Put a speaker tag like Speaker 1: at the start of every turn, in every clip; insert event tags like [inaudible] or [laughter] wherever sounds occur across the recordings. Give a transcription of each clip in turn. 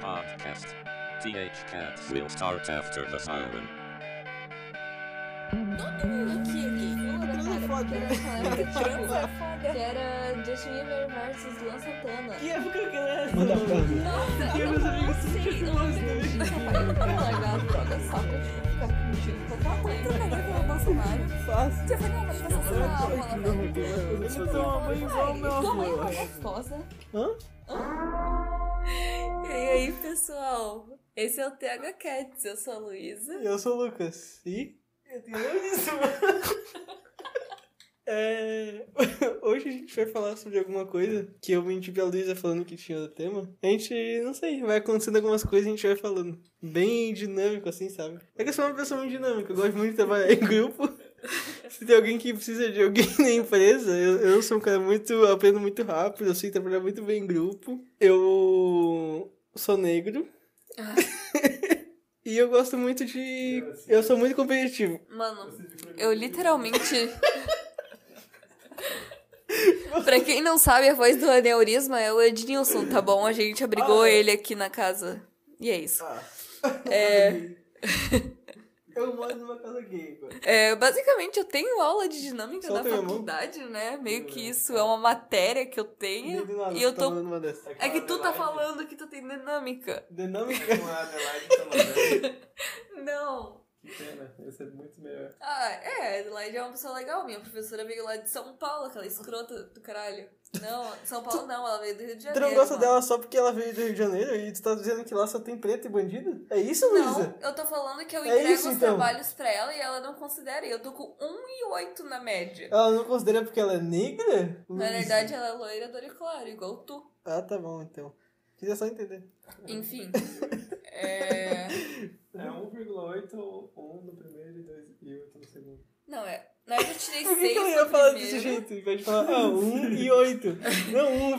Speaker 1: podcast. TH Cats will start after the siren.
Speaker 2: Todo mundo aqui é gay.
Speaker 3: Todo mundo é foda.
Speaker 2: Trans é foda. Que era Justin Bieber versus Luan Santana.
Speaker 3: Que época que era essa?
Speaker 4: Manda pra mim.
Speaker 2: Nossa,
Speaker 3: Que
Speaker 2: eu
Speaker 3: meus
Speaker 2: não
Speaker 3: amigos
Speaker 2: sei,
Speaker 3: super
Speaker 2: eu
Speaker 3: famosos
Speaker 2: não
Speaker 3: também.
Speaker 2: Largar as drogas só pra ficar curtindo com a tua mãe.
Speaker 5: Tudo bem com o Bolsonaro?
Speaker 3: Fácil.
Speaker 5: Você foi numa manifestação na aula, né?
Speaker 3: Eu vou fazer uma mãe igual meu
Speaker 2: Tua mãe é
Speaker 3: avô.
Speaker 2: uma gostosa.
Speaker 4: Hã?
Speaker 5: E aí, pessoal? Esse é o TH Cats, eu sou a Luísa.
Speaker 4: E eu sou o Lucas. E?
Speaker 3: Eu tenho nome disso,
Speaker 4: É... [laughs] Hoje a gente vai falar sobre alguma coisa que eu menti pra Luísa falando que tinha outro tema. A gente, não sei, vai acontecendo algumas coisas e a gente vai falando. Bem dinâmico, assim, sabe? É que eu sou uma pessoa muito dinâmica, eu gosto muito de trabalhar em grupo. [laughs] Se tem alguém que precisa de alguém [laughs] na empresa, eu, eu sou um cara muito. eu aprendo muito rápido, eu sei trabalhar muito bem em grupo. Eu sou negro.
Speaker 5: Ah.
Speaker 4: e eu gosto muito de. Eu sou muito competitivo.
Speaker 5: Mano, eu literalmente.
Speaker 4: [laughs]
Speaker 5: pra quem não sabe, a voz do aneurisma é o Ednilson, tá bom? A gente abrigou
Speaker 4: Ah. Tá
Speaker 5: ele aqui na casa. E é isso.
Speaker 4: É. Ah, Eu moro numa casa gay, cara.
Speaker 5: É, basicamente, eu tenho aula de dinâmica
Speaker 4: Solta
Speaker 5: na
Speaker 4: aí a mão.
Speaker 5: faculdade, né? Meio que isso
Speaker 4: tá.
Speaker 5: é uma matéria que eu tenho. e eu tô.
Speaker 4: Uma dessa.
Speaker 5: É que tu tá falando que tu tem dinâmica.
Speaker 4: Dinâmica.
Speaker 5: Não,
Speaker 6: Que pena, ia ser muito melhor.
Speaker 5: Ah, é, a Adelaide é uma pessoa legal. Minha professora veio lá de São Paulo, aquela escrota do caralho. Não, São Paulo não, ela veio do Rio de
Speaker 4: Tu
Speaker 5: Janeiro.
Speaker 4: não gosta
Speaker 5: mano.
Speaker 4: dela só porque ela veio do Rio de Janeiro e tu tá dizendo que lá só tem preto e bandido? É isso, Luísa?
Speaker 5: Não, eu tô falando que eu
Speaker 4: É
Speaker 5: entrego
Speaker 4: isso,
Speaker 5: os
Speaker 4: então.
Speaker 5: trabalhos pra ela e ela não considera. E eu tô com 1,8 na média.
Speaker 4: Ela não considera porque ela é negra?
Speaker 5: Na
Speaker 4: Luísa.
Speaker 5: verdade, ela é loira doricolora, igual tu.
Speaker 4: Ah, tá bom, então. Queria só entender.
Speaker 5: Enfim. é...
Speaker 6: É 1,8 ou 1 no primeiro e 2,8 no segundo.
Speaker 5: Não, é. Na época eu tirei 6
Speaker 4: Por que, que ela
Speaker 5: no
Speaker 4: ia falar
Speaker 5: primeiro.
Speaker 4: desse jeito? Em vez de falar, ah, 1 e 8. Não 1,8.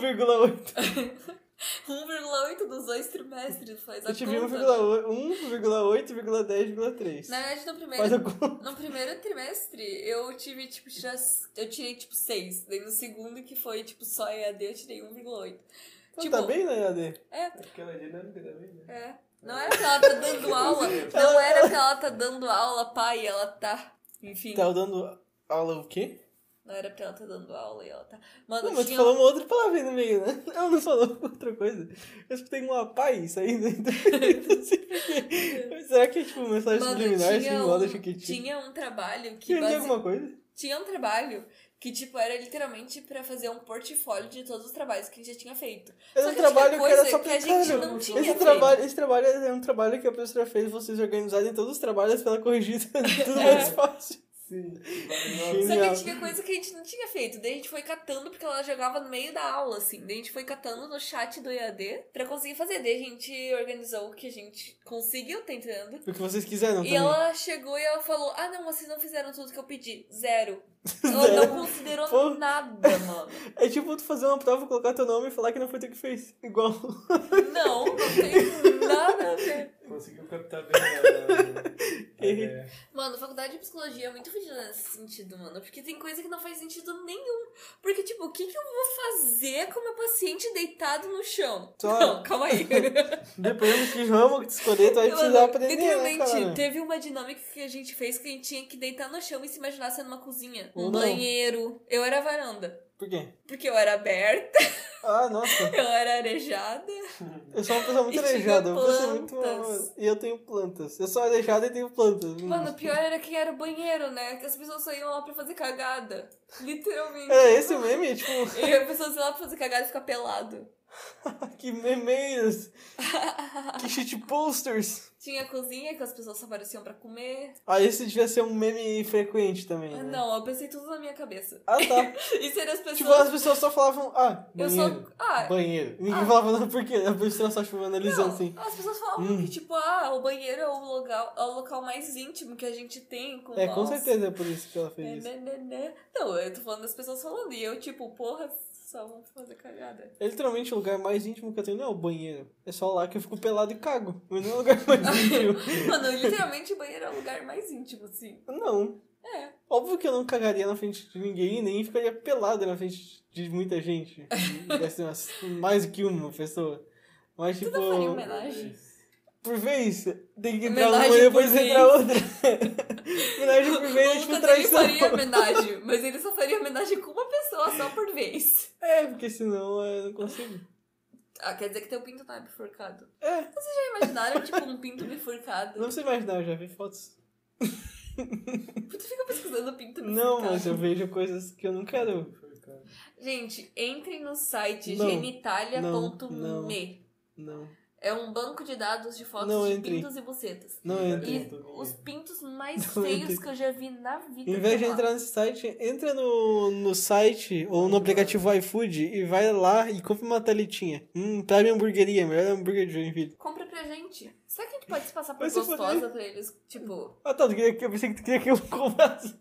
Speaker 5: 1,8 dos dois trimestres, faz
Speaker 4: Eu
Speaker 5: a
Speaker 4: tive
Speaker 5: conta. é
Speaker 4: 1,8, 1,8,10,3.
Speaker 5: Na verdade, no primeiro
Speaker 4: Faz a conta.
Speaker 5: No primeiro trimestre, eu tive, tipo, tirar, eu tirei, tipo, 6. Daí no segundo, que foi, tipo, só EAD, eu tirei 1,8.
Speaker 4: Então
Speaker 5: tipo,
Speaker 4: tá bem, né, Ade?
Speaker 5: é,
Speaker 6: Acho que ela é dinâmica também, né?
Speaker 5: é. Não era que ela tá dando aula. Não era que ela tá dando aula, pai, ela tá. Enfim,
Speaker 4: Tá dando aula o quê?
Speaker 5: não era pra ela tá dando aula e ela tá. Mano,
Speaker 4: Não, mas tu
Speaker 5: tinha.
Speaker 4: falou uma outra palavra aí no meio, né? [laughs] Ela não falou outra coisa. Eu escutei um rapaz saindo, [laughs] então eu não
Speaker 5: [laughs]
Speaker 4: sei porquê. Será que é tipo mensagem
Speaker 5: Mano,
Speaker 4: subliminar, assim,
Speaker 5: tinha,
Speaker 4: igual da
Speaker 5: um,
Speaker 4: Chiquitinha?
Speaker 5: tinha um trabalho que
Speaker 4: Tinha
Speaker 5: base-
Speaker 4: alguma coisa?
Speaker 5: tinha um trabalho que tipo era literalmente pra fazer um portfólio de todos os trabalhos que a gente já tinha feito.
Speaker 4: Era
Speaker 5: Só
Speaker 4: um
Speaker 5: que tinha
Speaker 4: trabalho que
Speaker 5: tipo, é coisa
Speaker 4: era só
Speaker 5: que a
Speaker 4: pra
Speaker 5: gente
Speaker 4: cara,
Speaker 5: não tinha
Speaker 4: esse
Speaker 5: feito.
Speaker 4: trabalho, esse trabalho é um trabalho que a professora fez vocês organizarem todos os trabalhos pela corrigida, [laughs] tudo mais fácil.
Speaker 6: Sim.
Speaker 5: É. Só
Speaker 4: Genial.
Speaker 5: que tipo, tinha coisa que a gente não tinha feito. Daí a gente foi catando, porque ela jogava no meio da aula, assim. Daí a gente foi catando no chat do EAD pra conseguir fazer. Daí a gente organizou o que a gente conseguiu, tá entendendo?
Speaker 4: O que vocês quiseram
Speaker 5: E
Speaker 4: também.
Speaker 5: ela chegou e ela falou: Ah, não, vocês não fizeram tudo que eu pedi.
Speaker 4: [laughs]
Speaker 5: Zero. Ela não considerou
Speaker 4: Pô.
Speaker 5: nada, mano.
Speaker 4: É tipo tu fazer uma prova, colocar teu nome e falar que não foi tu que fez. Igual.
Speaker 5: Não, não tem nada a ver.
Speaker 6: Conseguiu captar bem a- a.
Speaker 4: Errei.
Speaker 6: ideia.
Speaker 5: Mano, faculdade de psicologia é muito fodida nesse sentido, mano. Porque tem coisa que não faz sentido nenhum. Porque, tipo, o que, que eu vou fazer com meu paciente deitado no chão?
Speaker 4: Só-
Speaker 5: Não, calma aí.
Speaker 4: Dependendo de que ramo que tu escolher, tu
Speaker 5: [laughs]
Speaker 4: [laughs] vai precisar
Speaker 5: Mano,
Speaker 4: aprender, né,
Speaker 5: Literalmente,
Speaker 4: cara?
Speaker 5: teve uma dinâmica que a gente fez que a gente tinha que deitar no chão e se imaginar sendo uma cozinha.
Speaker 4: Ou
Speaker 5: Um
Speaker 4: não.
Speaker 5: banheiro. Eu era varanda.
Speaker 4: Por quê?
Speaker 5: Porque eu era aberta,
Speaker 4: Ah, nossa.
Speaker 5: eu era arejada.
Speaker 4: Eu sou uma pessoa muito
Speaker 5: E tinha
Speaker 4: aleijada. Eu vou ser muito
Speaker 5: tipo plantas.
Speaker 4: mal- E eu tenho plantas. Eu sou aleijada e tenho plantas. Hum.
Speaker 5: Mano, o pior era quem era o banheiro, né? Que as pessoas só iam lá pra fazer cagada. Literalmente.
Speaker 4: Era esse o meme? Tipo,
Speaker 5: E as pessoas iam lá pra fazer cagada e ficar pelado.
Speaker 4: que memeiros. que shit posters.
Speaker 5: Tinha a cozinha que as pessoas só apareciam pra comer.
Speaker 4: Ah, esse devia ser um meme frequente também.
Speaker 5: Ah,
Speaker 4: né?
Speaker 5: Não, eu pensei tudo na minha cabeça.
Speaker 4: Ah,
Speaker 5: [laughs]
Speaker 4: tá.
Speaker 5: Isso era as
Speaker 4: tipo, as
Speaker 5: pessoas.
Speaker 4: pessoas só falavam, ah,
Speaker 5: eu
Speaker 4: banheiro.
Speaker 5: só. Ah,
Speaker 4: Banheiro. Ninguém
Speaker 5: Ah.
Speaker 4: falava nada porque a pessoa só ficava analisando
Speaker 5: Não,
Speaker 4: assim.
Speaker 5: As pessoas falavam que, tipo, ah, o banheiro é o, local, é o local mais íntimo que a gente tem com
Speaker 4: É, com
Speaker 5: nós.
Speaker 4: certeza é por isso que ela
Speaker 5: Né,
Speaker 4: fez isso.
Speaker 5: né, né, né. Não, eu tô falando das pessoas falando. E eu, tipo, porra, só vão fazer cagada.
Speaker 4: É literalmente o lugar mais íntimo que eu tenho não é o banheiro. É só lá que eu fico pelado e cago. Mas não é o lugar [laughs] mais íntimo.
Speaker 5: [laughs] Mano, literalmente o banheiro é o lugar mais íntimo, assim.
Speaker 4: Não.
Speaker 5: É.
Speaker 4: Óbvio que eu não cagaria na frente de ninguém, nem
Speaker 5: [laughs]
Speaker 4: ficaria pelada na frente de muita gente. Deve ser umas- mais do que uma pessoa. Mas, tipo,
Speaker 5: Tudo faria homenagem.
Speaker 4: por vez, tem que entrar uma
Speaker 5: Homenagem
Speaker 4: e
Speaker 5: por
Speaker 4: depois
Speaker 5: vez. [laughs]
Speaker 4: entrar outra. homenagem por vez é
Speaker 5: O
Speaker 4: tipo
Speaker 5: Lucas, ele
Speaker 4: traição.
Speaker 5: faria homenagem, mas ele só faria homenagem com uma pessoa só por vez.
Speaker 4: É, porque senão eu não consigo.
Speaker 5: Ah, quer dizer que teu pinto não é bifurcado.
Speaker 4: É.
Speaker 5: Vocês já imaginaram, tipo, um pinto bifurcado?
Speaker 4: Não precisa imaginar, eu já vi fotos.
Speaker 5: Tu fica pesquisando pinto
Speaker 4: Não,
Speaker 5: bifurcado.
Speaker 4: mas eu vejo coisas que eu não quero.
Speaker 5: Gente, entrem no site
Speaker 4: Não, não,
Speaker 5: genitalia.me.
Speaker 4: Não.
Speaker 5: É um banco de dados de fotos
Speaker 4: Não
Speaker 5: de
Speaker 4: entre.
Speaker 5: pintos e bucetas.
Speaker 4: Não entra.
Speaker 5: E os pintos mais
Speaker 4: Não
Speaker 5: feios
Speaker 4: entre.
Speaker 5: que eu já vi na vida.
Speaker 4: Em vez de
Speaker 5: sei lá.
Speaker 4: entrar nesse site, entra no, no site ou no aplicativo iFood e vai lá e compra uma talitinha. Hum, traz minha hamburgueria, melhor hambúrguer de Joinville.
Speaker 5: Compra pra gente. Será que a gente pode se passar por
Speaker 4: Mas se for-
Speaker 5: gostosa pra eles? Tipo,
Speaker 4: Ah tá, tu queria que eu pensei que tu queria que eu [laughs] comprasse.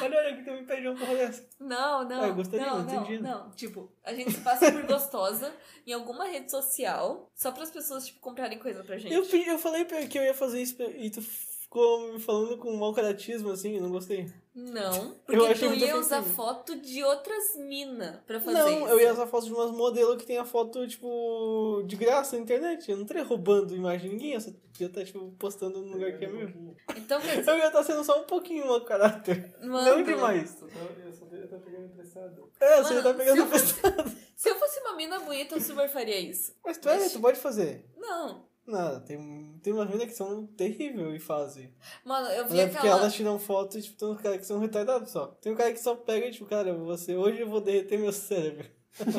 Speaker 4: Olha, olha que tu me pediu uma porra dessa.
Speaker 5: Não, não.
Speaker 4: Ah, eu gostaria,
Speaker 5: não,
Speaker 4: não entendi,
Speaker 5: não, não. Tipo, a gente se passa por gostosa em alguma rede social só para as pessoas, tipo, comprarem coisa pra gente.
Speaker 4: Eu, pedi- eu falei pra- que eu ia fazer isso pra- e tu ficou me falando com mau caratismo assim, eu não gostei.
Speaker 5: Não, porque
Speaker 4: [laughs] Eu achei
Speaker 5: tu
Speaker 4: muito
Speaker 5: ia usar
Speaker 4: ofensivo.
Speaker 5: foto de outras minas pra fazer
Speaker 4: Não,
Speaker 5: isso.
Speaker 4: eu ia usar foto de umas modelos que tem a foto, tipo, de graça na internet. Eu não estaria roubando imagem de ninguém, eu só ia estar, tipo, postando num lugar que é meu.
Speaker 5: Então, quer dizer,
Speaker 4: Eu ia estar sendo só um pouquinho mau caráter. [laughs] Não
Speaker 5: mano,
Speaker 4: demais.
Speaker 6: Eu só eu tava pegando emprestado.
Speaker 4: É,
Speaker 5: Mano,
Speaker 4: você já tá pegando
Speaker 5: se
Speaker 4: a
Speaker 5: eu
Speaker 4: pessoa.
Speaker 5: Se eu fosse uma mina bonita, eu super faria isso.
Speaker 4: [laughs] Mas tu é, tu pode fazer.
Speaker 5: Não.
Speaker 4: Não, tem, tem umas meninas que são terríveis e fazem.
Speaker 5: Mano, eu
Speaker 4: Mas
Speaker 5: vi
Speaker 4: é porque
Speaker 5: aquela.
Speaker 4: elas tiram foto e, tipo, tem uns caras que são retardados só. Tem um cara que só pega e, tipo, cara, você, hoje eu vou derreter meu
Speaker 5: [laughs]
Speaker 4: cérebro. [laughs]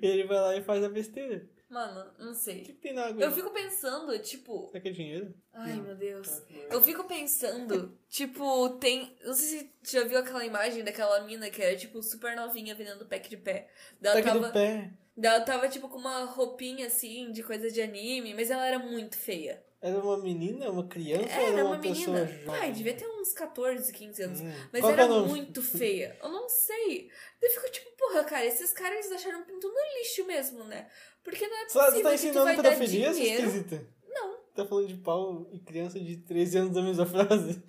Speaker 4: e ele vai lá e faz a besteira.
Speaker 5: Mano, não
Speaker 4: O que,
Speaker 5: sei.
Speaker 4: que tem na água?
Speaker 5: Eu fico pensando, tipo.
Speaker 4: Será que é dinheiro?
Speaker 5: Ai, meu Deus.
Speaker 6: Eu
Speaker 5: Eu fico pensando, tipo, tem. Não sei se você já viu aquela imagem daquela mina que era, tipo, super novinha vendendo pack de pé. Daí Ela
Speaker 4: Tá aqui do
Speaker 5: tava,
Speaker 4: pé.
Speaker 5: daí ela tava, tipo, com uma roupinha assim de coisa de anime, mas ela era muito feia.
Speaker 4: Era uma menina, uma criança ou
Speaker 5: É, Era
Speaker 4: era
Speaker 5: uma,
Speaker 4: pessoa
Speaker 5: menina.
Speaker 4: jovem?
Speaker 5: Ai, devia ter uns 14, 15 anos.
Speaker 4: Hum.
Speaker 5: Mas
Speaker 4: Qual que é
Speaker 5: era
Speaker 4: o nome?
Speaker 5: muito feia. Eu não sei. Daí fica tipo, porra, cara, esses caras eles acharam pinto no lixo mesmo, né? Porque não é possível
Speaker 4: Você tá
Speaker 5: que tu
Speaker 4: ensinando
Speaker 5: vai dar
Speaker 4: pedofilia, sua
Speaker 5: dinheiro.
Speaker 4: esquisita?
Speaker 5: Não.
Speaker 4: Tá falando de pau e criança de 13 anos da mesma frase?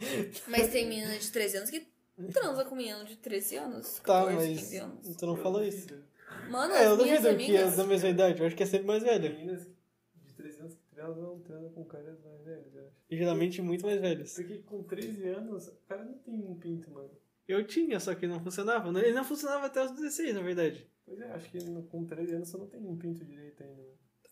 Speaker 5: Mas tem menina de 13 anos que transa com menino de 13 anos.
Speaker 4: Tá,
Speaker 5: 14,
Speaker 4: mas-
Speaker 5: 15 anos.
Speaker 4: Tu não falou isso.
Speaker 5: Mano,
Speaker 4: É, eu
Speaker 5: as minhas
Speaker 4: duvido que é
Speaker 5: amigas.
Speaker 4: da mesma idade, eu acho que é sempre mais velha.
Speaker 6: Meninas de 13 anos que transam, transam com caras mais velhos, eu acho.
Speaker 4: E geralmente muito mais velhas.
Speaker 6: Porque com 13 anos, o cara não tem um pinto, mano.
Speaker 4: Eu tinha, só que não funcionava. né? Ele não funcionava até os 16, na verdade.
Speaker 6: Pois é, acho que no- com 13 anos você não tem um pinto direito ainda.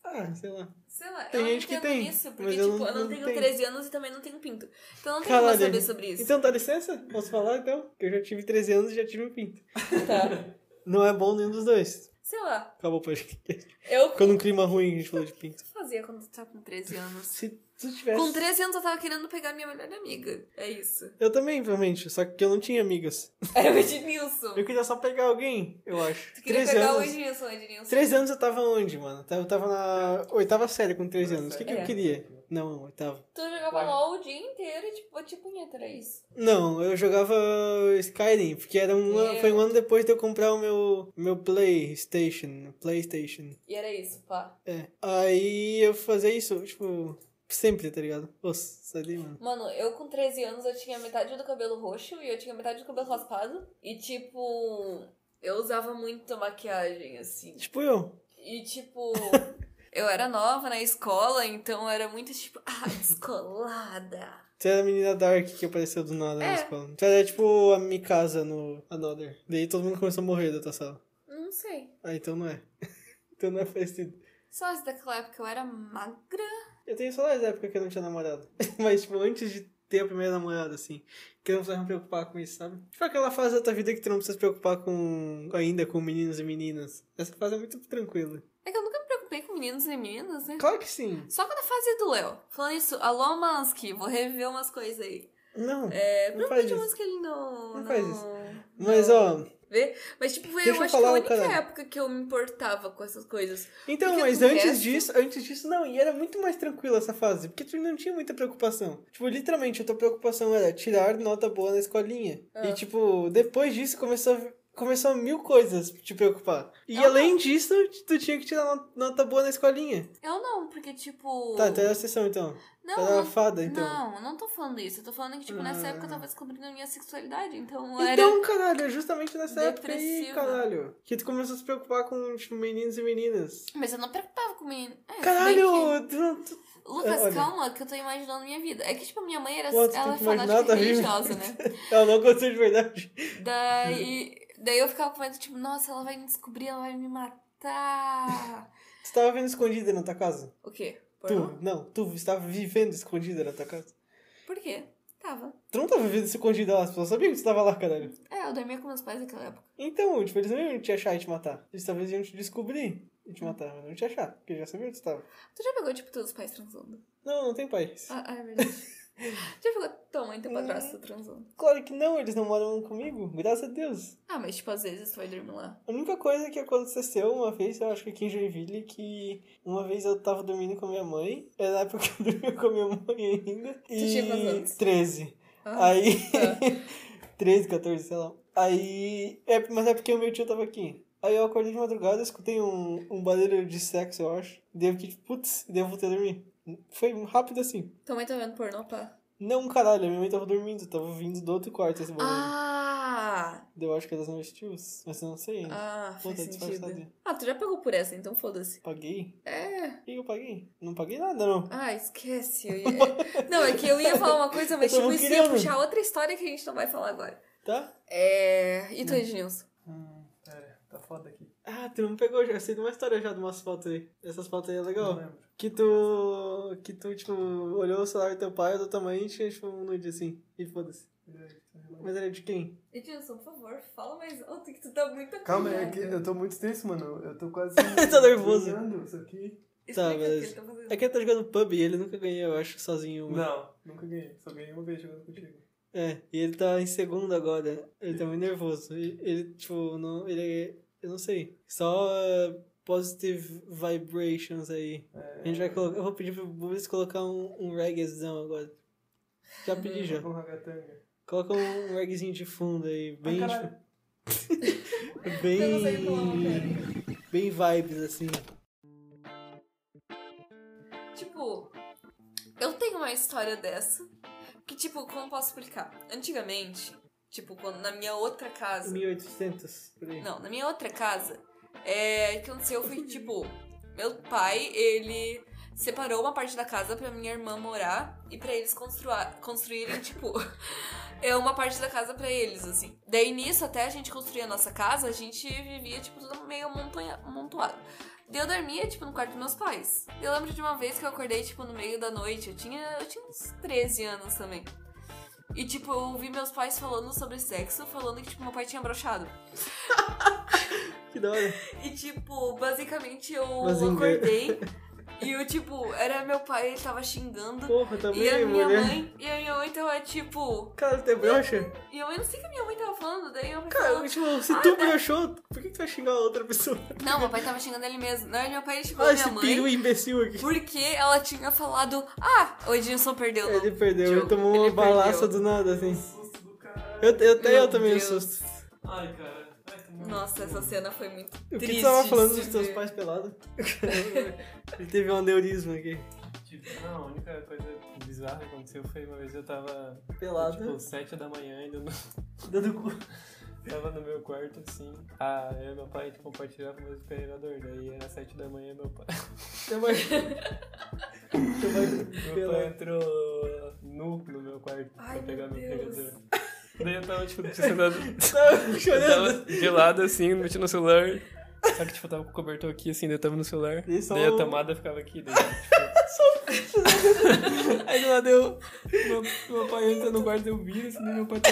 Speaker 4: Ah, sei lá.
Speaker 5: Sei lá,
Speaker 4: Tem
Speaker 5: eu não
Speaker 4: gente que
Speaker 5: entendo
Speaker 4: tem,
Speaker 5: isso, porque
Speaker 4: mas
Speaker 5: tipo,
Speaker 4: eu
Speaker 5: eu
Speaker 4: não-
Speaker 5: não,
Speaker 4: não
Speaker 5: tenho
Speaker 4: tenho.
Speaker 5: 13 anos e também não tenho pinto. Então eu não tenho
Speaker 4: Caralho.
Speaker 5: como saber sobre isso.
Speaker 4: Então, dá licença? Posso falar então? Que eu já tive 13 anos e já tive um pinto.
Speaker 5: Tá.
Speaker 4: Não é bom nenhum dos dois.
Speaker 5: Sei lá.
Speaker 4: Acabou o podcast. [laughs]
Speaker 5: Eu
Speaker 4: Ficou num clima ruim que a gente falou de pinto.
Speaker 5: [laughs] fazia quando eu tava com 13 anos.
Speaker 4: Se tu tivesse.
Speaker 5: Com 13 anos eu tava querendo pegar minha melhor amiga. É
Speaker 4: [laughs]
Speaker 5: isso.
Speaker 4: Eu também, realmente, só que eu não tinha amigas.
Speaker 5: Era o Ednilson.
Speaker 4: Eu queria só pegar alguém, eu acho.
Speaker 5: Tu queria
Speaker 4: 13
Speaker 5: pegar
Speaker 4: anos.
Speaker 5: o Ednilson, o Ednilson.
Speaker 4: 13 anos eu tava onde, mano? Eu tava na oitava série com 13 anos. O que, que eu
Speaker 5: É.
Speaker 4: queria? Não, não, oitava.
Speaker 5: Tu jogava LOL o dia inteiro e tipo, batia punheta, era isso.
Speaker 4: Não, eu jogava Skyrim, porque era um, ano-
Speaker 5: Meu.
Speaker 4: foi um ano depois de eu comprar o meu, meu PlayStation. PlayStation.
Speaker 5: E era isso, pá.
Speaker 4: É. Aí eu fazia isso, tipo, sempre, tá ligado? Nossa, sai daí, mano.
Speaker 5: Mano, eu com 13 anos eu tinha metade do cabelo roxo e eu tinha metade do cabelo raspado. E tipo, eu usava muito maquiagem, assim.
Speaker 4: Tipo eu.
Speaker 5: E tipo, [laughs] eu era nova na escola, então eu era muito tipo, [laughs] ah, descolada.
Speaker 4: Tu era a menina Dark que apareceu do nada na
Speaker 5: É.
Speaker 4: escola. Tu era tipo a Mikasa no Another. Daí todo mundo começou a morrer da tua sala.
Speaker 5: Não sei.
Speaker 4: Ah, então não é. [laughs] então não é parecido.
Speaker 5: Só se daquela época eu era magra.
Speaker 4: Eu tenho saudades da época que eu não tinha namorado. [laughs] Mas, tipo, antes de ter a primeira namorada, assim, que eu não precisava me preocupar com isso, sabe? Tipo aquela fase da tua vida que tu não precisa se preocupar com ainda com meninos e meninas. Essa fase é muito tranquila.
Speaker 5: É que eu nunca me preocupei com meninos nem meninas, né?
Speaker 4: Claro que sim.
Speaker 5: Só quando a fase do Léo. Falando isso, alô, Mansky, vou reviver umas coisas aí.
Speaker 4: Não.
Speaker 5: É,
Speaker 4: Não
Speaker 5: procura de
Speaker 4: faz isso.
Speaker 5: música ele não.
Speaker 4: Não faz isso.
Speaker 5: não-
Speaker 4: Mas, ó.
Speaker 5: Mas, tipo, eu
Speaker 4: Deixa eu
Speaker 5: acho
Speaker 4: falar,
Speaker 5: que a única
Speaker 4: caralho.
Speaker 5: época que eu me importava com essas coisas.
Speaker 4: Então,
Speaker 5: Porque
Speaker 4: mas
Speaker 5: do
Speaker 4: antes
Speaker 5: resto-
Speaker 4: disso, antes disso, não, e era muito mais tranquila essa fase, porque tu não tinha muita preocupação. Tipo, literalmente, a tua preocupação era tirar nota boa na escolinha.
Speaker 5: Ah.
Speaker 4: E, tipo, depois disso começou a. Começou a mil coisas te preocupar. E
Speaker 5: Ah.
Speaker 4: além disso, tu tinha que tirar no- nota boa na escolinha.
Speaker 5: Eu não, porque, tipo.
Speaker 4: Tá, tu era a sessão então.
Speaker 5: não,
Speaker 4: tu era
Speaker 5: não
Speaker 4: uma fada então.
Speaker 5: Não, eu não tô falando isso. Eu tô falando que, tipo, nessa
Speaker 4: Ah.
Speaker 5: época eu tava descobrindo a minha sexualidade. Então, eu era.
Speaker 4: Então, caralho, é justamente nessa época aí,
Speaker 5: Depressiva.
Speaker 4: caralho. Que tu começou a se preocupar com, tipo, meninos e meninas.
Speaker 5: Mas eu não me preocupava com menino. É, bem
Speaker 4: Caralho! tu- tu-
Speaker 5: que- Lucas,
Speaker 4: É, Olha.
Speaker 5: calma, que eu tô imaginando minha vida. É que, tipo, a minha mãe era.
Speaker 4: Pô, tu
Speaker 5: ela
Speaker 4: tem
Speaker 5: é
Speaker 4: que imaginar
Speaker 5: fanática
Speaker 4: da vida.
Speaker 5: religiosa, né?
Speaker 4: [laughs] Ela não gostou de verdade. [laughs]
Speaker 5: Daí. Daí eu ficava com medo, tipo, nossa, ela vai me descobrir, ela vai me matar.
Speaker 4: Tu tava vendo escondida na tua casa?
Speaker 5: O quê? Pornô?
Speaker 4: Tu, não, tu estava vivendo escondida na tua casa.
Speaker 5: Por quê? Tava.
Speaker 4: Tu não tava vivendo escondida lá, as pessoas sabiam que tu tava lá, caralho.
Speaker 5: É, eu dormia com meus pais naquela época.
Speaker 4: Então, tipo, eles não iam te achar e te matar. Eles talvez iam te descobrir e te matar, mas não iam te achar, porque eles já sabiam onde tu tava.
Speaker 5: Tu já pegou, tipo, todos os pais transando?
Speaker 4: Não, não tem pais.
Speaker 5: Ah, ah, é verdade.
Speaker 4: [laughs]
Speaker 5: já pegou tua mãe e teu
Speaker 4: Hum.
Speaker 5: padrasto transando?
Speaker 4: Claro que não, eles não moram comigo, graças a Deus.
Speaker 5: Ah, mas, tipo, às vezes tu vai dormir lá.
Speaker 4: A única coisa que aconteceu uma vez, eu acho que aqui em Joinville, que uma vez eu tava dormindo com a minha mãe, era na época que eu dormia com a minha mãe ainda. e
Speaker 5: tinha quantos anos?
Speaker 4: 13.
Speaker 5: Ah,
Speaker 4: Aí. [laughs] 13, 14, sei lá. Aí. É, mas é porque o meu tio tava aqui. Aí eu acordei de madrugada, escutei um, um barulho de sexo, eu acho. Daí eu fiquei tipo, putz, daí eu voltei a dormir. Foi rápido assim.
Speaker 5: Tua mãe tá vendo pornô, pá?
Speaker 4: Não, caralho, a minha mãe tava dormindo, tava vindo do outro quarto esse barulho.
Speaker 5: Ah!
Speaker 4: Daí eu acho que era dos meus tios, mas eu não sei ainda.
Speaker 5: Ah,
Speaker 4: Pô,
Speaker 5: faz
Speaker 4: tá
Speaker 5: sentido.
Speaker 4: disfarçado.
Speaker 5: Ah, tu já pagou por essa, então foda-se.
Speaker 4: Paguei?
Speaker 5: É.
Speaker 4: O que eu paguei? Não paguei nada, não.
Speaker 5: Ah, esquece. Eu ia... [laughs] não, é que eu ia falar uma coisa, mas
Speaker 4: Eu tô
Speaker 5: tipo, isso ia
Speaker 4: querendo.
Speaker 5: puxar outra história que a gente não vai falar agora.
Speaker 4: Tá?
Speaker 5: É. E tu, Ednilson?
Speaker 6: Hum, pera, tá foda aqui.
Speaker 4: Ah, tu não pegou já. Eu sei de uma história já de umas fotos aí. Essas fotos aí é legal.
Speaker 6: Não lembro.
Speaker 4: Que tu. Que tu, tipo, olhou o celular do teu pai ou da tua mãe e tinha, tipo, um nude assim. E foda-se.
Speaker 6: E aí, tá relógio?
Speaker 4: Mas era de quem?
Speaker 5: Ednilson, por favor, fala mais alto que tu tá muito
Speaker 6: Calma, é que eu tô muito tenso, mano. Eu tô [laughs] quase. tá
Speaker 4: nervoso.
Speaker 6: Isso aqui.
Speaker 4: Tá, beleza. É que ele tá jogando pub e ele nunca ganhou, eu acho, sozinho. uma.
Speaker 6: Não, nunca ganhei. Só ganhei uma vez jogando contigo.
Speaker 4: É, e ele tá em segundo agora. Ele tá muito nervoso. E- Ele, tipo, não. Ele é. Eu não sei. Só uh, positive vibrations aí.
Speaker 6: É,
Speaker 4: A gente vai colocar. Eu vou pedir pro Bubis colocar um, um reggaezão agora. Já pedi já.
Speaker 6: Com Tá ragatanga.
Speaker 4: Coloca um reggaezinho de fundo aí, bem,
Speaker 6: Ah,
Speaker 4: tipo,
Speaker 6: caralho.
Speaker 4: bem,
Speaker 5: Eu não sei falar,
Speaker 4: bem vibes, assim.
Speaker 5: Tipo, eu tenho uma história dessa. Que, tipo, como eu posso explicar? Antigamente, tipo, quando na minha outra casa.
Speaker 4: 1800, por aí.
Speaker 5: Não, na minha outra casa, é, o que aconteceu foi, tipo, meu pai, ele separou uma parte da casa pra minha irmã morar e pra eles construa- construírem, tipo, [laughs] é uma parte da casa pra eles, assim. Daí nisso, até a gente construir a nossa casa, a gente vivia, tipo, tudo meio amontonha- amontoado. Daí eu dormia, tipo, no quarto dos meus pais. Daí Eu lembro de uma vez que eu acordei, tipo, no meio da noite. Eu tinha, eu tinha uns 13 anos também. E, tipo, eu ouvi meus pais falando sobre sexo, falando que, tipo, meu pai tinha brochado.
Speaker 4: Que da hora.
Speaker 5: E, tipo, basicamente eu
Speaker 4: Bazinga.
Speaker 5: acordei e eu, tipo, era meu pai, ele tava xingando.
Speaker 4: Porra, também,
Speaker 5: E a minha
Speaker 4: mulher.
Speaker 5: mãe, e a minha mãe tava tipo.
Speaker 4: Cara, tu é broxa?
Speaker 5: E eu, eu não sei o que a minha mãe tava falando, daí eu
Speaker 4: Cara,
Speaker 5: falou,
Speaker 4: tipo, se tu broxou, por que tu vai xingar a outra pessoa?
Speaker 5: Não, meu pai tava xingando ele mesmo. Não, meu pai xingou
Speaker 4: Ah,
Speaker 5: Tipo, minha
Speaker 4: esse
Speaker 5: mãe.
Speaker 4: peru imbecil aqui.
Speaker 5: Porque ela tinha falado, ah, o Edilson perdeu.
Speaker 4: É, Ele perdeu,
Speaker 5: Jogo.
Speaker 4: ele tomou
Speaker 5: Ele
Speaker 4: uma balaça
Speaker 5: perdeu.
Speaker 4: do nada, assim.
Speaker 6: Susto do caralho.
Speaker 4: Eu, eu, até
Speaker 5: Meu
Speaker 4: eu tomei um
Speaker 5: Deus.
Speaker 4: susto.
Speaker 6: Ai, cara. Ai, tá maluco.
Speaker 5: Nossa, essa cena foi muito
Speaker 4: O que
Speaker 5: triste.
Speaker 4: tu tava falando
Speaker 5: de
Speaker 4: dos
Speaker 5: se
Speaker 4: teus
Speaker 5: ver.
Speaker 4: pais
Speaker 5: [laughs]
Speaker 4: pelados? ele teve um aneurisma aqui.
Speaker 6: Tipo, não, a única coisa bizarra que aconteceu foi uma vez eu tava.
Speaker 4: Pelado.
Speaker 6: Tipo, 7 da manhã ainda no. [laughs]
Speaker 4: Dando cu.
Speaker 6: Tava no meu quarto, assim. Ah, eu e meu pai tipo, compartilhava o mesmo carregador. Daí era 7 da manhã meu pai. [laughs]
Speaker 4: Teu
Speaker 5: [laughs]
Speaker 4: pai... Teu pai
Speaker 6: Meu pai
Speaker 4: pelado.
Speaker 6: entrou nu no meu quarto
Speaker 5: Ai,
Speaker 6: pra pegar
Speaker 5: meu
Speaker 6: meu
Speaker 5: Deus.
Speaker 6: carregador. Daí eu tava, tipo, sentado.
Speaker 4: Tava
Speaker 6: Eu
Speaker 4: Tá, chorando.
Speaker 6: tava de lado assim, meti no celular. Só que, tipo, eu tava com o cobertor aqui, assim, daí eu tava no celular.
Speaker 4: E só um.
Speaker 6: Daí a
Speaker 4: o-
Speaker 6: tomada ficava aqui, daí, tipo,
Speaker 4: Aí do lado eu...
Speaker 6: meu, meu pai entra no quarto, eu viro, assim, daí meu pai tá...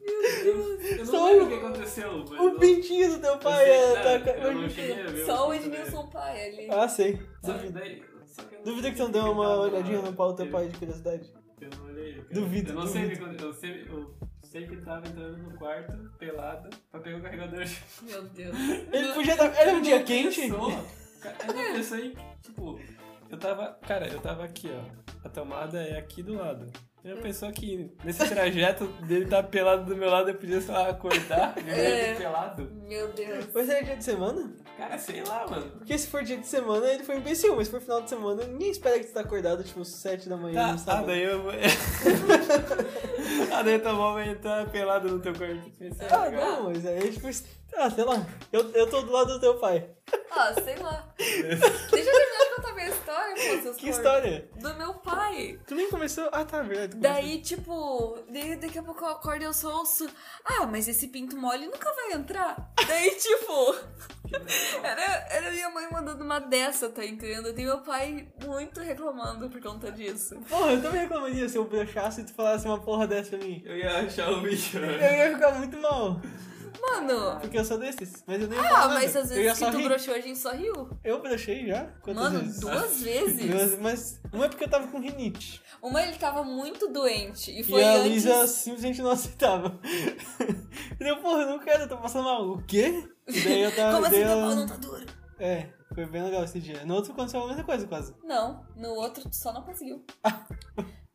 Speaker 6: Meu Deus! Eu não
Speaker 4: Só um
Speaker 6: lembro o
Speaker 4: o-
Speaker 6: que aconteceu, mas...
Speaker 4: O pintinho do teu pai
Speaker 6: eu,
Speaker 4: é, tá...
Speaker 6: eu não cheguei a ver
Speaker 5: Só o
Speaker 6: que aconteceu.
Speaker 5: Edilson pai ali.
Speaker 4: Ah, sei.
Speaker 6: Só que daí- só que eu não
Speaker 4: Duvida que tu
Speaker 6: sei
Speaker 4: não deu
Speaker 6: porque
Speaker 4: uma
Speaker 6: tava-
Speaker 4: olhadinha no pau do teu
Speaker 6: eu-
Speaker 4: pai de curiosidade.
Speaker 6: Eu não olhei. cara.
Speaker 4: Duvido,
Speaker 6: Eu não sei o que
Speaker 4: duvido.
Speaker 6: aconteceu. Eu sei, eu sei que ele tava entrando no quarto, pelado, pra pegar o carregador.
Speaker 5: Meu Deus.
Speaker 4: Ele podia estar... Era um
Speaker 6: [laughs]
Speaker 4: dia quente?
Speaker 6: Pensou, cara, eu não sei, tipo, eu tava, cara, eu tava aqui, ó. A tomada é aqui do lado. Eu pensou que nesse trajeto dele tá pelado do meu lado, eu podia, sei lá, acordar, ver
Speaker 5: É.
Speaker 6: ele pelado.
Speaker 5: Meu Deus.
Speaker 4: Mas era é, dia de semana?
Speaker 6: Cara, sei lá, mano.
Speaker 4: Porque se for dia de semana, ele foi imbecil. Mas se for final de semana, ninguém espera que tu tá acordado, tipo, 7 da manhã,
Speaker 6: Tá,
Speaker 4: no
Speaker 6: ah,
Speaker 4: sábado.
Speaker 6: daí eu vou. [laughs] ah, daí tua mão vai entrar pelado no teu quarto. Pensei,
Speaker 4: Ah,
Speaker 6: cara.
Speaker 4: não, mas aí, tipo... Ah, sei lá. Eu, eu tô do lado do teu pai.
Speaker 6: [laughs]
Speaker 5: Ah, sei lá. Deixa eu terminar de Deus.
Speaker 4: Que
Speaker 5: Lorde.
Speaker 4: história?
Speaker 5: Do meu pai.
Speaker 4: Tu nem começou? Ah, tá, verdade. tu
Speaker 5: Daí, tipo, daí, daqui a pouco eu acordo e eu só ouço. Ah, mas esse pinto mole nunca vai entrar. Daí, [laughs] tipo. Era, era minha mãe mandando uma dessa, tá entendendo? E meu pai muito reclamando por conta disso.
Speaker 4: começou. Porra, eu também reclamaria se eu brochasse e tu falasse uma porra dessa pra mim.
Speaker 6: Eu ia achar o bicho. né?
Speaker 4: Eu ia ficar muito mal,
Speaker 5: Mano.
Speaker 4: porque eu sou desses. Mas eu nem ia
Speaker 5: Ah,
Speaker 4: falar nada.
Speaker 5: mas às
Speaker 4: eu ia
Speaker 5: vezes
Speaker 4: só
Speaker 5: que tu
Speaker 4: rir.
Speaker 5: broxou, a gente só riu.
Speaker 4: Eu brochei já? Quantas
Speaker 5: Mano,
Speaker 4: vezes?
Speaker 5: duas
Speaker 4: [laughs]
Speaker 5: vezes?
Speaker 4: Duas, mas uma é porque eu tava com rinite.
Speaker 5: Uma ele tava muito doente e foi
Speaker 4: e a
Speaker 5: antes.
Speaker 4: Luísa simplesmente não aceitava. [laughs] eu, porra, não quero, eu tô passando mal. O quê? E daí eu tava.
Speaker 5: Como assim
Speaker 4: daí
Speaker 5: teu
Speaker 4: ela-
Speaker 5: pau não tá duro?
Speaker 4: É, foi bem legal esse dia. No outro aconteceu a mesma coisa, quase.
Speaker 5: Não, no outro tu só não
Speaker 4: [laughs]
Speaker 5: conseguiu.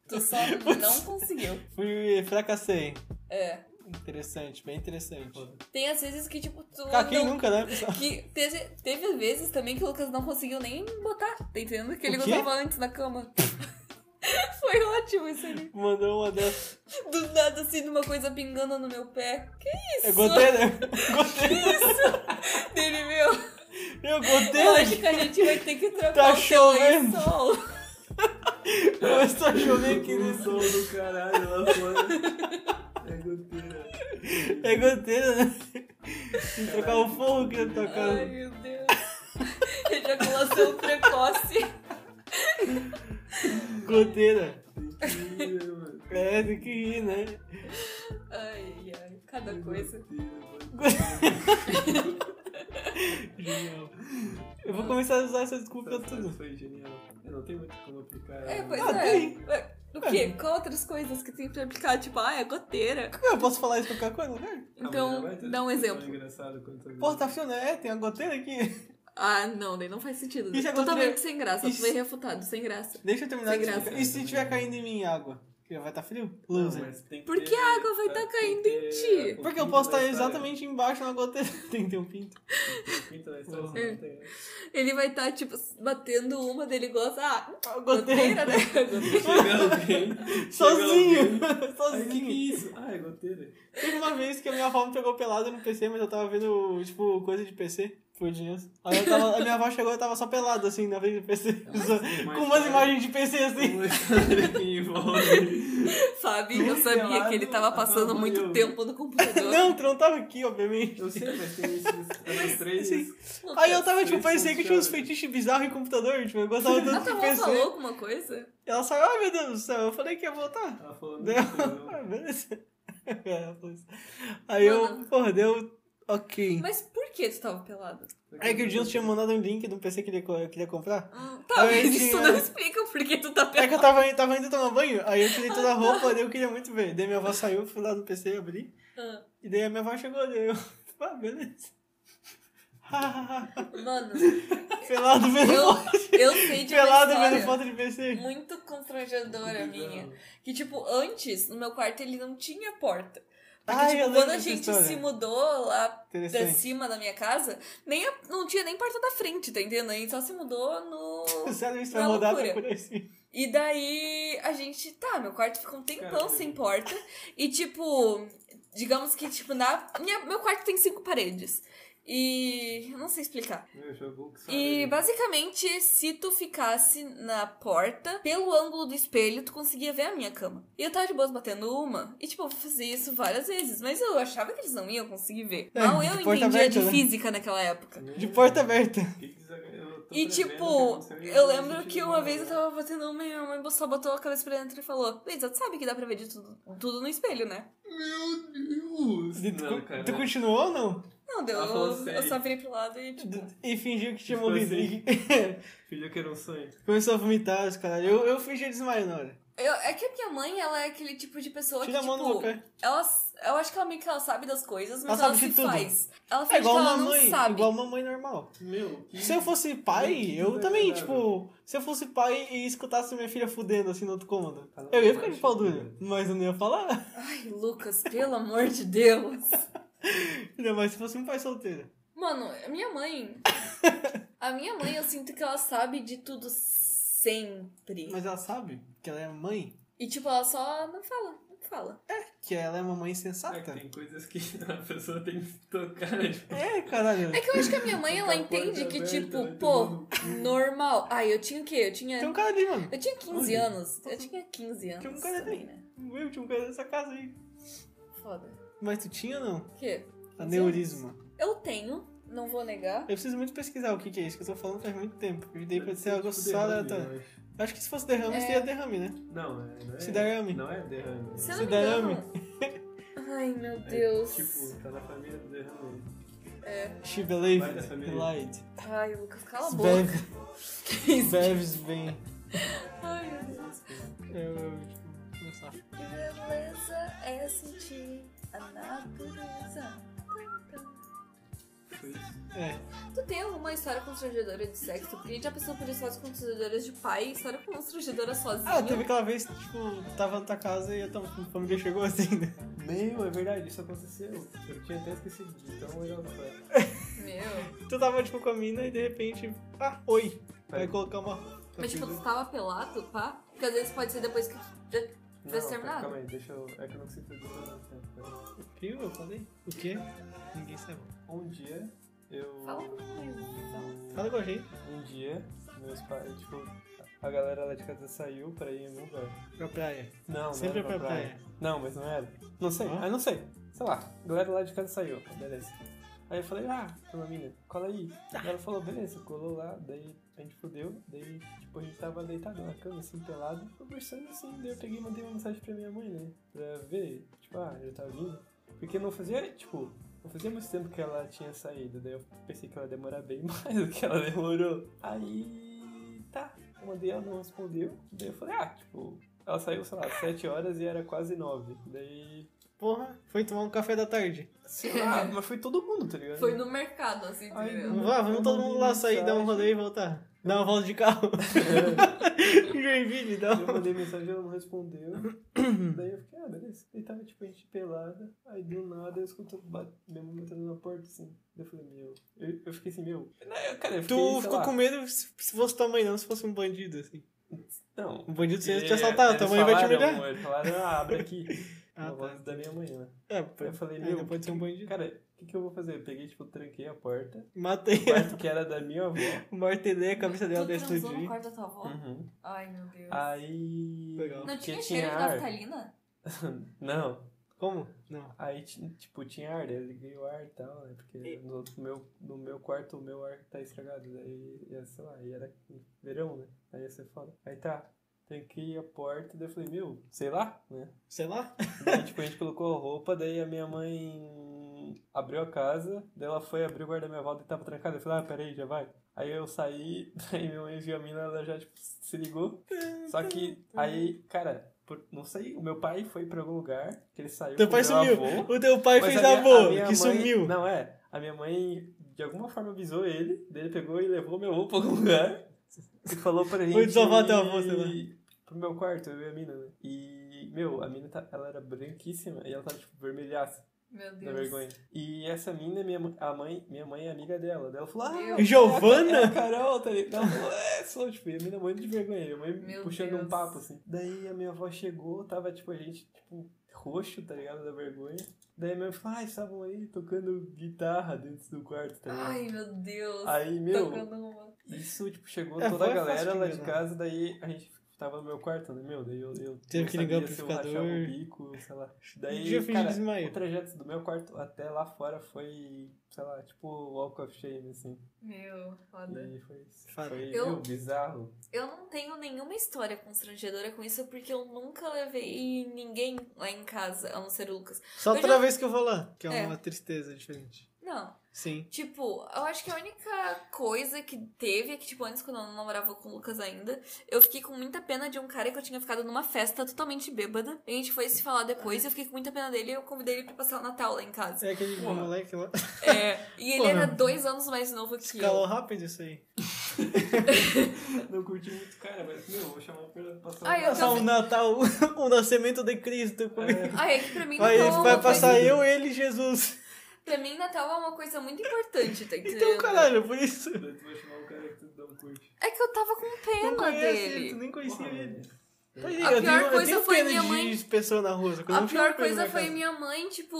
Speaker 5: tu só não conseguiu.
Speaker 4: Fui, fracassei.
Speaker 5: É.
Speaker 4: Interessante, bem interessante.
Speaker 5: Tem às vezes que, tipo, tu.
Speaker 4: Cara, quem
Speaker 5: não-
Speaker 4: nunca, né, pessoal? [laughs]
Speaker 5: Que teve, teve vezes também que o Lucas não conseguiu nem botar, tá entendendo? Que ele
Speaker 4: O quê?
Speaker 5: botava antes na cama. [laughs] Foi ótimo isso ali.
Speaker 4: Mandou uma dessas.
Speaker 5: Do nada, assim, de uma coisa pingando no meu pé. Que isso?
Speaker 4: Eu gotei, né? Gotei.
Speaker 5: Dele, meu.
Speaker 4: Eu
Speaker 5: Eu
Speaker 4: gotei. né?
Speaker 5: acho que a gente vai ter que trocar
Speaker 4: Tá
Speaker 5: o teu
Speaker 4: chovendo.
Speaker 5: lençol.
Speaker 4: Começou a chover aqui
Speaker 6: Que
Speaker 4: nesse.
Speaker 6: som do caralho lá fora. É goteira.
Speaker 4: É goteira, né? Tem que trocar o forro que eu
Speaker 5: Ai,
Speaker 4: tocava.
Speaker 5: meu Deus. [laughs] Ejaculação precoce.
Speaker 4: Goteira.
Speaker 6: Mentira, mano.
Speaker 4: É, tem que rir, né?
Speaker 5: Ai, ai, ai.
Speaker 4: Uhum.
Speaker 5: Cada coisa.
Speaker 4: Genial. Eu vou começar a usar essa desculpa pra
Speaker 6: Essa- essa
Speaker 4: tudo.
Speaker 6: Foi genial. Eu não tenho muito como aplicar.
Speaker 5: É, pois
Speaker 4: Ah,
Speaker 5: é.
Speaker 4: tem.
Speaker 5: Ué, O quê? Qual outras coisas que tem pra aplicar? Tipo, ah, é goteira.
Speaker 4: Eu posso falar isso em qualquer coisa, lugar?
Speaker 5: Então, dá um exemplo.
Speaker 6: Engraçado quanto
Speaker 4: Pô, tá frio, né? É, tem uma goteira aqui.
Speaker 5: Ah, não, daí não faz sentido.
Speaker 4: Isso é
Speaker 5: Totalmente
Speaker 4: goteira.
Speaker 5: sem graça.
Speaker 4: Isso-
Speaker 5: Tu foi refutado, sem graça.
Speaker 4: Deixa eu terminar
Speaker 5: Sem
Speaker 4: de
Speaker 5: graça.
Speaker 4: explicar. E se tiver caindo em mim água? Que vai estar frio? Loser.
Speaker 5: Por que a água vai tá caindo em ti?
Speaker 6: um
Speaker 4: Porque eu posso estar exatamente embaixo na goteira. [laughs] Tem que ter um pinto.
Speaker 5: É. Ele vai estar, tipo, batendo uma dele gosta. Ah,
Speaker 4: A goteira. né?
Speaker 5: goteira, né? [laughs]
Speaker 6: Chega alguém.
Speaker 4: Sozinho.
Speaker 6: Ai, que
Speaker 4: [laughs]
Speaker 6: que
Speaker 4: Sozinho.
Speaker 6: é isso? Ah, é goteira.
Speaker 4: Teve uma vez que a minha avó me pegou pelada no PC, mas eu tava vendo, tipo, coisa de PC. Foi de criança. Aí eu tava- a minha avó chegou e eu tava só pelada, assim, na frente do PC. Só- com umas
Speaker 6: tá.
Speaker 4: imagens de PC, assim.
Speaker 6: Uma história que envolve.
Speaker 5: Sabe? Eu sabia que ele tava passando muito tempo no computador.
Speaker 4: Não, tu não tava aqui, obviamente.
Speaker 6: Eu sei, mas tem esses esses três.
Speaker 4: Sim.
Speaker 5: Lucas,
Speaker 4: Aí eu tava, tipo,
Speaker 6: Isso
Speaker 4: parecia que tinha uns
Speaker 6: funciona.
Speaker 4: feitiços bizarros em computador, tipo, eu
Speaker 5: [laughs]
Speaker 4: gostava
Speaker 5: A
Speaker 4: tanto
Speaker 5: tua
Speaker 4: de
Speaker 5: mão
Speaker 4: PC.
Speaker 5: Ah, tá falou alguma coisa?
Speaker 4: Ela saiu, ai meu Deus do céu, eu falei que ia voltar.
Speaker 6: Ela falou,
Speaker 4: Deu, [laughs] ah,
Speaker 6: não.
Speaker 4: beleza. Ela falou isso. Aí eu,
Speaker 5: Mano.
Speaker 4: porra, deu, ok.
Speaker 5: Mas por que tu tava pelado?
Speaker 4: Aí É que o Gilson tinha mandado um link de um PC que ele co- queria comprar.
Speaker 5: Tá,
Speaker 4: Aí
Speaker 5: mas
Speaker 4: tinha-
Speaker 5: isso não explica o porquê tu tá
Speaker 4: Ah. É que eu
Speaker 5: pelado.
Speaker 4: tava, tava indo tomar banho, aí eu tirei toda a roupa, daí eu queria muito ver. Daí minha avó saiu, fui lá no PC, abri.
Speaker 5: Ah.
Speaker 4: E daí a minha avó chegou, daí eu, [laughs] ah,
Speaker 5: [laughs]
Speaker 4: beleza. [laughs]
Speaker 5: Ah, Mano,
Speaker 4: Pelado vendo foto,
Speaker 5: eu, eu sei de uma
Speaker 4: pelado é vendo
Speaker 5: história
Speaker 4: foto de PC.
Speaker 5: muito constrangedora é minha. Que, tipo, antes, no meu quarto, ele não tinha porta. Porque,
Speaker 4: Ai,
Speaker 5: tipo,
Speaker 4: eu lembro
Speaker 5: quando a
Speaker 4: dessa
Speaker 5: gente
Speaker 4: história.
Speaker 5: se mudou lá pra
Speaker 4: Interessante.
Speaker 5: cima da minha casa, nem a- não tinha nem porta da frente, tá entendendo? A gente só se mudou no...
Speaker 4: [laughs] Sério, isso
Speaker 5: É Uma
Speaker 4: vai rodar
Speaker 5: loucura.
Speaker 4: por assim.
Speaker 5: E daí a gente, tá, meu quarto ficou um tempão sem porta. E tipo, digamos que, tipo, na. minha- meu quarto tem cinco paredes. E. Eu não sei explicar.
Speaker 6: Meu, jogou que Né?
Speaker 5: E
Speaker 6: sabe.
Speaker 5: basicamente, se tu ficasse na porta, pelo ângulo do espelho, tu conseguia ver a minha cama. E eu tava de boas batendo uma. E tipo, eu fazia isso várias vezes. Mas eu achava que eles não iam conseguir ver.
Speaker 4: É,
Speaker 5: Mal
Speaker 4: de
Speaker 5: eu
Speaker 4: porta
Speaker 5: entendia
Speaker 4: aberta,
Speaker 5: de
Speaker 4: né?
Speaker 5: física naquela época.
Speaker 4: De porta aberta.
Speaker 6: Que desagra- eu tô
Speaker 5: E
Speaker 6: tremendo,
Speaker 5: tipo,
Speaker 6: que um aconteceu
Speaker 5: eu
Speaker 6: isso,
Speaker 5: lembro
Speaker 6: gente,
Speaker 5: que
Speaker 6: não
Speaker 5: uma
Speaker 6: vai
Speaker 5: vez
Speaker 4: né?
Speaker 5: eu
Speaker 6: lembrar.
Speaker 5: tava batendo uma e minha mãe só botou a cabeça pra dentro e falou: Luísa, tu sabe que dá pra ver de tudo, tudo no espelho, né?
Speaker 6: Meu Deus!
Speaker 4: E tu,
Speaker 6: Não,
Speaker 4: co-
Speaker 6: cara.
Speaker 4: tu continuou ou não?
Speaker 5: Não, deu.
Speaker 6: Ela falou,
Speaker 5: Eu,
Speaker 6: "Sei."
Speaker 5: eu só virei pro lado e tipo.
Speaker 4: Do- E fingiu que tinha
Speaker 6: Tipo
Speaker 4: morrido.
Speaker 6: assim.
Speaker 4: E
Speaker 6: Filho, que era um sonho.
Speaker 4: [laughs] Começou a vomitar, os caralho. Eu, eu fingi desmaio na hora.
Speaker 5: Eu, é que a minha mãe, ela é aquele tipo de pessoa
Speaker 4: Tira a
Speaker 5: que,
Speaker 4: mão do meu
Speaker 5: tipo,
Speaker 4: pé.
Speaker 5: ela, eu acho que ela meio que ela sabe das coisas, mas
Speaker 4: Ela
Speaker 5: ela,
Speaker 4: sabe de
Speaker 5: se
Speaker 4: tudo.
Speaker 5: faz. Ela
Speaker 4: É
Speaker 5: finge
Speaker 4: igual
Speaker 5: que ela
Speaker 4: mamãe,
Speaker 5: não sabe.
Speaker 4: igual mamãe normal.
Speaker 6: Meu, que... é
Speaker 4: Se eu fosse pai,
Speaker 6: Que é
Speaker 4: eu também,
Speaker 6: desagradável.
Speaker 4: tipo, se eu fosse pai e escutasse minha filha fudendo assim no outro cômodo,
Speaker 6: Fala
Speaker 4: eu ia
Speaker 6: mais
Speaker 4: ficar de
Speaker 6: baixo,
Speaker 4: pau
Speaker 6: né?
Speaker 4: duro, mas eu não ia falar. [laughs]
Speaker 5: Ai, Lucas, pelo amor de Deus. [laughs]
Speaker 4: Ainda mais se fosse um pai solteiro.
Speaker 5: Mano, a minha
Speaker 4: [laughs]
Speaker 5: mãe. A minha mãe, eu sinto que ela sabe de tudo sempre.
Speaker 4: Mas ela sabe que ela é mãe.
Speaker 5: E tipo, ela só não fala. Não fala.
Speaker 4: Que ela é uma mãe
Speaker 6: É que
Speaker 4: sensata.
Speaker 6: tem coisas que [laughs] a pessoa tem que se tocar, né? Tipo,
Speaker 4: É, caralho.
Speaker 5: É que eu acho que a minha mãe, ela
Speaker 6: Com a porta
Speaker 5: entende que,
Speaker 6: aberta, né,
Speaker 5: tipo,
Speaker 6: vai
Speaker 5: pô,
Speaker 6: tomando
Speaker 5: normal. Ai, eu tinha o quê? Eu tinha.
Speaker 6: Então,
Speaker 4: Tem um cara ali, mano.
Speaker 5: Eu tinha 15 anos. Eu tinha 15 anos.
Speaker 4: Tinha um cara
Speaker 5: também,
Speaker 4: ali.
Speaker 5: né?
Speaker 4: Eu tinha um cara nessa casa aí.
Speaker 5: Foda.
Speaker 4: Mas tu tinha ou não?
Speaker 5: O quê?
Speaker 4: Aneurisma.
Speaker 5: Eu tenho, não vou negar.
Speaker 4: Eu preciso muito pesquisar o que que é isso, que eu tô falando faz muito tempo. Eu dei pra
Speaker 6: deve
Speaker 4: ser né?
Speaker 6: ser,
Speaker 4: algo
Speaker 6: tipo,
Speaker 4: só
Speaker 6: derrame,
Speaker 4: aleatório.
Speaker 6: eu acho.
Speaker 4: Acho que se fosse derrame,
Speaker 5: É.
Speaker 4: seria derrame, né?
Speaker 6: Não, é- não é.
Speaker 4: Se derrame.
Speaker 6: Não é derrame.
Speaker 5: Se eu
Speaker 4: Se
Speaker 5: não me
Speaker 4: der,
Speaker 5: engano. Ai, meu
Speaker 6: É,
Speaker 5: Deus. É.
Speaker 6: Tipo, tá na família do derrame.
Speaker 4: She
Speaker 6: Vai da
Speaker 4: believed,
Speaker 6: família.
Speaker 4: lied.
Speaker 5: Ai, Lucas, cala a boca.
Speaker 4: Bev,
Speaker 5: Que isso?
Speaker 4: Bev's bem.
Speaker 5: Ai, meu Deus.
Speaker 4: Eu, eu, tipo, não sei.
Speaker 5: Beleza é sentir a natureza.
Speaker 6: Foi isso.
Speaker 4: É,
Speaker 5: Tu tem alguma história constrangedora de sexo? Porque a gente já pensou por histórias constrangedoras de pai, história constrangedora sozinha.
Speaker 4: Ah, teve aquela vez que, tipo, tava na tua casa e a tua família chegou assim, né?
Speaker 6: Meu, é verdade, isso aconteceu. Eu tinha até esquecido, então eu já falei.
Speaker 5: Meu.
Speaker 4: Tu tava, tipo, com a mina e de repente, ah, oi. Vai colocar uma.
Speaker 5: Mas tipo,
Speaker 4: assim.
Speaker 5: tu tava pelado, pá? Porque às vezes pode ser depois que já tivesse
Speaker 6: Não,
Speaker 5: terminado.
Speaker 6: Calma aí, deixa eu. É que eu não consigo fazer isso.
Speaker 4: Viu? Eu falei. O quê? Ninguém sabe.
Speaker 6: Um dia, eu.
Speaker 5: Fala comigo. fala.
Speaker 4: Fala com a gente.
Speaker 6: Um dia, meus pais, tipo, a galera lá de casa saiu pra ir num lugar.
Speaker 4: Pra praia.
Speaker 6: Não,
Speaker 4: Sempre
Speaker 6: não era
Speaker 4: é pra praia.
Speaker 6: Não, mas não era. Não sei,
Speaker 4: Hã?
Speaker 6: ah, não sei. Sei lá, a galera lá de casa saiu, beleza. Aí eu falei, ah, pra uma mina, cola aí. Daí Ela falou, beleza, colou lá, daí a gente fudeu, daí, tipo, a gente tava deitado na cama, assim, pelado, conversando assim, daí eu peguei e mandei uma mensagem pra minha mãe, né? Pra ver, tipo, ah, já tava vindo. Porque não fazia, tipo, não fazia muito tempo que ela tinha saído, daí eu pensei que ela ia demorar bem [laughs] mais do que ela demorou. Aí, tá, eu mandei, ela não respondeu, daí eu falei, ah, tipo, ela saiu, sei lá, 7 horas e era quase 9. Daí.
Speaker 4: Porra, foi tomar um café da tarde.
Speaker 6: Sei
Speaker 4: [laughs]
Speaker 6: lá, mas foi todo mundo, tá ligado?
Speaker 5: Foi
Speaker 6: [laughs]
Speaker 5: no mercado, assim,
Speaker 6: Ai,
Speaker 5: entendeu?
Speaker 4: Vamos lá, vamos todo mundo lá sair, dar um rolê e voltar. Dar uma volta de
Speaker 6: [laughs]
Speaker 4: carro. Em Joinville, dá um
Speaker 6: Eu
Speaker 4: uma...
Speaker 6: mandei mensagem, ela não
Speaker 4: [clears throat]
Speaker 6: respondeu. Daí eu fiquei, ah, beleza. Daí tava tipo a gente pelada. Aí do nada eu escuto ba- minha mãe batendo na porta assim. Daí eu falei, meu. Eu, eu fiquei assim, meu. Não, cara, eu fiquei,
Speaker 4: Tu
Speaker 6: sei
Speaker 4: ficou
Speaker 6: lá.
Speaker 4: com medo se se fosse tua mãe, não se fosse um bandido, assim.
Speaker 6: Não. É,
Speaker 4: Um bandido sem te
Speaker 6: Eles
Speaker 4: assaltar, tua mãe vai te
Speaker 6: falaram,
Speaker 4: humilhar.
Speaker 6: Eles falaram, ah, abre aqui.
Speaker 4: [laughs] Ah,
Speaker 6: na
Speaker 4: tá.
Speaker 6: voz da minha mãe, né?
Speaker 4: É,
Speaker 6: Aí eu
Speaker 4: pô.
Speaker 6: falei,
Speaker 4: Ainda
Speaker 6: meu.
Speaker 4: pode ser um bandido.
Speaker 6: Cara, o que, que eu vou fazer? Eu peguei, tipo, tranquei a porta.
Speaker 4: [laughs] Matei
Speaker 6: O quarto que era da minha avó.
Speaker 4: [laughs] Martelei a cabeça dela
Speaker 5: tu
Speaker 4: da
Speaker 5: transou no
Speaker 4: explodir.
Speaker 5: quarto da tua avó?
Speaker 6: Uhum.
Speaker 5: Ai, meu Deus.
Speaker 6: Aí.
Speaker 4: Legal.
Speaker 5: Não
Speaker 6: porque
Speaker 5: tinha cheiro de
Speaker 6: ar.
Speaker 5: naftalina?
Speaker 6: [laughs] Não.
Speaker 4: Como? Não.
Speaker 6: Aí, ti- tipo, tinha ar, daí eu liguei o ar e tal, né? Porque no, meu, no meu quarto o meu ar tá estragado. Daí, ia, sei lá, e era verão, né? Aí ia ser foda. Aí tá, tranquei a porta, daí eu falei, meu, sei lá, né?
Speaker 4: Sei lá.
Speaker 6: Daí, [laughs] tipo, a gente colocou a roupa, daí a minha mãe abriu a casa, daí ela foi abrir o guarda da minha volta e tava trancada. Eu falei, ah, peraí, já vai. Aí eu saí, [laughs] daí minha mãe viu a mina, ela já, tipo, se ligou. Só que aí, cara, por- não sei, o meu pai foi pra algum lugar, que ele saiu
Speaker 4: Teu
Speaker 6: com
Speaker 4: pai
Speaker 6: meu
Speaker 4: sumiu.
Speaker 6: avô.
Speaker 4: O teu pai
Speaker 6: Mas
Speaker 4: fez a
Speaker 6: a minha- a
Speaker 4: boa,
Speaker 6: minha
Speaker 4: que
Speaker 6: mãe-
Speaker 4: sumiu.
Speaker 6: Não, é. A minha mãe, de alguma forma, avisou ele. Daí ele pegou e levou meu avô pra algum lugar. [laughs] E falou pra gente...
Speaker 4: desovar teu avô, sei lá.
Speaker 6: Pro meu quarto, eu e a mina, né? E, meu, a mina, tá, ela era branquíssima e ela tava, tipo, vermelhaça,
Speaker 5: Meu Deus.
Speaker 6: da vergonha. E essa mina, é minha, mãe- a mãe, minha mãe é amiga dela. Daí ela falou, ah,
Speaker 5: Meu
Speaker 6: é
Speaker 4: [laughs]
Speaker 6: a
Speaker 4: Giovana?
Speaker 6: Carol, tá ligado? Ela falou, é, sou, tipo, e a minha mãe de vergonha, minha mãe
Speaker 5: Meu
Speaker 6: puxando um
Speaker 5: Deus.
Speaker 6: papo, assim. Daí a minha avó chegou, tava, tipo, a gente, tipo, roxo, tá ligado, da vergonha. Daí a minha mãe falou, ai, estavam aí tocando guitarra dentro do quarto, tá ligado?
Speaker 5: Ai, meu Deus.
Speaker 6: Aí, meu,
Speaker 5: Tocando uma.
Speaker 6: isso, tipo, chegou
Speaker 4: É,
Speaker 6: toda a
Speaker 4: foi fácil
Speaker 6: galera
Speaker 4: de
Speaker 6: lá de
Speaker 4: enganar.
Speaker 6: casa, daí a gente tava no meu quarto, né, meu, daí eu, eu
Speaker 4: Teve
Speaker 6: não
Speaker 4: que ligar o
Speaker 6: sabia se eu rachava
Speaker 4: amplificador.
Speaker 6: o bico, sei lá. Daí,
Speaker 4: Dia fingi
Speaker 6: cara,
Speaker 4: desmaio.
Speaker 6: o trajeto do meu quarto até lá fora foi, sei lá, tipo, walk of shame, assim.
Speaker 5: Meu, foda.
Speaker 6: E foi isso.
Speaker 4: Fala.
Speaker 6: Foi
Speaker 5: Eu-
Speaker 6: meu, bizarro.
Speaker 5: Eu não tenho nenhuma história constrangedora com isso, porque eu nunca levei ninguém lá em casa, a não ser o Lucas.
Speaker 4: Só
Speaker 5: Eu
Speaker 4: outra
Speaker 5: já-
Speaker 4: vez que eu vou lá, que é,
Speaker 5: É.
Speaker 4: uma tristeza diferente.
Speaker 5: Não.
Speaker 4: Sim.
Speaker 5: Tipo, eu acho que a única coisa que teve é que, tipo, antes, quando eu não namorava com o Lucas ainda, eu fiquei com muita pena de um cara que eu tinha ficado numa festa totalmente bêbada. E a gente foi se falar depois, e eu fiquei com muita pena dele e eu convidei ele pra passar o Natal lá em
Speaker 4: [laughs]
Speaker 5: casa.
Speaker 4: É aquele
Speaker 6: Porra.
Speaker 4: moleque lá. [laughs]
Speaker 5: É, e ele
Speaker 4: Porra.
Speaker 5: era dois anos mais novo que
Speaker 4: Escalou
Speaker 5: eu.
Speaker 4: rápido isso aí.
Speaker 6: Não curti muito o cara, mas meu, vou chamar pra passar.
Speaker 5: Ai, eu
Speaker 4: Passar o
Speaker 5: também.
Speaker 4: um Natal, [laughs] o nascimento de Cristo comigo.
Speaker 6: né?
Speaker 5: Ai, é que pra mim Natal é
Speaker 4: Aí vai
Speaker 5: uma coisa...
Speaker 4: passar eu, ele e Jesus.
Speaker 5: Pra mim, Natal é uma coisa muito importante, tá entendendo?
Speaker 4: Então, caralho, por isso.
Speaker 6: Tu vai chamar um cara que tu não curte.
Speaker 5: É que eu tava com
Speaker 4: Não
Speaker 5: pena
Speaker 4: conhece ele, tu
Speaker 5: dele.
Speaker 4: nem conhecia
Speaker 6: Porra,
Speaker 4: ele.
Speaker 6: mano.
Speaker 4: Tá ligado?
Speaker 5: A pior
Speaker 4: eu tenho, eu
Speaker 5: coisa
Speaker 4: tenho
Speaker 5: foi
Speaker 4: pena
Speaker 5: minha
Speaker 4: de
Speaker 5: mãe-
Speaker 4: pessoa na rua. só que eu
Speaker 5: A
Speaker 4: não tinha
Speaker 5: pior
Speaker 4: pena na
Speaker 5: coisa
Speaker 4: minha
Speaker 5: foi
Speaker 4: casa.
Speaker 5: minha mãe, tipo,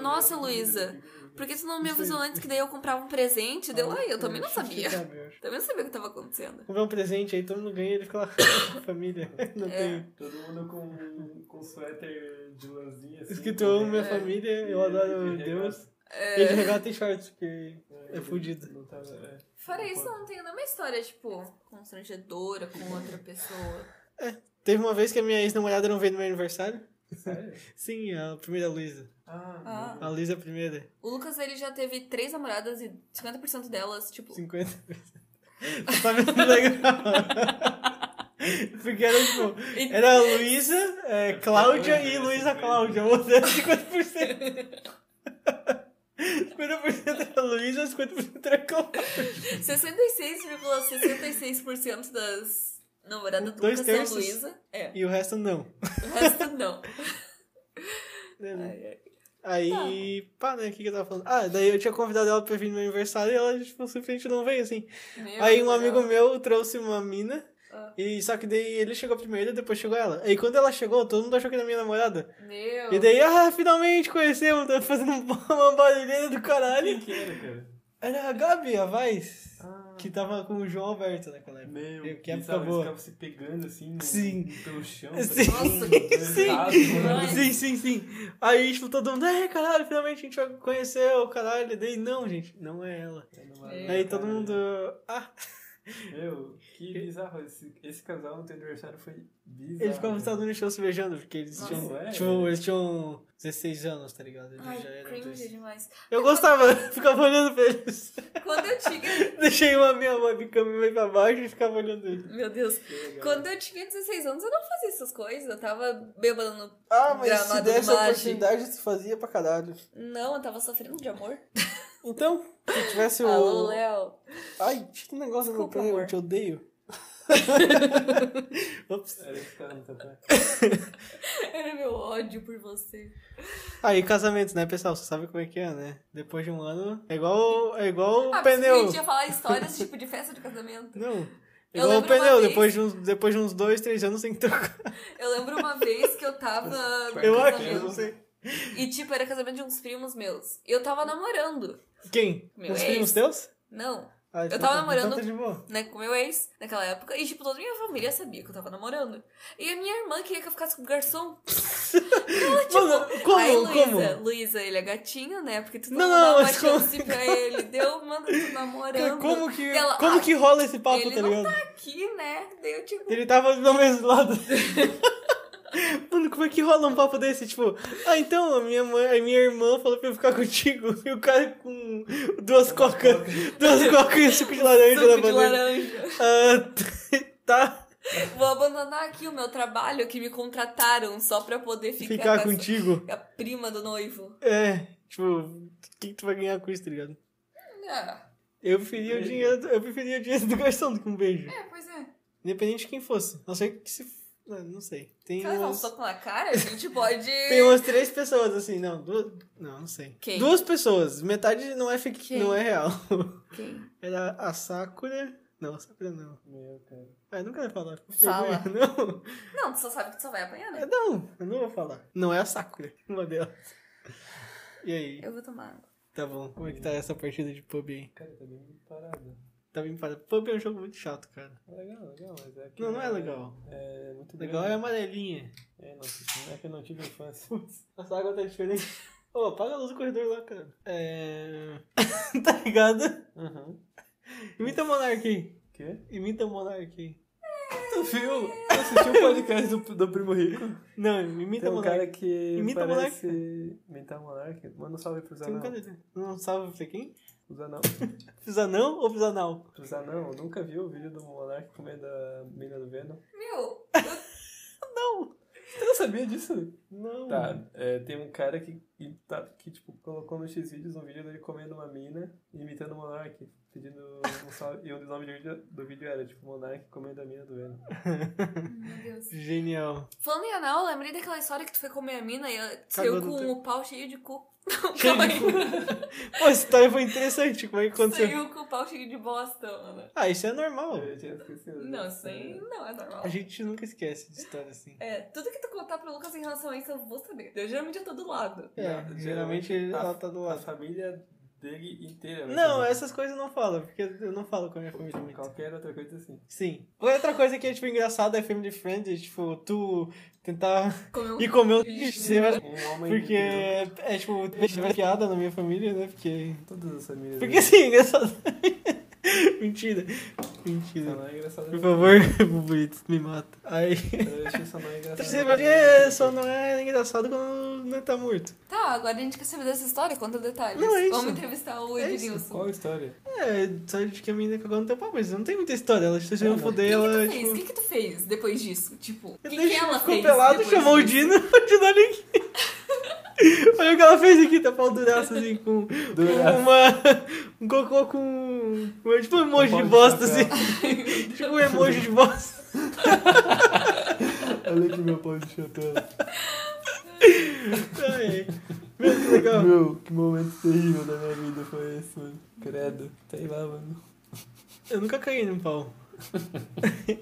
Speaker 5: nossa, Luísa, por que tu não me avisou antes que daí eu comprava um presente? Deu aí, eu também não
Speaker 4: Acho Ah, é, que
Speaker 5: sabia.
Speaker 4: sabe, eu tá,
Speaker 5: [laughs]
Speaker 4: acho.
Speaker 5: Também não sabia o que tava acontecendo.
Speaker 4: Comprar um presente aí, todo mundo ganha, ele
Speaker 5: [laughs]
Speaker 4: fica lá, "Ah, família. [laughs] Não
Speaker 5: É.
Speaker 4: tem.
Speaker 6: Todo mundo com, com suéter de lãzinha. Assim,
Speaker 4: Escrito eu amo minha família, é eu adoro
Speaker 6: E- e
Speaker 4: Deus.
Speaker 5: É,
Speaker 4: Ele regata e shorts, porque
Speaker 6: regata.
Speaker 4: é fudido.
Speaker 6: Não tava- é.
Speaker 5: Fora isso, eu não tenho nenhuma história, tipo, constrangedora com outra pessoa.
Speaker 4: Teve uma vez que a minha ex-namorada não veio no meu aniversário.
Speaker 6: Sério?
Speaker 4: Sim, a primeira Luísa.
Speaker 6: Ah,
Speaker 4: A Luísa primeira,
Speaker 5: O Lucas, ele já teve três namoradas e 50% delas, tipo,
Speaker 4: 50 vezes. Sabe muito tá legal. Porque era tipo, era a Luísa, é, Cláudia e Luísa Cláudia. Outra era 50%. 50% era a Luísa, 50% era a Cláudia.
Speaker 5: tipo, 66,66% das namoradas do
Speaker 4: Dois
Speaker 5: Lucas são
Speaker 4: terços.
Speaker 5: Luísa. É,
Speaker 4: E o resto não.
Speaker 5: o resto não.
Speaker 4: Né, né?
Speaker 5: Ai, ai.
Speaker 4: Aí, pá, né? O que, que eu tava falando? Ah, daí eu tinha convidado ela pra vir no meu aniversário e ela, tipo, simplesmente não veio, assim.
Speaker 5: Meu
Speaker 4: Aí um
Speaker 5: Deus.
Speaker 4: amigo meu trouxe uma mina.
Speaker 5: Ah.
Speaker 4: E só que daí ele chegou primeiro e depois chegou ela. Aí quando ela chegou, todo mundo achou que era minha namorada.
Speaker 5: Meu.
Speaker 4: E daí, ah, finalmente conhecemos, tá fazendo [laughs] uma barulheira do caralho.
Speaker 6: Quem que era, cara?
Speaker 4: Era a Gabi, a Vaz,
Speaker 6: Ah,
Speaker 4: que tava com o João Alberto naquela época.
Speaker 6: Meu,
Speaker 4: que
Speaker 6: eles
Speaker 4: época
Speaker 6: tavam- eles
Speaker 4: boa.
Speaker 6: ficavam se pegando assim no,
Speaker 4: Sim.
Speaker 6: no- pelo chão. um
Speaker 4: Sim. Sim.
Speaker 5: Mas-
Speaker 4: Sim, sim, sim. Aí, tipo, todo mundo, é, caralho, finalmente a gente vai conhecer o caralho. E daí, não, gente, não é ela. Aí todo mundo, ah,
Speaker 6: Meu, que bizarro. Esse, esse casal no teu aniversário foi bizarro. né?
Speaker 4: eles ficavam sentados no chão se beijando, porque eles
Speaker 5: Nossa,
Speaker 4: tinham,
Speaker 6: é?
Speaker 4: tipo, eles tinham 16 anos, tá ligado? Eles já
Speaker 5: Ai,
Speaker 4: eram
Speaker 5: cringe
Speaker 4: dois.
Speaker 5: demais.
Speaker 4: Eu gostava, [laughs] ficava olhando pra eles. [laughs]
Speaker 5: Quando eu tinha.
Speaker 4: Deixei uma minha webcam meio pra baixo e ficava olhando eles.
Speaker 5: Meu Deus. Quando
Speaker 4: né?
Speaker 5: eu tinha 16 anos, eu não fazia essas coisas. Eu tava bêbada no.
Speaker 4: Ah,
Speaker 5: mas se Gramado desse a Mage. oportunidade,
Speaker 4: tu fazia pra caralho.
Speaker 5: Não, eu tava sofrendo de amor.
Speaker 4: Então, se tivesse o.
Speaker 5: Alô, Léo.
Speaker 4: Ai, tira um negócio
Speaker 5: Desculpa,
Speaker 4: no meu pé,
Speaker 5: amor.
Speaker 4: eu te odeio. [laughs] Ops.
Speaker 6: Era que tava no tatuagem.
Speaker 5: [laughs] Era meu ódio por você.
Speaker 4: Aí, casamento, né, pessoal? Você sabe como é que é, né? Depois de um ano, é igual, é igual
Speaker 5: Ah,
Speaker 4: o
Speaker 5: pensei que a
Speaker 4: pneu.
Speaker 5: gente ia falar histórias tipo de festa de casamento.
Speaker 4: Não. É
Speaker 5: Eu
Speaker 4: igual o
Speaker 5: lembro uma
Speaker 4: pneu,
Speaker 5: vez-
Speaker 4: depois de, uns, depois de uns dois, três anos tem que trocar.
Speaker 5: Eu lembro uma vez que eu tava. no
Speaker 4: Eu acho, eu
Speaker 5: um casamento.
Speaker 4: não sei.
Speaker 5: E tipo, era casamento de uns primos meus. E eu tava namorando.
Speaker 4: Quem?
Speaker 5: Meu
Speaker 4: Os
Speaker 5: ex.
Speaker 4: primos teus?
Speaker 5: Não,
Speaker 4: Ah, então
Speaker 5: tava
Speaker 4: tá-
Speaker 5: namorando-
Speaker 4: então tá de boa.
Speaker 5: né, com meu ex naquela época. E, tipo, toda minha família sabia que eu tava namorando. E a minha irmã queria que eu ficasse com o garçom. Ela, tipo,
Speaker 4: Mano, como?
Speaker 5: Aí, Luísa,
Speaker 4: Como?
Speaker 5: Luísa, ele é gatinho, né? Porque tu não,
Speaker 4: Não,
Speaker 5: dá uma
Speaker 4: mas como-
Speaker 5: chance pra ele. Deu, mano, tu namorando.
Speaker 4: Como que,
Speaker 5: Ela- ah,
Speaker 4: como que rola esse papo,
Speaker 5: ele
Speaker 4: tá
Speaker 5: não
Speaker 4: ligado?
Speaker 5: Aqui, né? Daí eu, tipo,
Speaker 4: Ele tava do mesmo lado. [laughs] Mano, como é que rola um papo desse? Tipo, ah, então a minha, mãe, a minha irmã falou pra eu ficar contigo. [laughs] E o cara com duas cocas, [laughs] duas cocas e suco de laranja na
Speaker 5: suco de
Speaker 4: bandeira.
Speaker 5: laranja.
Speaker 4: Ah, [laughs] tá,
Speaker 5: Vou abandonar aqui o meu trabalho que me contrataram só pra poder ficar,
Speaker 4: ficar
Speaker 5: com essa-
Speaker 4: contigo.
Speaker 5: a prima do noivo.
Speaker 4: É, tipo, o que, que tu vai ganhar com isso, tá ligado?
Speaker 5: Ah,
Speaker 4: Eu preferia, o dinheiro, do- eu preferia o dinheiro do garçom do que um beijo.
Speaker 5: é, pois é.
Speaker 4: Independente de quem fosse. A Não sei que se. ah, Não sei. Tem
Speaker 5: Se ela dá um
Speaker 4: umas,
Speaker 5: soco na cara, a gente pode...
Speaker 4: [laughs] tem umas três pessoas assim, não, duas. Não, não sei.
Speaker 5: Quem?
Speaker 4: Duas pessoas. Metade não é fake,
Speaker 5: Quem?
Speaker 4: não é real. [laughs]
Speaker 5: Quem?
Speaker 4: Era a Sakura. Não, a Sakura não.
Speaker 6: Meu, cara.
Speaker 4: Ah, eu não quero falar. fico com
Speaker 5: Fala.
Speaker 4: vergonha. [laughs] Não.
Speaker 5: Não, tu só sabe que tu só vai apanhar, né?
Speaker 4: É, Não, eu não vou falar. Não é a Sakura, uma delas. E aí?
Speaker 5: Eu vou tomar.
Speaker 4: Tá bom. Como é que tá essa partida de pub aí?
Speaker 6: Cara, tá bem parado.
Speaker 4: Tá bem parado. Pub é um jogo muito chato, cara.
Speaker 6: É legal, legal, mas é que...
Speaker 4: Não, não é legal.
Speaker 6: É muito
Speaker 4: Legal é a
Speaker 6: grande.
Speaker 4: amarelinha.
Speaker 6: É, não, é que eu não tive infância.
Speaker 4: Nossa, a água
Speaker 5: [laughs]
Speaker 4: tá diferente. Ô, apaga a luz do corredor lá, cara. É. [laughs] tá ligado?
Speaker 6: Aham.
Speaker 4: Imita o Monark aí.
Speaker 6: Quê?
Speaker 4: Imita o Monark aí.
Speaker 6: Tu viu? Tu assistiu o podcast do, do Primo Rico?
Speaker 4: Não, imita
Speaker 6: Tem
Speaker 4: o
Speaker 6: um
Speaker 4: Monark.
Speaker 6: cara que
Speaker 4: Imita
Speaker 6: parece... Imita Monark. Manda um salve pros
Speaker 4: Tem um
Speaker 6: anão.
Speaker 4: cara. Não salve pra quem?
Speaker 6: Os anão.
Speaker 4: Fisanão ou Fisanal?
Speaker 6: Pros anão. Nunca viu o vídeo do Monark comendo a mina do Venom?
Speaker 5: Meu,
Speaker 4: Não! Você não
Speaker 6: sabia disso?
Speaker 4: Não.
Speaker 6: Tá, é, tem um cara que, que, tá- que, tipo, colocou no X-Videos um vídeo dele comendo uma mina e imitando o Monark, pedindo um salve. E um dos nomes do vídeo, do vídeo era, tipo, Monark comendo a mina do Venom.
Speaker 5: Meu Deus.
Speaker 4: Genial.
Speaker 5: Falando em anal, eu lembrei daquela história que tu foi comer a mina e ela
Speaker 4: Cagou
Speaker 5: saiu
Speaker 4: no
Speaker 5: com
Speaker 4: teu-
Speaker 5: o pau cheio de cu. [laughs] Não,
Speaker 4: Tá Cheio
Speaker 5: calma
Speaker 4: de
Speaker 5: aí.
Speaker 4: [laughs] Pô, essa história foi interessante. Como é que aconteceu?
Speaker 5: Saiu com o pau cheio de bosta, mano.
Speaker 4: Ah, isso é normal.
Speaker 6: Eu tinha esquecido.
Speaker 5: Não, isso aí não é normal.
Speaker 4: A gente nunca esquece de história assim.
Speaker 5: É, tudo que tu contar pro Lucas em relação a isso, eu vou saber. Eu geralmente eu tô do lado.
Speaker 4: É,
Speaker 6: Não,
Speaker 4: geralmente
Speaker 6: a-
Speaker 4: ela tá do
Speaker 6: É, A
Speaker 4: lado.
Speaker 6: família dele inteira. né? vai
Speaker 4: Não,
Speaker 6: saber.
Speaker 4: essas coisas eu não falo, porque eu não falo com a minha família muito.
Speaker 6: Qualquer outra coisa assim.
Speaker 4: Sim. Outra coisa que é, tipo, engraçada é Family Friend, é, tipo, tu tentar
Speaker 5: [laughs] Comeu um
Speaker 4: ir comer o
Speaker 5: lixo.
Speaker 4: você vai-
Speaker 6: Um homem
Speaker 4: Porque
Speaker 6: inteiro.
Speaker 4: é, é, tipo, tem piada na minha família, né? Porque.
Speaker 6: Todas as famílias.
Speaker 4: Porque assim, [laughs] engraçado. Mentira.
Speaker 6: Só
Speaker 4: Mentira.
Speaker 6: não é engraçado.
Speaker 4: Por favor, [laughs] Buburito, me mata. Aí.
Speaker 5: Tá
Speaker 6: Eu achei só não é engraçado.
Speaker 4: Você vai ver, só não é engraçado quando não tá morto.
Speaker 5: Tá, agora a gente quer saber dessa história, conta detalhes.
Speaker 4: Não, é isso.
Speaker 5: Vamos entrevistar o
Speaker 4: É
Speaker 5: Ednilson.
Speaker 6: Qual a história?
Speaker 4: É, só de que a menina cagou no teu pau, mas não tem muita história. Ela se não
Speaker 6: Não, não.
Speaker 5: O que,
Speaker 4: foder,
Speaker 5: que tu
Speaker 4: ela,
Speaker 5: fez? O
Speaker 4: tipo.
Speaker 5: que, que tu fez depois disso? Tipo, o que,
Speaker 4: Ele
Speaker 5: que ela
Speaker 4: ficou
Speaker 5: fez?
Speaker 4: pelado,
Speaker 5: depois
Speaker 4: chamou o
Speaker 5: disso?
Speaker 4: Dino, [laughs] o Dino olha aqui. Olha o que ela fez aqui, tá pau duraço assim, com, com
Speaker 6: Duraço.
Speaker 4: uma. Um cocô com. com tipo um emoji
Speaker 6: pau
Speaker 4: de
Speaker 6: de
Speaker 4: bosta, assim.
Speaker 6: papel.
Speaker 4: tipo um emoji de bosta.
Speaker 6: Olha que meu pau de chapéu.
Speaker 4: Ai, Meu, que legal.
Speaker 6: Meu, que momento terrível da minha vida foi esse, mano. Credo. Sei lá, mano.
Speaker 4: Eu nunca caí num pau.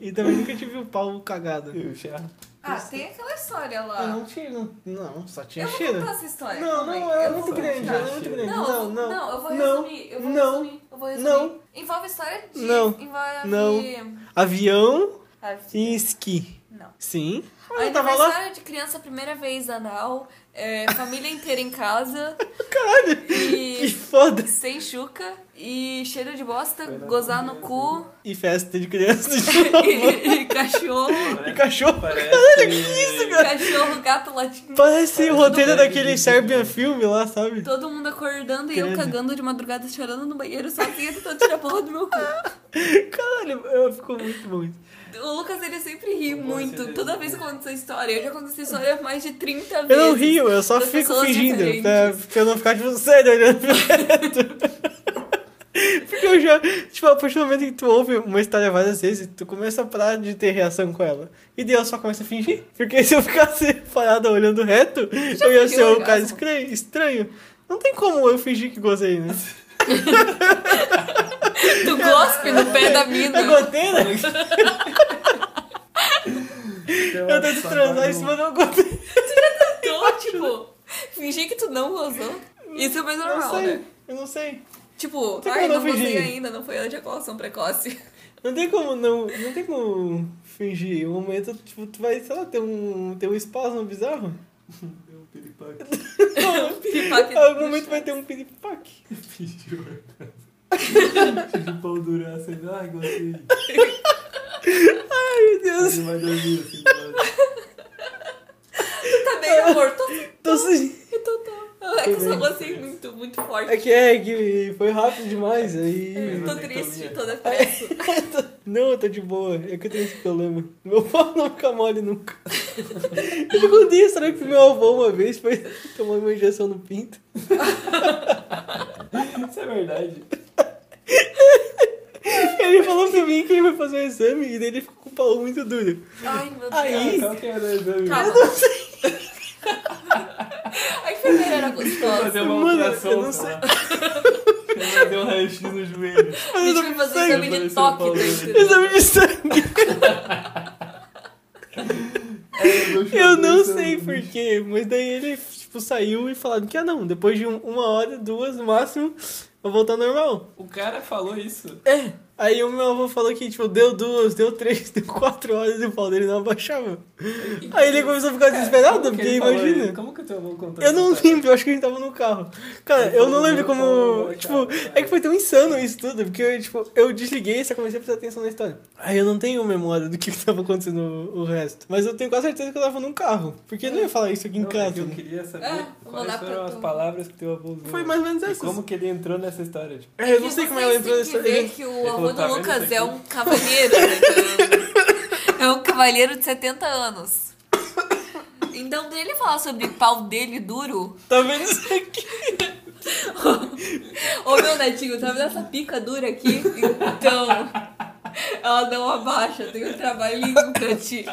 Speaker 4: e também nunca tive o pau cagado.
Speaker 6: Eu já.
Speaker 5: Ah, tem aquela história
Speaker 4: Eu
Speaker 5: lá.
Speaker 4: Ah, não tinha. Não, não só tinha
Speaker 5: eu vou
Speaker 4: cheiro.
Speaker 5: contar essa história.
Speaker 4: Não,
Speaker 5: calma aí.
Speaker 4: não, ela é
Speaker 5: Eu vou
Speaker 4: muito
Speaker 5: contar.
Speaker 4: grande, ela é muito grande. Não,
Speaker 5: Não,
Speaker 4: não.
Speaker 5: não, eu vou
Speaker 4: não,
Speaker 5: resumir. Eu vou
Speaker 4: não,
Speaker 5: resumir. Eu vou resumir.
Speaker 4: não.
Speaker 5: Envolve história de.
Speaker 4: Não,
Speaker 5: Envolve.
Speaker 4: não. Avião
Speaker 5: Ah,
Speaker 4: e esqui.
Speaker 5: Não.
Speaker 4: Sim. Mas é
Speaker 5: Aí
Speaker 4: eu Ah, tava lá.
Speaker 5: de criança, primeira vez anal, é, família inteira em casa.
Speaker 4: [laughs] Caralho! Que
Speaker 5: E
Speaker 4: foda!
Speaker 5: sem chuca. E cheiro de bosta,
Speaker 6: Foi na
Speaker 5: gozar no
Speaker 6: primeira
Speaker 5: cu.
Speaker 4: E festa de criança de [laughs]
Speaker 5: [laughs]
Speaker 4: novo.
Speaker 5: e, e cachorro.
Speaker 4: E cachorro.
Speaker 6: Parece.
Speaker 5: Cachorro, gato latindo.
Speaker 4: Parece o
Speaker 6: Parece
Speaker 4: roteiro
Speaker 6: um
Speaker 4: daquele
Speaker 6: grande
Speaker 4: Serbian
Speaker 6: vídeo.
Speaker 4: filme lá, sabe?
Speaker 5: Todo mundo acordando e eu
Speaker 4: Credo.
Speaker 5: cagando de madrugada, chorando no banheiro, sozinha, tentando tirar a porra do meu cu.
Speaker 4: Caralho, eu- ficou muito bom. isso.
Speaker 5: O Lucas, ele sempre ri
Speaker 6: Bom,
Speaker 5: muito.
Speaker 6: esse
Speaker 5: Toda
Speaker 6: é-
Speaker 5: vez que eu conto essa história, eu já contei essa história mais de 30 vezes.
Speaker 4: Eu não rio, eu só
Speaker 5: das
Speaker 4: fico
Speaker 5: pessoas
Speaker 4: fingindo.
Speaker 5: diferentes.
Speaker 4: Pra, pra eu não ficar, tipo, sério olhando pro teto. [laughs] Porque eu já. Tipo, a partir do momento que tu ouve uma história várias vezes, tu começa a parar de ter reação com ela. E daí eu só começo a fingir. Porque [laughs] se eu ficasse parada olhando reto, eu ia
Speaker 5: fingiu
Speaker 4: ser um
Speaker 5: orgasmo?
Speaker 4: cara escre- estranho. Não tem como eu fingir que
Speaker 5: [laughs]
Speaker 4: gozei, né?
Speaker 5: Tu gospe no pé da mina.
Speaker 4: Eu gotei, né? Eu tento
Speaker 6: tento
Speaker 4: transar em cima da gotei.
Speaker 5: Então, tipo, fingir que tu não gozou. Isso é mais
Speaker 4: Não
Speaker 5: normal,
Speaker 4: sei,
Speaker 5: né?
Speaker 4: eu não sei.
Speaker 5: Tipo,
Speaker 4: tem
Speaker 5: ai,
Speaker 4: como
Speaker 5: não
Speaker 4: não
Speaker 5: gozei
Speaker 4: fingir.
Speaker 5: ainda, não foi a ejaculação precoce.
Speaker 4: Não tem como não, não tem como fingir. Um momento, tipo, tu vai, sei lá, ter um, ter um espasmo bizarro.
Speaker 6: Meu
Speaker 5: [laughs]
Speaker 6: piripaque
Speaker 5: Pipaque
Speaker 4: Em algum momento vai ter um piripaque.
Speaker 6: pediu. [laughs] Tive Tipo, pau duraço ainda. Ai, gostei.
Speaker 4: Ai, meu Deus.
Speaker 6: Ele assim. vai dormir assim, mano.
Speaker 5: Tá bem, amor, tô
Speaker 4: Tô sem...
Speaker 5: Eu tô, tô. É que eu só gostei muito, muito forte.
Speaker 4: É que é, que foi rápido demais,
Speaker 5: Eu
Speaker 4: aí...
Speaker 5: tô
Speaker 6: Vasectomia.
Speaker 5: triste, toda pressa.
Speaker 4: Não, eu tô de boa. É que eu tenho esse problema. Meu pau não fica mole nunca. Eu um contei a história que meu avô uma vez foi tomar uma injeção no pinto.
Speaker 6: Isso é verdade.
Speaker 4: Ele falou pra mim que ele foi fazer um exame e daí ele ficou com o pau muito duro.
Speaker 5: Ai, meu Deus.
Speaker 4: Aí-
Speaker 6: Qual que é, né, era o exame?
Speaker 4: Tá
Speaker 5: Calma. [laughs] A enfermeira era gostosa.
Speaker 6: fazer uma
Speaker 4: Mano,
Speaker 6: alteração,
Speaker 4: eu não
Speaker 6: sei. lá. Ele vai fazer um raio-x no joelho.
Speaker 5: A gente vai fazer
Speaker 4: Sangue.
Speaker 5: exame de
Speaker 6: Apareceu
Speaker 5: toque,
Speaker 6: Paulo.
Speaker 5: tá entendendo?
Speaker 4: Exame de sangue.
Speaker 6: É,
Speaker 4: Eu não sei porquê, mas daí ele, tipo, saiu e falaram que, ah, não, depois de um- uma hora, duas, no máximo, vai voltar ao normal.
Speaker 6: O cara falou isso.
Speaker 4: É. Aí o meu avô falou que, tipo, deu duas, deu três, [laughs] deu quatro horas e o pau dele não abaixava. Aí ele começou a ficar desesperado,
Speaker 6: É, Como que
Speaker 4: porque
Speaker 6: ele falou
Speaker 4: imagina.
Speaker 6: isso? Como que o teu avô contou
Speaker 4: Eu não
Speaker 6: essa história?
Speaker 4: lembro, eu acho que a gente tava no carro. Cara,
Speaker 6: Ele
Speaker 4: eu
Speaker 6: falou,
Speaker 4: não lembro
Speaker 6: meu
Speaker 4: como.
Speaker 6: pau,
Speaker 4: Tipo,
Speaker 6: cara.
Speaker 4: é que foi tão insano isso tudo, porque eu, tipo, eu desliguei e só comecei a prestar atenção na história. Aí eu não tenho memória do que [laughs] que tava acontecendo o o resto. Mas eu tenho quase certeza que eu tava num carro. Porque eu não ia falar isso aqui em
Speaker 6: Não, é que
Speaker 4: casa.
Speaker 6: Eu
Speaker 4: né?
Speaker 6: queria saber
Speaker 5: Ah, vou
Speaker 6: quais
Speaker 5: lá pra
Speaker 6: foram as
Speaker 5: tu.
Speaker 6: palavras que teu avô usou.
Speaker 4: Foi mais ou menos
Speaker 6: E
Speaker 4: essas.
Speaker 6: como que ele entrou nessa história? Tipo,
Speaker 4: É, eu não sei como ela entrou
Speaker 5: nessa
Speaker 4: nessa.
Speaker 5: ver
Speaker 4: ele-
Speaker 5: que
Speaker 6: Ele
Speaker 5: o
Speaker 6: falou,
Speaker 5: avô do
Speaker 6: tá vendo
Speaker 5: Lucas
Speaker 6: isso
Speaker 5: é
Speaker 6: aqui?
Speaker 5: um cavalheiro. né? É um cavalheiro de 70 anos. Então, pra ele falar sobre pau dele duro.
Speaker 4: Tá vendo isso aqui?
Speaker 5: Ô meu netinho, tá vendo essa pica dura aqui? Então. Ela não abaixa, tem um trabalhinho pra ti.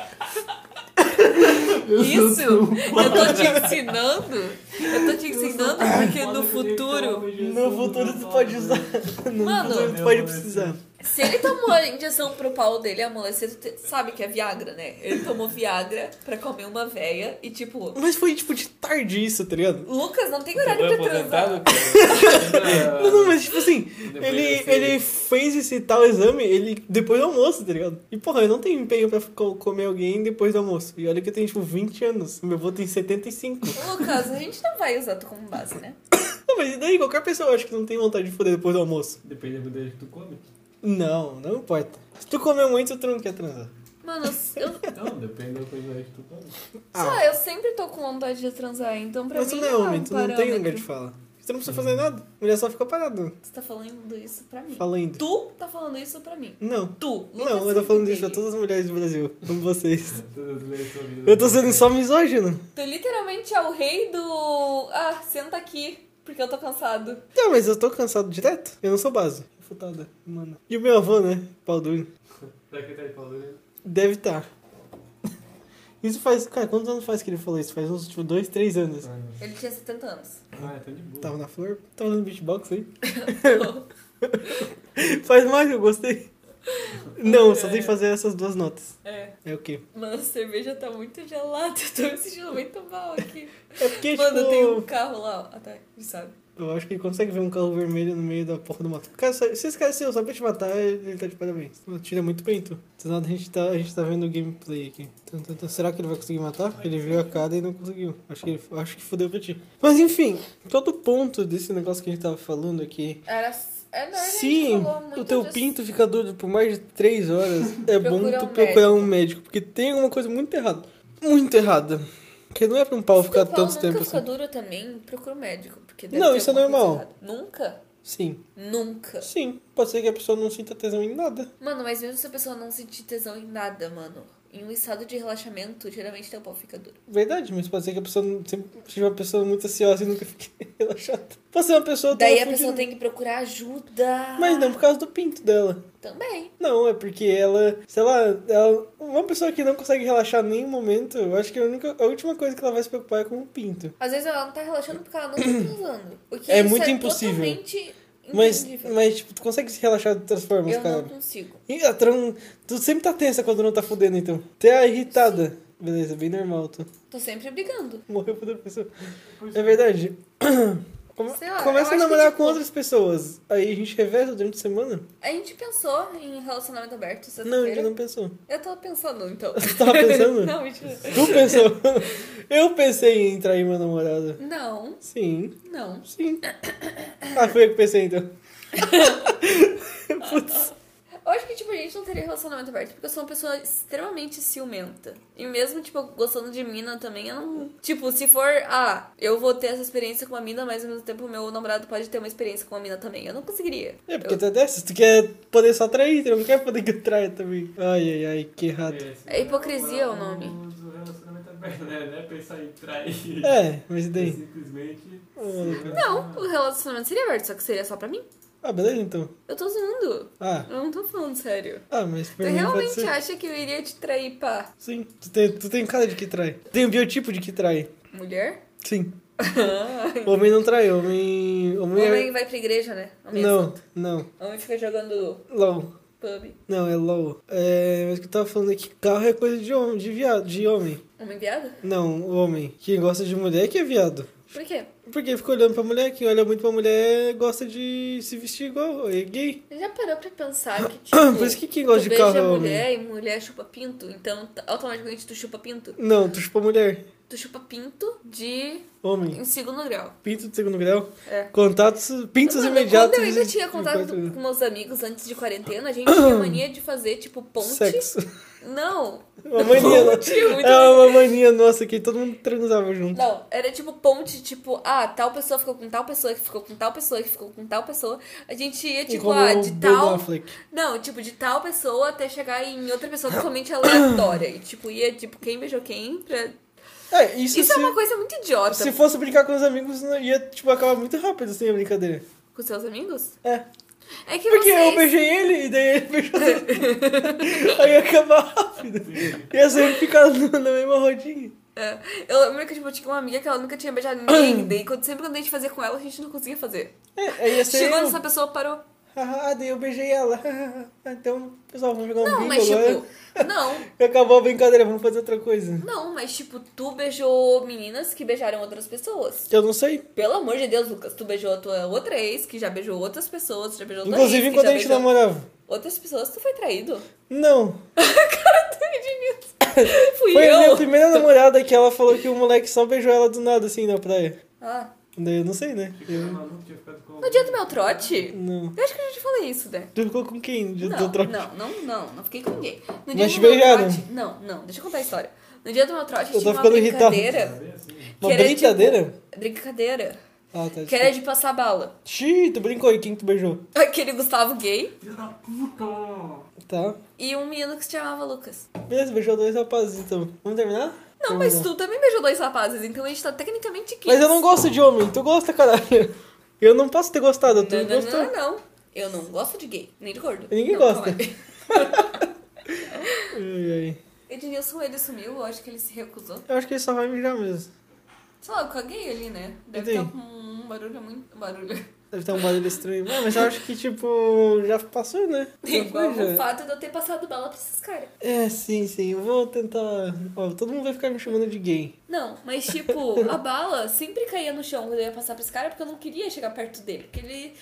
Speaker 5: Isso! Eu tô te ensinando. Eu tô te ensinando porque no futuro.
Speaker 4: [laughs] No futuro tu pode usar.
Speaker 6: né?
Speaker 4: No
Speaker 5: Mano.
Speaker 4: futuro tu pode precisar.
Speaker 5: Se ele tomou a injeção pro pau dele amolecer, tu te- sabe que é Viagra, né? Ele tomou Viagra pra comer uma véia e tipo.
Speaker 4: Mas foi tipo de tarde isso, tá ligado?
Speaker 5: Lucas, não tem
Speaker 6: Foi
Speaker 5: horário pra transar.
Speaker 6: é aposentado, cara?
Speaker 4: [laughs] Não, não, mas tipo assim,
Speaker 6: Depois
Speaker 4: ele,
Speaker 6: desse-
Speaker 4: ele fez esse tal exame ele depois do almoço, tá ligado? E porra, eu não tenho empenho pra co- comer alguém depois do almoço. E olha que eu tenho tipo 20 anos, meu avô tem 75.
Speaker 5: Lucas, a gente não vai usar tu como base, né?
Speaker 4: Não, mas e daí qualquer pessoa eu acho que não tem vontade de foder depois do almoço.
Speaker 6: Depende da bandeja que tu come.
Speaker 4: Não, não importa. Se tu comer muito, tu não quer transar.
Speaker 5: Mano, eu,
Speaker 6: Não, depende da quantidade que tu come.
Speaker 5: Só, eu sempre tô com vontade de transar, então pra
Speaker 4: Ah. mas tu
Speaker 5: mim
Speaker 4: não é
Speaker 5: um
Speaker 4: homem, tu não tem
Speaker 5: parâmetro.
Speaker 4: lugar de fala. Tu não precisa fazer nada. A mulher só fica parada,
Speaker 5: Você tá falando isso pra mim.
Speaker 4: falando.
Speaker 5: Tu tá falando isso pra mim.
Speaker 4: Não.
Speaker 5: Tu, Lucas
Speaker 4: Não, eu tô falando
Speaker 5: Felipe.
Speaker 4: isso pra todas as mulheres do Brasil, como
Speaker 6: É
Speaker 4: vocês. Eu
Speaker 6: Eu
Speaker 4: tô sendo só misógino.
Speaker 5: Tu literalmente é o rei do... Ah, senta aqui, porque eu tô cansado.
Speaker 4: Não, mas eu tô cansado direto. Eu não sou base. Refutada, mano. E o meu avô, né? Pau duro.
Speaker 6: Será que ele tá aí falando?
Speaker 4: Deve estar. [laughs] Isso faz. Cara, quantos anos faz que ele falou isso? Faz uns, tipo, dois, três anos.
Speaker 6: Ah, não.
Speaker 5: Ele tinha 70 [laughs] anos.
Speaker 6: Ah, tá de boa.
Speaker 4: Tava na flor? Tava no beatbox aí? [laughs] faz mais, eu gostei. Não, só
Speaker 5: É.
Speaker 4: tem que fazer essas duas notas.
Speaker 6: É.
Speaker 4: É o quê?
Speaker 5: Mano, a cerveja tá muito gelada, [laughs] eu tô me sentindo muito mal aqui.
Speaker 4: É porque,
Speaker 5: Mano,
Speaker 4: [laughs] tipo.
Speaker 5: tem um carro lá, ó. Ah, tá, ele sabe.
Speaker 4: Eu acho que ele consegue ver um carro vermelho no meio da porra do mato. Cara, se se esse cara se eu só pra te matar, ele tá de parabéns. Tira muito bem, tu. Do nada a gente tá, a gente tá vendo o gameplay aqui. Tum, tum, tum. Será que ele vai conseguir matar? Ele viu a cara e não conseguiu. Acho que, ele, acho que fodeu pra ti. Mas enfim, todo ponto desse negócio que a gente tava falando aqui.
Speaker 5: Era... É normal,
Speaker 4: Sim, o teu pinto fica duro por mais de três horas. [laughs] É bom
Speaker 5: Procura
Speaker 4: tu
Speaker 5: um
Speaker 4: procurar um médico, porque tem alguma coisa muito errada. Muito errada. Porque não é pra um pau ficar tanto tempo
Speaker 5: fica
Speaker 4: assim.
Speaker 5: duro também, procura um médico. Porque
Speaker 4: deve Não, ter isso é alguma coisa normal.
Speaker 5: Nunca?
Speaker 4: Sim,
Speaker 5: Nunca.
Speaker 4: sim. Pode ser que a pessoa não sinta tesão em nada.
Speaker 5: Mano, mas mesmo se a pessoa não sentir tesão em nada, mano, em um estado de relaxamento, geralmente teu pau fica duro.
Speaker 4: Verdade, mas pode ser que a pessoa não- sempre tive uma pessoa muito ansiosa e nunca fique [laughs] relaxada. Pode ser uma pessoa toda
Speaker 5: Daí a
Speaker 4: fudida.
Speaker 5: pessoa tem que procurar ajuda.
Speaker 4: Mas não por causa do pinto dela.
Speaker 5: Também.
Speaker 4: Não, é porque ela, sei lá, ela, uma pessoa que não consegue relaxar em nenhum momento, eu acho que a, única, a última coisa que ela vai se preocupar é com o pinto.
Speaker 5: Às vezes ela não tá relaxando porque
Speaker 4: [clears throat]
Speaker 5: ela não tá transando. O que
Speaker 4: É
Speaker 5: isso
Speaker 4: muito impossível.
Speaker 5: Totalmente
Speaker 4: Mas,
Speaker 5: entendível.
Speaker 4: mas tipo, tu consegue se relaxar de outras formas,
Speaker 5: eu
Speaker 4: cara.
Speaker 5: não consigo.
Speaker 4: Ih, a tran- Tu sempre tá tensa quando não tá fudendo, então. Tu é irritada. Beleza, bem normal, tu.
Speaker 5: Tô sempre brigando.
Speaker 4: Morreu por outra pessoa. É verdade. [clears throat] Come-
Speaker 5: Sei lá, eu
Speaker 4: Começa
Speaker 5: acho
Speaker 4: a
Speaker 5: que,
Speaker 4: namorar
Speaker 5: tipo,
Speaker 4: com outras pessoas. Aí a gente reversa durante a semana?
Speaker 5: A gente pensou em relacionamento aberto
Speaker 4: Não, a gente
Speaker 5: sexta-feira.
Speaker 4: não pensou.
Speaker 5: Eu tava pensando, então.
Speaker 4: Você tava
Speaker 5: [laughs]
Speaker 4: pensando?
Speaker 5: não, mentira.
Speaker 4: Tu pensou?
Speaker 5: [laughs]
Speaker 4: Eu pensei em trair meu namorado.
Speaker 5: Não,
Speaker 4: Sim,
Speaker 5: não.
Speaker 4: sim. Ah, foi eu que pensei então.
Speaker 5: Eu acho que, tipo, a gente não teria relacionamento aberto, porque eu sou uma pessoa extremamente ciumenta. E mesmo, tipo, gostando de mina também, eu não. Tipo, se for, ah, eu vou ter essa experiência com uma mina, mas ao mesmo tempo meu namorado pode ter uma experiência com uma mina também. Eu não conseguiria.
Speaker 4: É porque
Speaker 5: Eu-
Speaker 4: tu é dessas, tu quer poder só trair, tu não quer poder que eu traia também. Ai, ai, ai, que errado.
Speaker 5: É hipocrisia o nome.
Speaker 6: O relacionamento aberto, né? Não é pensar em trair.
Speaker 4: É, mas e
Speaker 6: É
Speaker 4: daí?
Speaker 6: Simplesmente.
Speaker 5: Não, o relacionamento seria aberto, só que seria só pra mim.
Speaker 4: Ah, beleza então.
Speaker 5: Eu tô zoando.
Speaker 4: Ah,
Speaker 5: Eu não tô falando sério.
Speaker 4: ah mas por
Speaker 5: Tu
Speaker 4: mim pode
Speaker 5: realmente
Speaker 4: ser.
Speaker 5: acha que eu iria te trair pra
Speaker 4: Sim, tu tem, tu tem cara de que trai. Tem o biotipo de que trai.
Speaker 5: mulher? [laughs]
Speaker 4: Sim. homem não trai, homem... Homem, é-
Speaker 5: Homem vai pra igreja, né? Homem é
Speaker 4: Não,
Speaker 5: santo.
Speaker 4: não.
Speaker 5: Homem fica jogando
Speaker 4: LOL.
Speaker 5: pub.
Speaker 4: Não, é low. É, mas o que eu tava falando é que carro é coisa de homem, de viado, de homem.
Speaker 5: Homem viado?
Speaker 4: Não, homem. Quem gosta de mulher que é viado.
Speaker 5: Por quê?
Speaker 4: Porque fica olhando pra mulher, quem olha muito pra mulher gosta de se vestir igual, é gay.
Speaker 5: Já parou pra pensar
Speaker 4: [coughs]
Speaker 5: que, tipo,
Speaker 4: Por isso que quem gosta
Speaker 5: tu
Speaker 4: de carro é
Speaker 5: beija
Speaker 4: homem.
Speaker 5: mulher e mulher chupa pinto, então t- automaticamente tu chupa pinto?
Speaker 4: Não, tu chupa mulher.
Speaker 5: Tu chupa pinto de...
Speaker 4: Homem.
Speaker 5: em segundo grau.
Speaker 4: Pinto de segundo grau.
Speaker 5: É.
Speaker 4: Contatos, pintos
Speaker 5: Mano,
Speaker 4: imediatos.
Speaker 5: Quando eu ainda
Speaker 4: de-
Speaker 5: tinha
Speaker 4: de
Speaker 5: contato
Speaker 4: quatro-
Speaker 5: com meus amigos antes de quarentena, a gente tinha
Speaker 4: [clears throat]
Speaker 5: mania de fazer, tipo, ponte.
Speaker 4: Sexo.
Speaker 5: Não. [laughs]
Speaker 4: Uma mania.
Speaker 5: Ponte, muito
Speaker 4: [laughs] É uma mania nossa que todo mundo transava junto.
Speaker 5: Não, era tipo ponte, tipo, ah, tal pessoa ficou com tal pessoa, que ficou com tal pessoa, que ficou com tal pessoa. A gente ia, tipo,
Speaker 4: Como
Speaker 5: ah,
Speaker 4: o
Speaker 5: de
Speaker 4: Ben
Speaker 5: tal.
Speaker 4: um Affleck.
Speaker 5: Não, tipo, de tal pessoa até chegar em outra pessoa totalmente aleatória. E, tipo, ia, tipo, quem beijou quem pra
Speaker 4: É, isso,
Speaker 5: Isso
Speaker 4: se,
Speaker 5: é uma coisa muito idiota.
Speaker 4: se fosse brincar com os amigos, não ia, tipo, acabar muito rápido assim a brincadeira.
Speaker 5: Com seus amigos?
Speaker 4: É.
Speaker 5: É que
Speaker 4: Porque
Speaker 5: vocês...
Speaker 4: eu beijei ele e daí ele beijou ele. [laughs] Aí ia acabar rápido. Ia sempre ficar na na mesma rodinha.
Speaker 5: É, eu lembro que tipo, eu tinha uma amiga que ela nunca tinha beijado ninguém,
Speaker 4: [clears throat]
Speaker 5: daí quando, sempre quando a gente fazia com ela, a gente não conseguia fazer.
Speaker 4: É, aí ia ser.
Speaker 5: Chegou
Speaker 4: eu.
Speaker 5: nessa pessoa, parou.
Speaker 4: [laughs] Ah, daí eu beijei ela. [laughs] Então, pessoal, vamos jogar um
Speaker 5: Não,
Speaker 4: bingo
Speaker 5: mas
Speaker 4: agora. [laughs]
Speaker 5: tipo, não,
Speaker 4: Acabou a brincadeira, vamos fazer outra coisa.
Speaker 5: não, mas tipo, tu beijou meninas que beijaram outras pessoas.
Speaker 4: Eu não sei.
Speaker 5: Pelo amor de Deus, Lucas, tu beijou a tua outra ex, que já beijou outras pessoas, já beijou tua ex,
Speaker 4: Inclusive,
Speaker 5: que
Speaker 4: enquanto
Speaker 5: já
Speaker 4: a gente
Speaker 5: beijou
Speaker 4: namorava.
Speaker 5: outras pessoas, tu foi
Speaker 4: [laughs]
Speaker 5: traído.
Speaker 4: Não.
Speaker 5: Fui
Speaker 4: Foi a minha
Speaker 5: eu.
Speaker 4: primeira namorada que ela falou que o moleque só beijou ela do nada, assim, na praia.
Speaker 5: Ah,
Speaker 4: Daí eu não sei, né? Eu...
Speaker 5: no dia do meu trote?
Speaker 4: Não.
Speaker 5: Eu acho que eu já te falei isso, né?
Speaker 4: Tu ficou com quem? De,
Speaker 5: Não,
Speaker 4: do trote?
Speaker 5: não, não, não, não fiquei com ninguém. No
Speaker 4: Mas te
Speaker 5: do meu
Speaker 4: beijaram?
Speaker 5: trote. Não, não, deixa eu contar a história. No dia do meu trote,
Speaker 4: tô
Speaker 5: tinha uma
Speaker 4: ficando irritado.
Speaker 5: brincadeira.
Speaker 4: Uma
Speaker 5: que era,
Speaker 4: brincadeira?
Speaker 5: tipo, brincadeira.
Speaker 4: Ah, tá.
Speaker 5: Que é- era de passar bala. [laughs]
Speaker 4: Xiii, tu brincou e quem que tu beijou?
Speaker 5: Aquele Gustavo gay
Speaker 4: Tá.
Speaker 5: e um menino que se chamava Lucas.
Speaker 4: Beleza, beijou dois rapazes então. Vamos terminar?
Speaker 5: Não, mas tu também beijou dois rapazes, então a gente tá tecnicamente quente.
Speaker 4: Mas eu não gosto de homem, tu gosta, caralho. Eu não posso ter gostado, tu
Speaker 5: Não, não,
Speaker 4: gostou.
Speaker 5: não, não. Eu não gosto de gay, nem de gordo.
Speaker 4: Ninguém
Speaker 5: Não,
Speaker 4: gosta.
Speaker 5: calma aí. [laughs]
Speaker 4: Ai, ai.
Speaker 5: Ednilson, ele sumiu, eu acho que ele se recusou.
Speaker 4: Eu acho que ele só vai mijar mesmo.
Speaker 5: Sei lá, eu caguei ali, né? Deve
Speaker 4: Entendi.
Speaker 5: estar com um barulho muito. um barulho.
Speaker 4: Deve ter um barulho estranho. Ah, mas eu acho que, tipo, já passou, né?
Speaker 5: [laughs]
Speaker 4: Já
Speaker 5: Igual
Speaker 4: foi,
Speaker 5: o
Speaker 4: já.
Speaker 5: fato de eu ter passado bala pra esses caras.
Speaker 4: É, sim, sim. Eu vou tentar. Ó, todo mundo vai ficar me chamando de gay.
Speaker 5: Não, mas
Speaker 4: [laughs]
Speaker 5: tipo, a bala sempre caía no chão quando eu ia passar pra esse cara porque eu não queria chegar perto dele. Porque ele.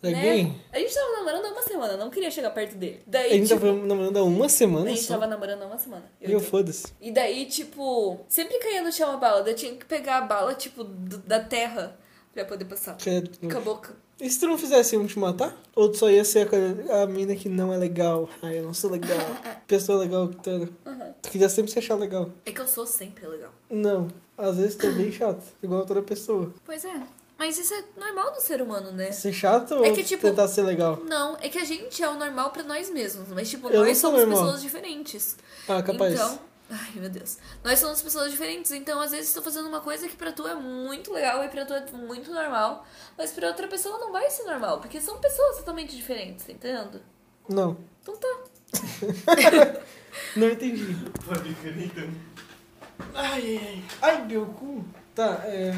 Speaker 4: Tá
Speaker 5: né?
Speaker 4: gay?
Speaker 5: A gente tava namorando há uma semana, eu não queria chegar perto dele. Daí,
Speaker 4: A gente tá
Speaker 5: tipo,
Speaker 4: tava namorando há uma
Speaker 5: a
Speaker 4: semana
Speaker 5: gente
Speaker 4: só.
Speaker 5: tava namorando há uma semana. eu e
Speaker 4: Meu,
Speaker 5: tu.
Speaker 4: foda-se.
Speaker 5: E daí, tipo, sempre caía no chão a bala, daí eu tinha que pegar a bala, tipo, do- da terra pra poder passar.
Speaker 4: Credo.
Speaker 5: Com a boca.
Speaker 4: E se tu não fizesse iam te matar? Ou tu só ia ser a, a mina que não é legal? Ai, eu não
Speaker 5: [laughs]
Speaker 4: sou legal. Pessoa legal que tu era.
Speaker 5: Uhum.
Speaker 4: Tu queria sempre se achar legal.
Speaker 5: É que eu sou sempre legal.
Speaker 4: Não. Às vezes tu é bem chato. Igual toda pessoa.
Speaker 5: Pois é. Mas isso é normal do ser humano, né?
Speaker 4: Ser chato
Speaker 5: É
Speaker 4: ou
Speaker 5: que, tipo,
Speaker 4: tentar ser legal?
Speaker 5: Não, é que a gente é o normal pra nós mesmos, mas tipo,
Speaker 4: Eu não
Speaker 5: nós
Speaker 4: sou
Speaker 5: somos
Speaker 4: normal.
Speaker 5: pessoas diferentes.
Speaker 4: Ah, capaz.
Speaker 5: Então, ai meu Deus. Nós somos pessoas diferentes, então às vezes tu tá fazendo uma coisa que pra tu é muito legal e pra tu é muito normal, mas pra outra pessoa não vai ser normal, porque são pessoas totalmente diferentes, tá entendendo?
Speaker 4: Não.
Speaker 5: Então tá.
Speaker 4: Não entendi. Ai, ai, ai. Ai, meu cu. Tá, é...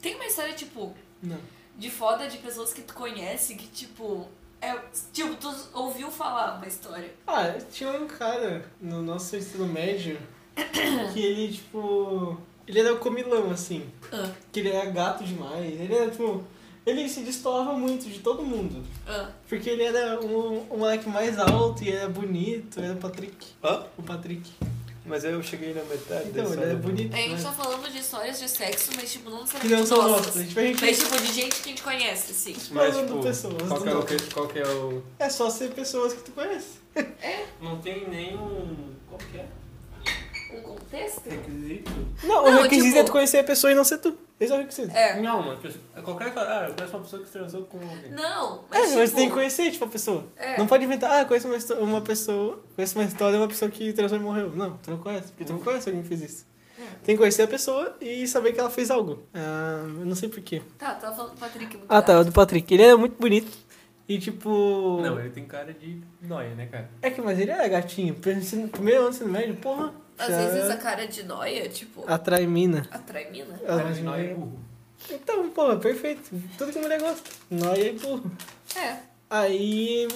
Speaker 5: Tem uma história, tipo,
Speaker 4: Não.
Speaker 5: de foda de pessoas que tu conhece que, tipo, é. Tipo, tu ouviu falar uma história.
Speaker 4: Ah, tinha um cara no nosso ensino médio que ele, tipo. Ele era comilão, assim.
Speaker 5: Ah.
Speaker 4: Que ele era gato demais. Ele era, tipo. Ele se destoava muito de todo mundo.
Speaker 5: Ah,
Speaker 4: Porque ele era o, o moleque mais alto e era bonito, era o Patrick.
Speaker 6: Hã?
Speaker 4: O Patrick.
Speaker 6: Mas eu cheguei na metade
Speaker 4: Então, ele
Speaker 6: dessa-
Speaker 4: era bonito.
Speaker 5: a gente
Speaker 4: né?
Speaker 5: tá falando de histórias de sexo, mas, tipo, não
Speaker 4: Que não
Speaker 5: necessariamente
Speaker 4: são
Speaker 5: nossas.
Speaker 4: nossos. A gente vai
Speaker 5: Mas, tipo, de gente que a gente conhece, assim.
Speaker 6: Mas,
Speaker 4: falando
Speaker 6: tipo,
Speaker 4: pessoas.
Speaker 6: qual que é
Speaker 4: não.
Speaker 6: o... que- Qual que é o...
Speaker 4: É só ser pessoas que tu conhece.
Speaker 6: Não tem nenhum... Qual que é?
Speaker 5: Um contexto?
Speaker 6: Requisito?
Speaker 4: Não,
Speaker 5: Não,
Speaker 4: o requisito
Speaker 5: tipo-
Speaker 4: é tu conhecer a pessoa e não ser tu. Esse é o requisito.
Speaker 5: É.
Speaker 6: Não, mano. Qualquer... Ah, eu conheço uma pessoa que transou com alguém.
Speaker 5: Não,
Speaker 4: É,
Speaker 5: mas.
Speaker 4: mas
Speaker 5: tipo,
Speaker 4: tem que conhecer, tipo, a pessoa.
Speaker 5: É.
Speaker 4: Não pode inventar, ah, eu conheço uma, histó- uma pessoa, conheço uma história de uma pessoa que transou e morreu. Não, tu não conhece, porque tu
Speaker 5: Hum.
Speaker 4: não conhece alguém que fez isso.
Speaker 5: É.
Speaker 4: Tem que conhecer a pessoa e saber que ela fez algo. Ah, eu não sei porquê.
Speaker 5: Tá, tava falando do Patrick. muito
Speaker 4: Ah, tá, o
Speaker 5: gato.
Speaker 4: do Patrick. Ele era muito bonito. E tipo.
Speaker 6: Não, ele tem cara de nóia, né, cara?
Speaker 4: É que, mas ele era gatinho. Primeiro primeiro ano do ensino médio, porra.
Speaker 5: Às
Speaker 4: já Ah.
Speaker 5: vezes a cara de noia, tipo,
Speaker 4: Atrai mina.
Speaker 5: atrai mina.
Speaker 6: Cara de nóia é burro.
Speaker 4: Então, porra, perfeito. Tudo que mulher gosta. Nóia e burro.
Speaker 5: É.
Speaker 4: Aí.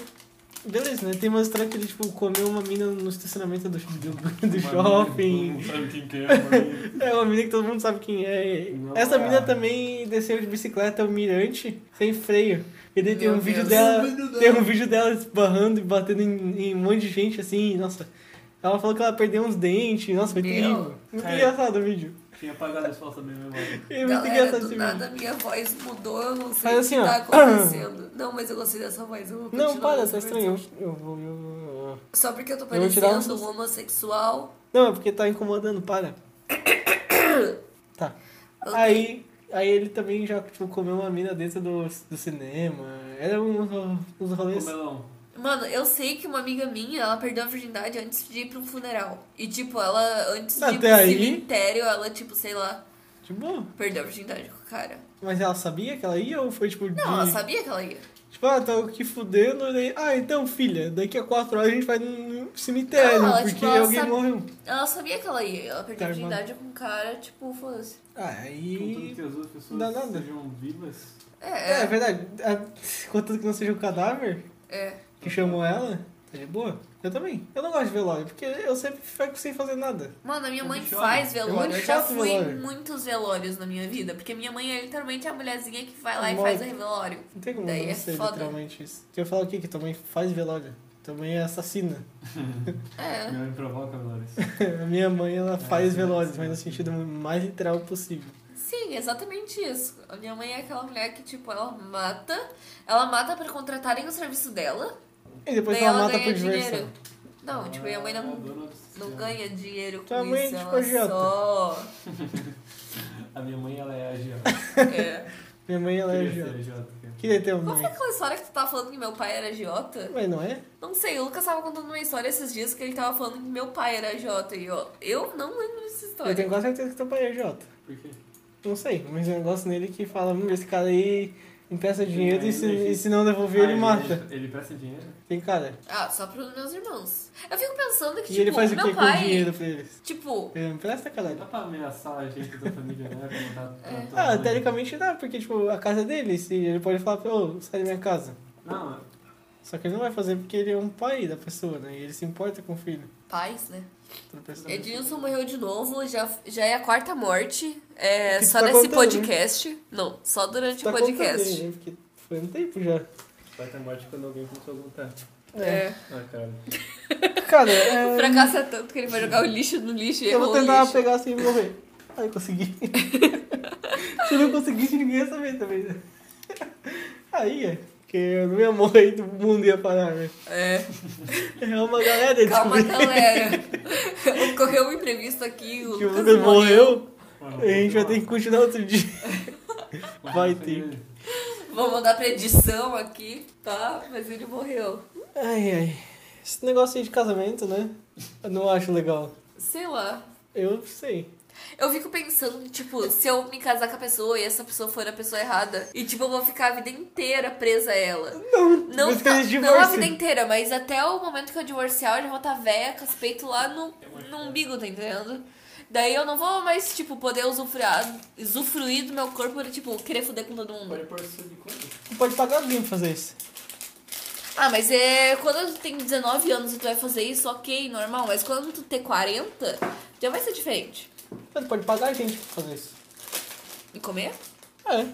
Speaker 4: Beleza, né? Tem uma história que ele, tipo, comeu uma mina no estacionamento do, do, do
Speaker 6: Uma mina,
Speaker 4: shopping.
Speaker 6: Não sabe quem que é, mas...
Speaker 4: É uma mina que todo mundo sabe quem é.
Speaker 6: Não,
Speaker 4: Essa
Speaker 6: é.
Speaker 4: mina também desceu de bicicleta, o mirante, sem freio. E daí tem
Speaker 5: Meu
Speaker 4: um vídeo
Speaker 5: Deus.
Speaker 4: dela. Tem um vídeo dela esbarrando e batendo em, em um monte de gente assim, nossa. Ela falou que ela perdeu uns dentes, nossa, foi
Speaker 5: Meu.
Speaker 4: terrível. Muito
Speaker 6: É.
Speaker 4: engraçado o vídeo.
Speaker 6: Tinha apagado o sol também, né, meu irmão.
Speaker 4: É muito
Speaker 5: Galera,
Speaker 4: engraçado
Speaker 5: do
Speaker 4: esse
Speaker 5: nada
Speaker 4: vídeo.
Speaker 5: minha voz mudou, eu não sei
Speaker 4: Faz
Speaker 5: o que
Speaker 4: assim, ó.
Speaker 5: tá acontecendo. Não, mas eu gostei dessa voz, eu vou
Speaker 4: Não,
Speaker 5: continuar
Speaker 4: para,
Speaker 5: nessa
Speaker 4: tá estranho.
Speaker 5: versão.
Speaker 4: Eu, eu vou. eu-
Speaker 5: Só porque eu tô
Speaker 4: Eu vou tirar um
Speaker 5: parecendo um
Speaker 4: susto.
Speaker 5: homossexual.
Speaker 4: Não, é porque tá incomodando, para. Tá.
Speaker 5: Ok.
Speaker 4: Aí, aí ele também já tipo, comeu uma mina dentro do, do cinema. Era uns, uns rolês.
Speaker 6: Comelão.
Speaker 5: Um Mano, eu sei que uma amiga minha, ela perdeu a virgindade antes de ir pra um funeral. E, tipo, ela, antes de ir pro
Speaker 4: Até aí.
Speaker 5: cemitério, ela, tipo, sei lá,
Speaker 4: De boa.
Speaker 5: perdeu a virgindade com o cara.
Speaker 4: Mas ela sabia que ela ia ou foi tipo.
Speaker 5: Não,
Speaker 4: de...
Speaker 5: ela sabia que ela ia.
Speaker 4: Tipo, ah, tá aqui fudendo. e Daí... Ah, então, filha, daqui a quatro horas a gente vai num num cemitério,
Speaker 5: Não, ela,
Speaker 4: porque
Speaker 5: tipo, ela
Speaker 4: alguém
Speaker 5: sabe-
Speaker 4: morreu.
Speaker 5: Ela sabia que ela ia. Ela perdeu
Speaker 4: Tá,
Speaker 5: a virgindade com o cara, tipo, foda-se.
Speaker 4: Ah,
Speaker 6: Contanto
Speaker 4: aí.
Speaker 6: que as duas pessoas
Speaker 4: Dá nada.
Speaker 6: sejam vivas. [laughs]
Speaker 4: É, é
Speaker 5: É,
Speaker 4: verdade. A- Contanto que não seja o cadáver
Speaker 5: é.
Speaker 4: que chamou ela, tá de boa. Eu também. Eu não gosto de velório, porque eu sempre fico sem fazer nada.
Speaker 5: Mano, a minha
Speaker 6: É
Speaker 5: mãe
Speaker 6: muito chato.
Speaker 5: faz
Speaker 4: É
Speaker 5: velório.
Speaker 4: muito
Speaker 5: Eu já
Speaker 4: chato
Speaker 5: fui em
Speaker 4: velório.
Speaker 5: muitos velórios na minha vida. Porque minha mãe é literalmente a mulherzinha que vai lá e
Speaker 4: Amor.
Speaker 5: faz o velório.
Speaker 4: Não tem como
Speaker 5: Daí
Speaker 4: não
Speaker 5: é
Speaker 4: ser
Speaker 5: foda.
Speaker 4: literalmente isso. Porque eu falo aqui que tua mãe faz velório. Tua mãe é assassina. [laughs]
Speaker 5: É.
Speaker 6: Minha mãe provoca, Dolores.
Speaker 4: A minha mãe, ela faz
Speaker 6: Ah, sim,
Speaker 4: velórios,
Speaker 6: sim.
Speaker 4: mas no sentido mais literal possível.
Speaker 5: Sim, exatamente isso. A minha mãe é aquela mulher que, tipo, ela mata. Ela mata pra contratarem o serviço dela.
Speaker 4: E depois
Speaker 5: daí
Speaker 4: ela
Speaker 5: ela
Speaker 4: mata por
Speaker 5: ganha
Speaker 4: diversão.
Speaker 5: dinheiro. Não, tipo, minha mãe
Speaker 6: Ah,
Speaker 5: não,
Speaker 6: dona do
Speaker 5: não
Speaker 6: sistema.
Speaker 5: ganha dinheiro com
Speaker 4: Tua mãe é
Speaker 5: isso.
Speaker 4: tipo
Speaker 5: Ela
Speaker 4: agiota.
Speaker 5: só.
Speaker 6: [laughs] A minha mãe, ela é a Giota.
Speaker 5: É.
Speaker 4: [laughs] Minha mãe, [laughs] ela é
Speaker 6: Queria ser
Speaker 4: agiota.
Speaker 6: a Giota. cara.
Speaker 4: Queria ter uma
Speaker 5: Qual foi
Speaker 4: mãe.
Speaker 5: aquela história que tu tava falando que meu pai era agiota?
Speaker 4: Mas não é?
Speaker 5: Não sei, o Lucas tava contando uma história esses dias que ele tava falando que meu pai era Jota e ó, eu não lembro dessa história.
Speaker 4: Eu tenho quase certeza que teu pai é agiota.
Speaker 6: Por quê?
Speaker 4: Não sei, mas é um negócio nele que fala, hum, esse cara aí empresta dinheiro
Speaker 6: Ele é
Speaker 4: e se,
Speaker 6: ilegítimo.
Speaker 4: e se não devolver, ele
Speaker 6: Ah,
Speaker 4: mata.
Speaker 6: Ele, ele presta dinheiro?
Speaker 4: Tem cara.
Speaker 5: Ah, só pros meus irmãos. Eu fico pensando que,
Speaker 4: E
Speaker 5: tipo,
Speaker 4: ele faz o
Speaker 5: meu
Speaker 4: que com o
Speaker 5: pai.
Speaker 4: dinheiro pra eles?
Speaker 5: Tipo,
Speaker 4: Ele empresta,
Speaker 6: Dá
Speaker 4: caralho.
Speaker 6: pra ameaçar a gente da família, né? Como tá- tá-
Speaker 5: É.
Speaker 6: tá-
Speaker 4: Ah, teoricamente dá, porque, tipo, a casa é dele, se ele pode falar, pra- ô, sai da minha casa.
Speaker 6: Não, é-
Speaker 4: Só que ele não vai fazer porque ele é um pai da pessoa, né? E ele se importa com o filho
Speaker 5: pais, né?
Speaker 4: da pessoa.
Speaker 5: Edilson morreu de novo, já, já é a quarta morte. É,
Speaker 4: Que tu
Speaker 5: só
Speaker 4: tá
Speaker 5: nesse
Speaker 4: contando,
Speaker 5: podcast. Não, só durante
Speaker 4: Tá
Speaker 5: o
Speaker 4: contando
Speaker 5: podcast.
Speaker 4: aí, né? Porque foi um tempo já.
Speaker 6: vai ter morte quando alguém começou a lutar.
Speaker 5: É.
Speaker 6: Ah, cara.
Speaker 5: [laughs]
Speaker 4: Cara,
Speaker 5: O
Speaker 4: é...
Speaker 5: fracasso é tanto que ele vai jogar o lixo no lixo e
Speaker 4: Eu vou
Speaker 5: errou o
Speaker 4: tentar
Speaker 5: lixo.
Speaker 4: pegar sem morrer. Ai, consegui. [laughs] Se não conseguisse, ninguém ia saber também, né? Aí, é. Porque eu não ia morrer e o mundo ia parar, né?
Speaker 5: É.
Speaker 4: É uma galera
Speaker 5: Calma,
Speaker 4: descobrir
Speaker 5: galera. [laughs] Ocorreu um imprevisto aqui, o
Speaker 4: que o
Speaker 5: Lucas
Speaker 4: Lucas
Speaker 5: morreu.
Speaker 4: morreu. A gente vai ter que continuar outro dia. Vai ter.
Speaker 5: Vou mandar pra edição aqui, tá? Mas ele morreu.
Speaker 4: Ai, ai. Esse negócio aí de casamento, né? Eu não acho legal.
Speaker 5: Sei lá.
Speaker 4: Eu sei.
Speaker 5: Eu fico pensando, tipo, se eu me casar com a pessoa e essa pessoa for a pessoa errada, e tipo, eu vou ficar a vida inteira presa a ela.
Speaker 4: Não,
Speaker 5: Não,
Speaker 4: por isso que eles
Speaker 5: não a
Speaker 4: divorciam.
Speaker 5: vida inteira, mas até o momento que eu divorciar, eu já vou estar velha, com os peitos lá no, no umbigo, tá entendendo? Daí eu não vou mais, tipo, poder usufruar, usufruir do meu corpo e, tipo, querer foder com todo mundo.
Speaker 6: Pode pôr isso de conta.
Speaker 4: Tu pode pagar alguém pra fazer isso.
Speaker 5: Ah, mas é quando tu tem 19 anos e tu vai fazer isso, ok, normal. Mas quando tu ter 40, já vai ser diferente.
Speaker 4: Mas Tu pode pagar gente pra fazer isso.
Speaker 5: E comer?
Speaker 4: É,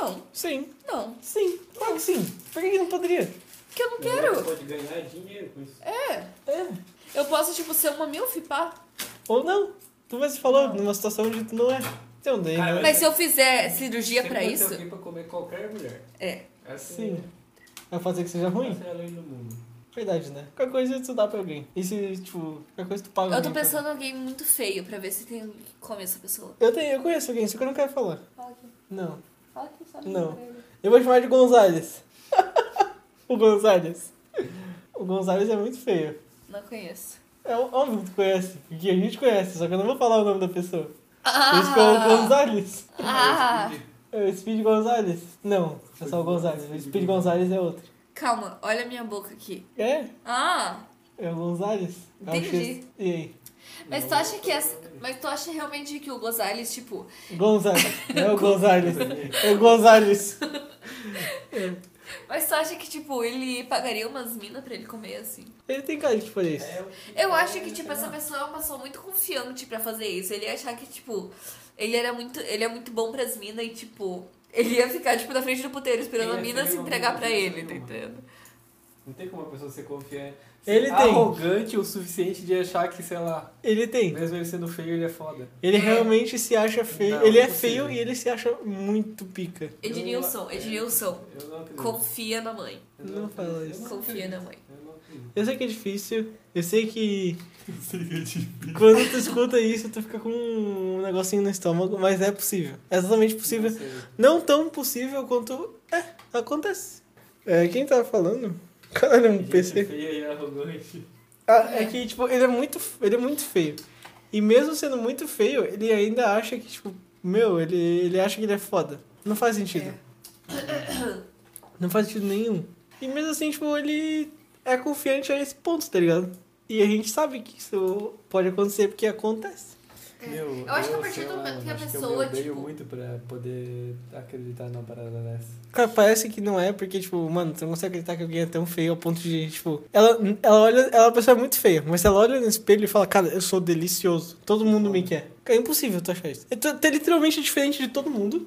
Speaker 5: Não,
Speaker 4: sim.
Speaker 5: não.
Speaker 4: Sim, claro que sim. Por que que não poderia?
Speaker 5: Porque eu não
Speaker 6: Você
Speaker 5: quero.
Speaker 6: pode ganhar dinheiro com isso.
Speaker 5: É.
Speaker 4: É.
Speaker 5: Eu posso, tipo, ser uma milf, pá.
Speaker 4: Ou não. Tu mesmo falou, numa situação onde tu não é. Então daí,
Speaker 6: Cara,
Speaker 4: né?
Speaker 5: Mas se eu fizer cirurgia
Speaker 6: Sempre
Speaker 5: pra
Speaker 6: vai ter
Speaker 5: isso.
Speaker 6: alguém pra comer qualquer mulher.
Speaker 5: É.
Speaker 6: Essa
Speaker 4: Sim.
Speaker 6: É,
Speaker 4: Vai fazer que seja ruim?
Speaker 6: essa é a lei do mundo.
Speaker 4: Verdade, né? Qualquer coisa tu dá pra alguém. E se, tipo, qualquer coisa tu paga
Speaker 5: Eu tô
Speaker 4: alguém pra-
Speaker 5: pensando em alguém muito feio pra ver se tem como essa pessoa.
Speaker 4: Eu, tenho, eu conheço alguém, só que eu não quero falar.
Speaker 5: Fala aqui.
Speaker 4: Não.
Speaker 5: Fala aqui, só
Speaker 4: Não. Eu vou chamar de Gonzalez. [laughs] o Gonzalez. O Gonzalez é muito feio.
Speaker 5: Não conheço.
Speaker 4: É ó- óbvio que tu conhece, porque a gente conhece, só que eu não vou falar o nome da pessoa. Por isso que é o
Speaker 5: Ah!
Speaker 4: Gonzalez.
Speaker 5: Ah!
Speaker 4: É o Speed Gonzalez. Não, é só o Gonzalez. O Speed Gonzalez é outro.
Speaker 5: Calma, olha a minha boca aqui.
Speaker 4: É?
Speaker 5: Ah!
Speaker 4: É o Gonzalez? É o
Speaker 5: Entendi.
Speaker 4: X- E aí?
Speaker 5: Mas tu acha que essa. Mas tu acha realmente que o Gonzalez, tipo.
Speaker 4: Gonzalez. É o Gonzalez.
Speaker 6: [laughs]
Speaker 4: É o Gonzalez.
Speaker 5: Mas tu acha que, tipo, ele pagaria umas minas pra ele comer, assim?
Speaker 4: Ele tem cara de fazer isso.
Speaker 5: Eu acho que, tipo, essa pessoa é uma pessoa muito confiante pra fazer isso. Ele ia achar que, tipo, ele era muito. Ele é muito bom pras minas e, tipo, ele ia ficar, tipo, na frente do puteiro esperando
Speaker 6: Ele
Speaker 5: a
Speaker 6: ia
Speaker 5: mina
Speaker 6: ser
Speaker 5: se
Speaker 6: uma né?
Speaker 5: entregar
Speaker 6: mina
Speaker 5: pra
Speaker 6: que
Speaker 5: ele,
Speaker 6: não
Speaker 5: tá
Speaker 6: tem
Speaker 5: entendendo?
Speaker 6: Não tem como a pessoa ser confiante.
Speaker 4: Ele
Speaker 6: ser
Speaker 4: tem.
Speaker 6: arrogante o suficiente de achar que, sei lá,
Speaker 4: Ele tem.
Speaker 6: mesmo ele sendo feio, ele é foda.
Speaker 4: Ele realmente se acha feio.
Speaker 6: Não,
Speaker 4: ele é
Speaker 6: impossível.
Speaker 4: feio e ele se acha muito pica.
Speaker 5: Ednilson,
Speaker 6: Eu-
Speaker 5: Ednilson,
Speaker 6: Eu não acredito.
Speaker 5: confia na mãe.
Speaker 6: Eu
Speaker 4: Não fala
Speaker 6: acredito.
Speaker 4: isso.
Speaker 6: Eu não
Speaker 5: Confia na mãe.
Speaker 6: acredito. Eu não
Speaker 4: [laughs]
Speaker 6: acredito.
Speaker 4: Eu sei que é difícil. Eu sei que. Quando tu escuta isso, tu fica com um negocinho no estômago, mas é possível. É exatamente possível.
Speaker 6: Não sei.
Speaker 4: Não tão possível quanto. É, acontece. É, quem tava falando Caralho, um
Speaker 6: Gente
Speaker 4: PC.
Speaker 6: feia e arrogante.
Speaker 4: Ah, é que, tipo, ele é muito, ele é muito feio. E mesmo sendo muito feio, ele ainda acha que, tipo, meu, ele, ele acha que ele é foda. Não faz sentido.
Speaker 5: É.
Speaker 4: Não faz sentido nenhum. E mesmo assim, tipo, ele é confiante a esse ponto, tá ligado? E a gente sabe que isso pode acontecer porque acontece.
Speaker 5: É.
Speaker 6: Meu,
Speaker 7: É. Eu acho que a partir
Speaker 6: sei
Speaker 7: do
Speaker 6: lá,
Speaker 7: momento que a
Speaker 6: acho Eu
Speaker 7: pessoa,
Speaker 6: me odeio
Speaker 7: tipo-
Speaker 6: muito pra poder acreditar numa parada dessa.
Speaker 4: Cara, parece que não é, porque, tipo, mano, você não consegue acreditar que alguém é tão feio ao ponto de, tipo. Ela, ela olha, ela é uma pessoa muito feia, mas ela olha no espelho e fala, cara, eu sou delicioso. Todo mundo me quer. Cara, é impossível tu achar isso. Tu tu é literalmente diferente de todo mundo.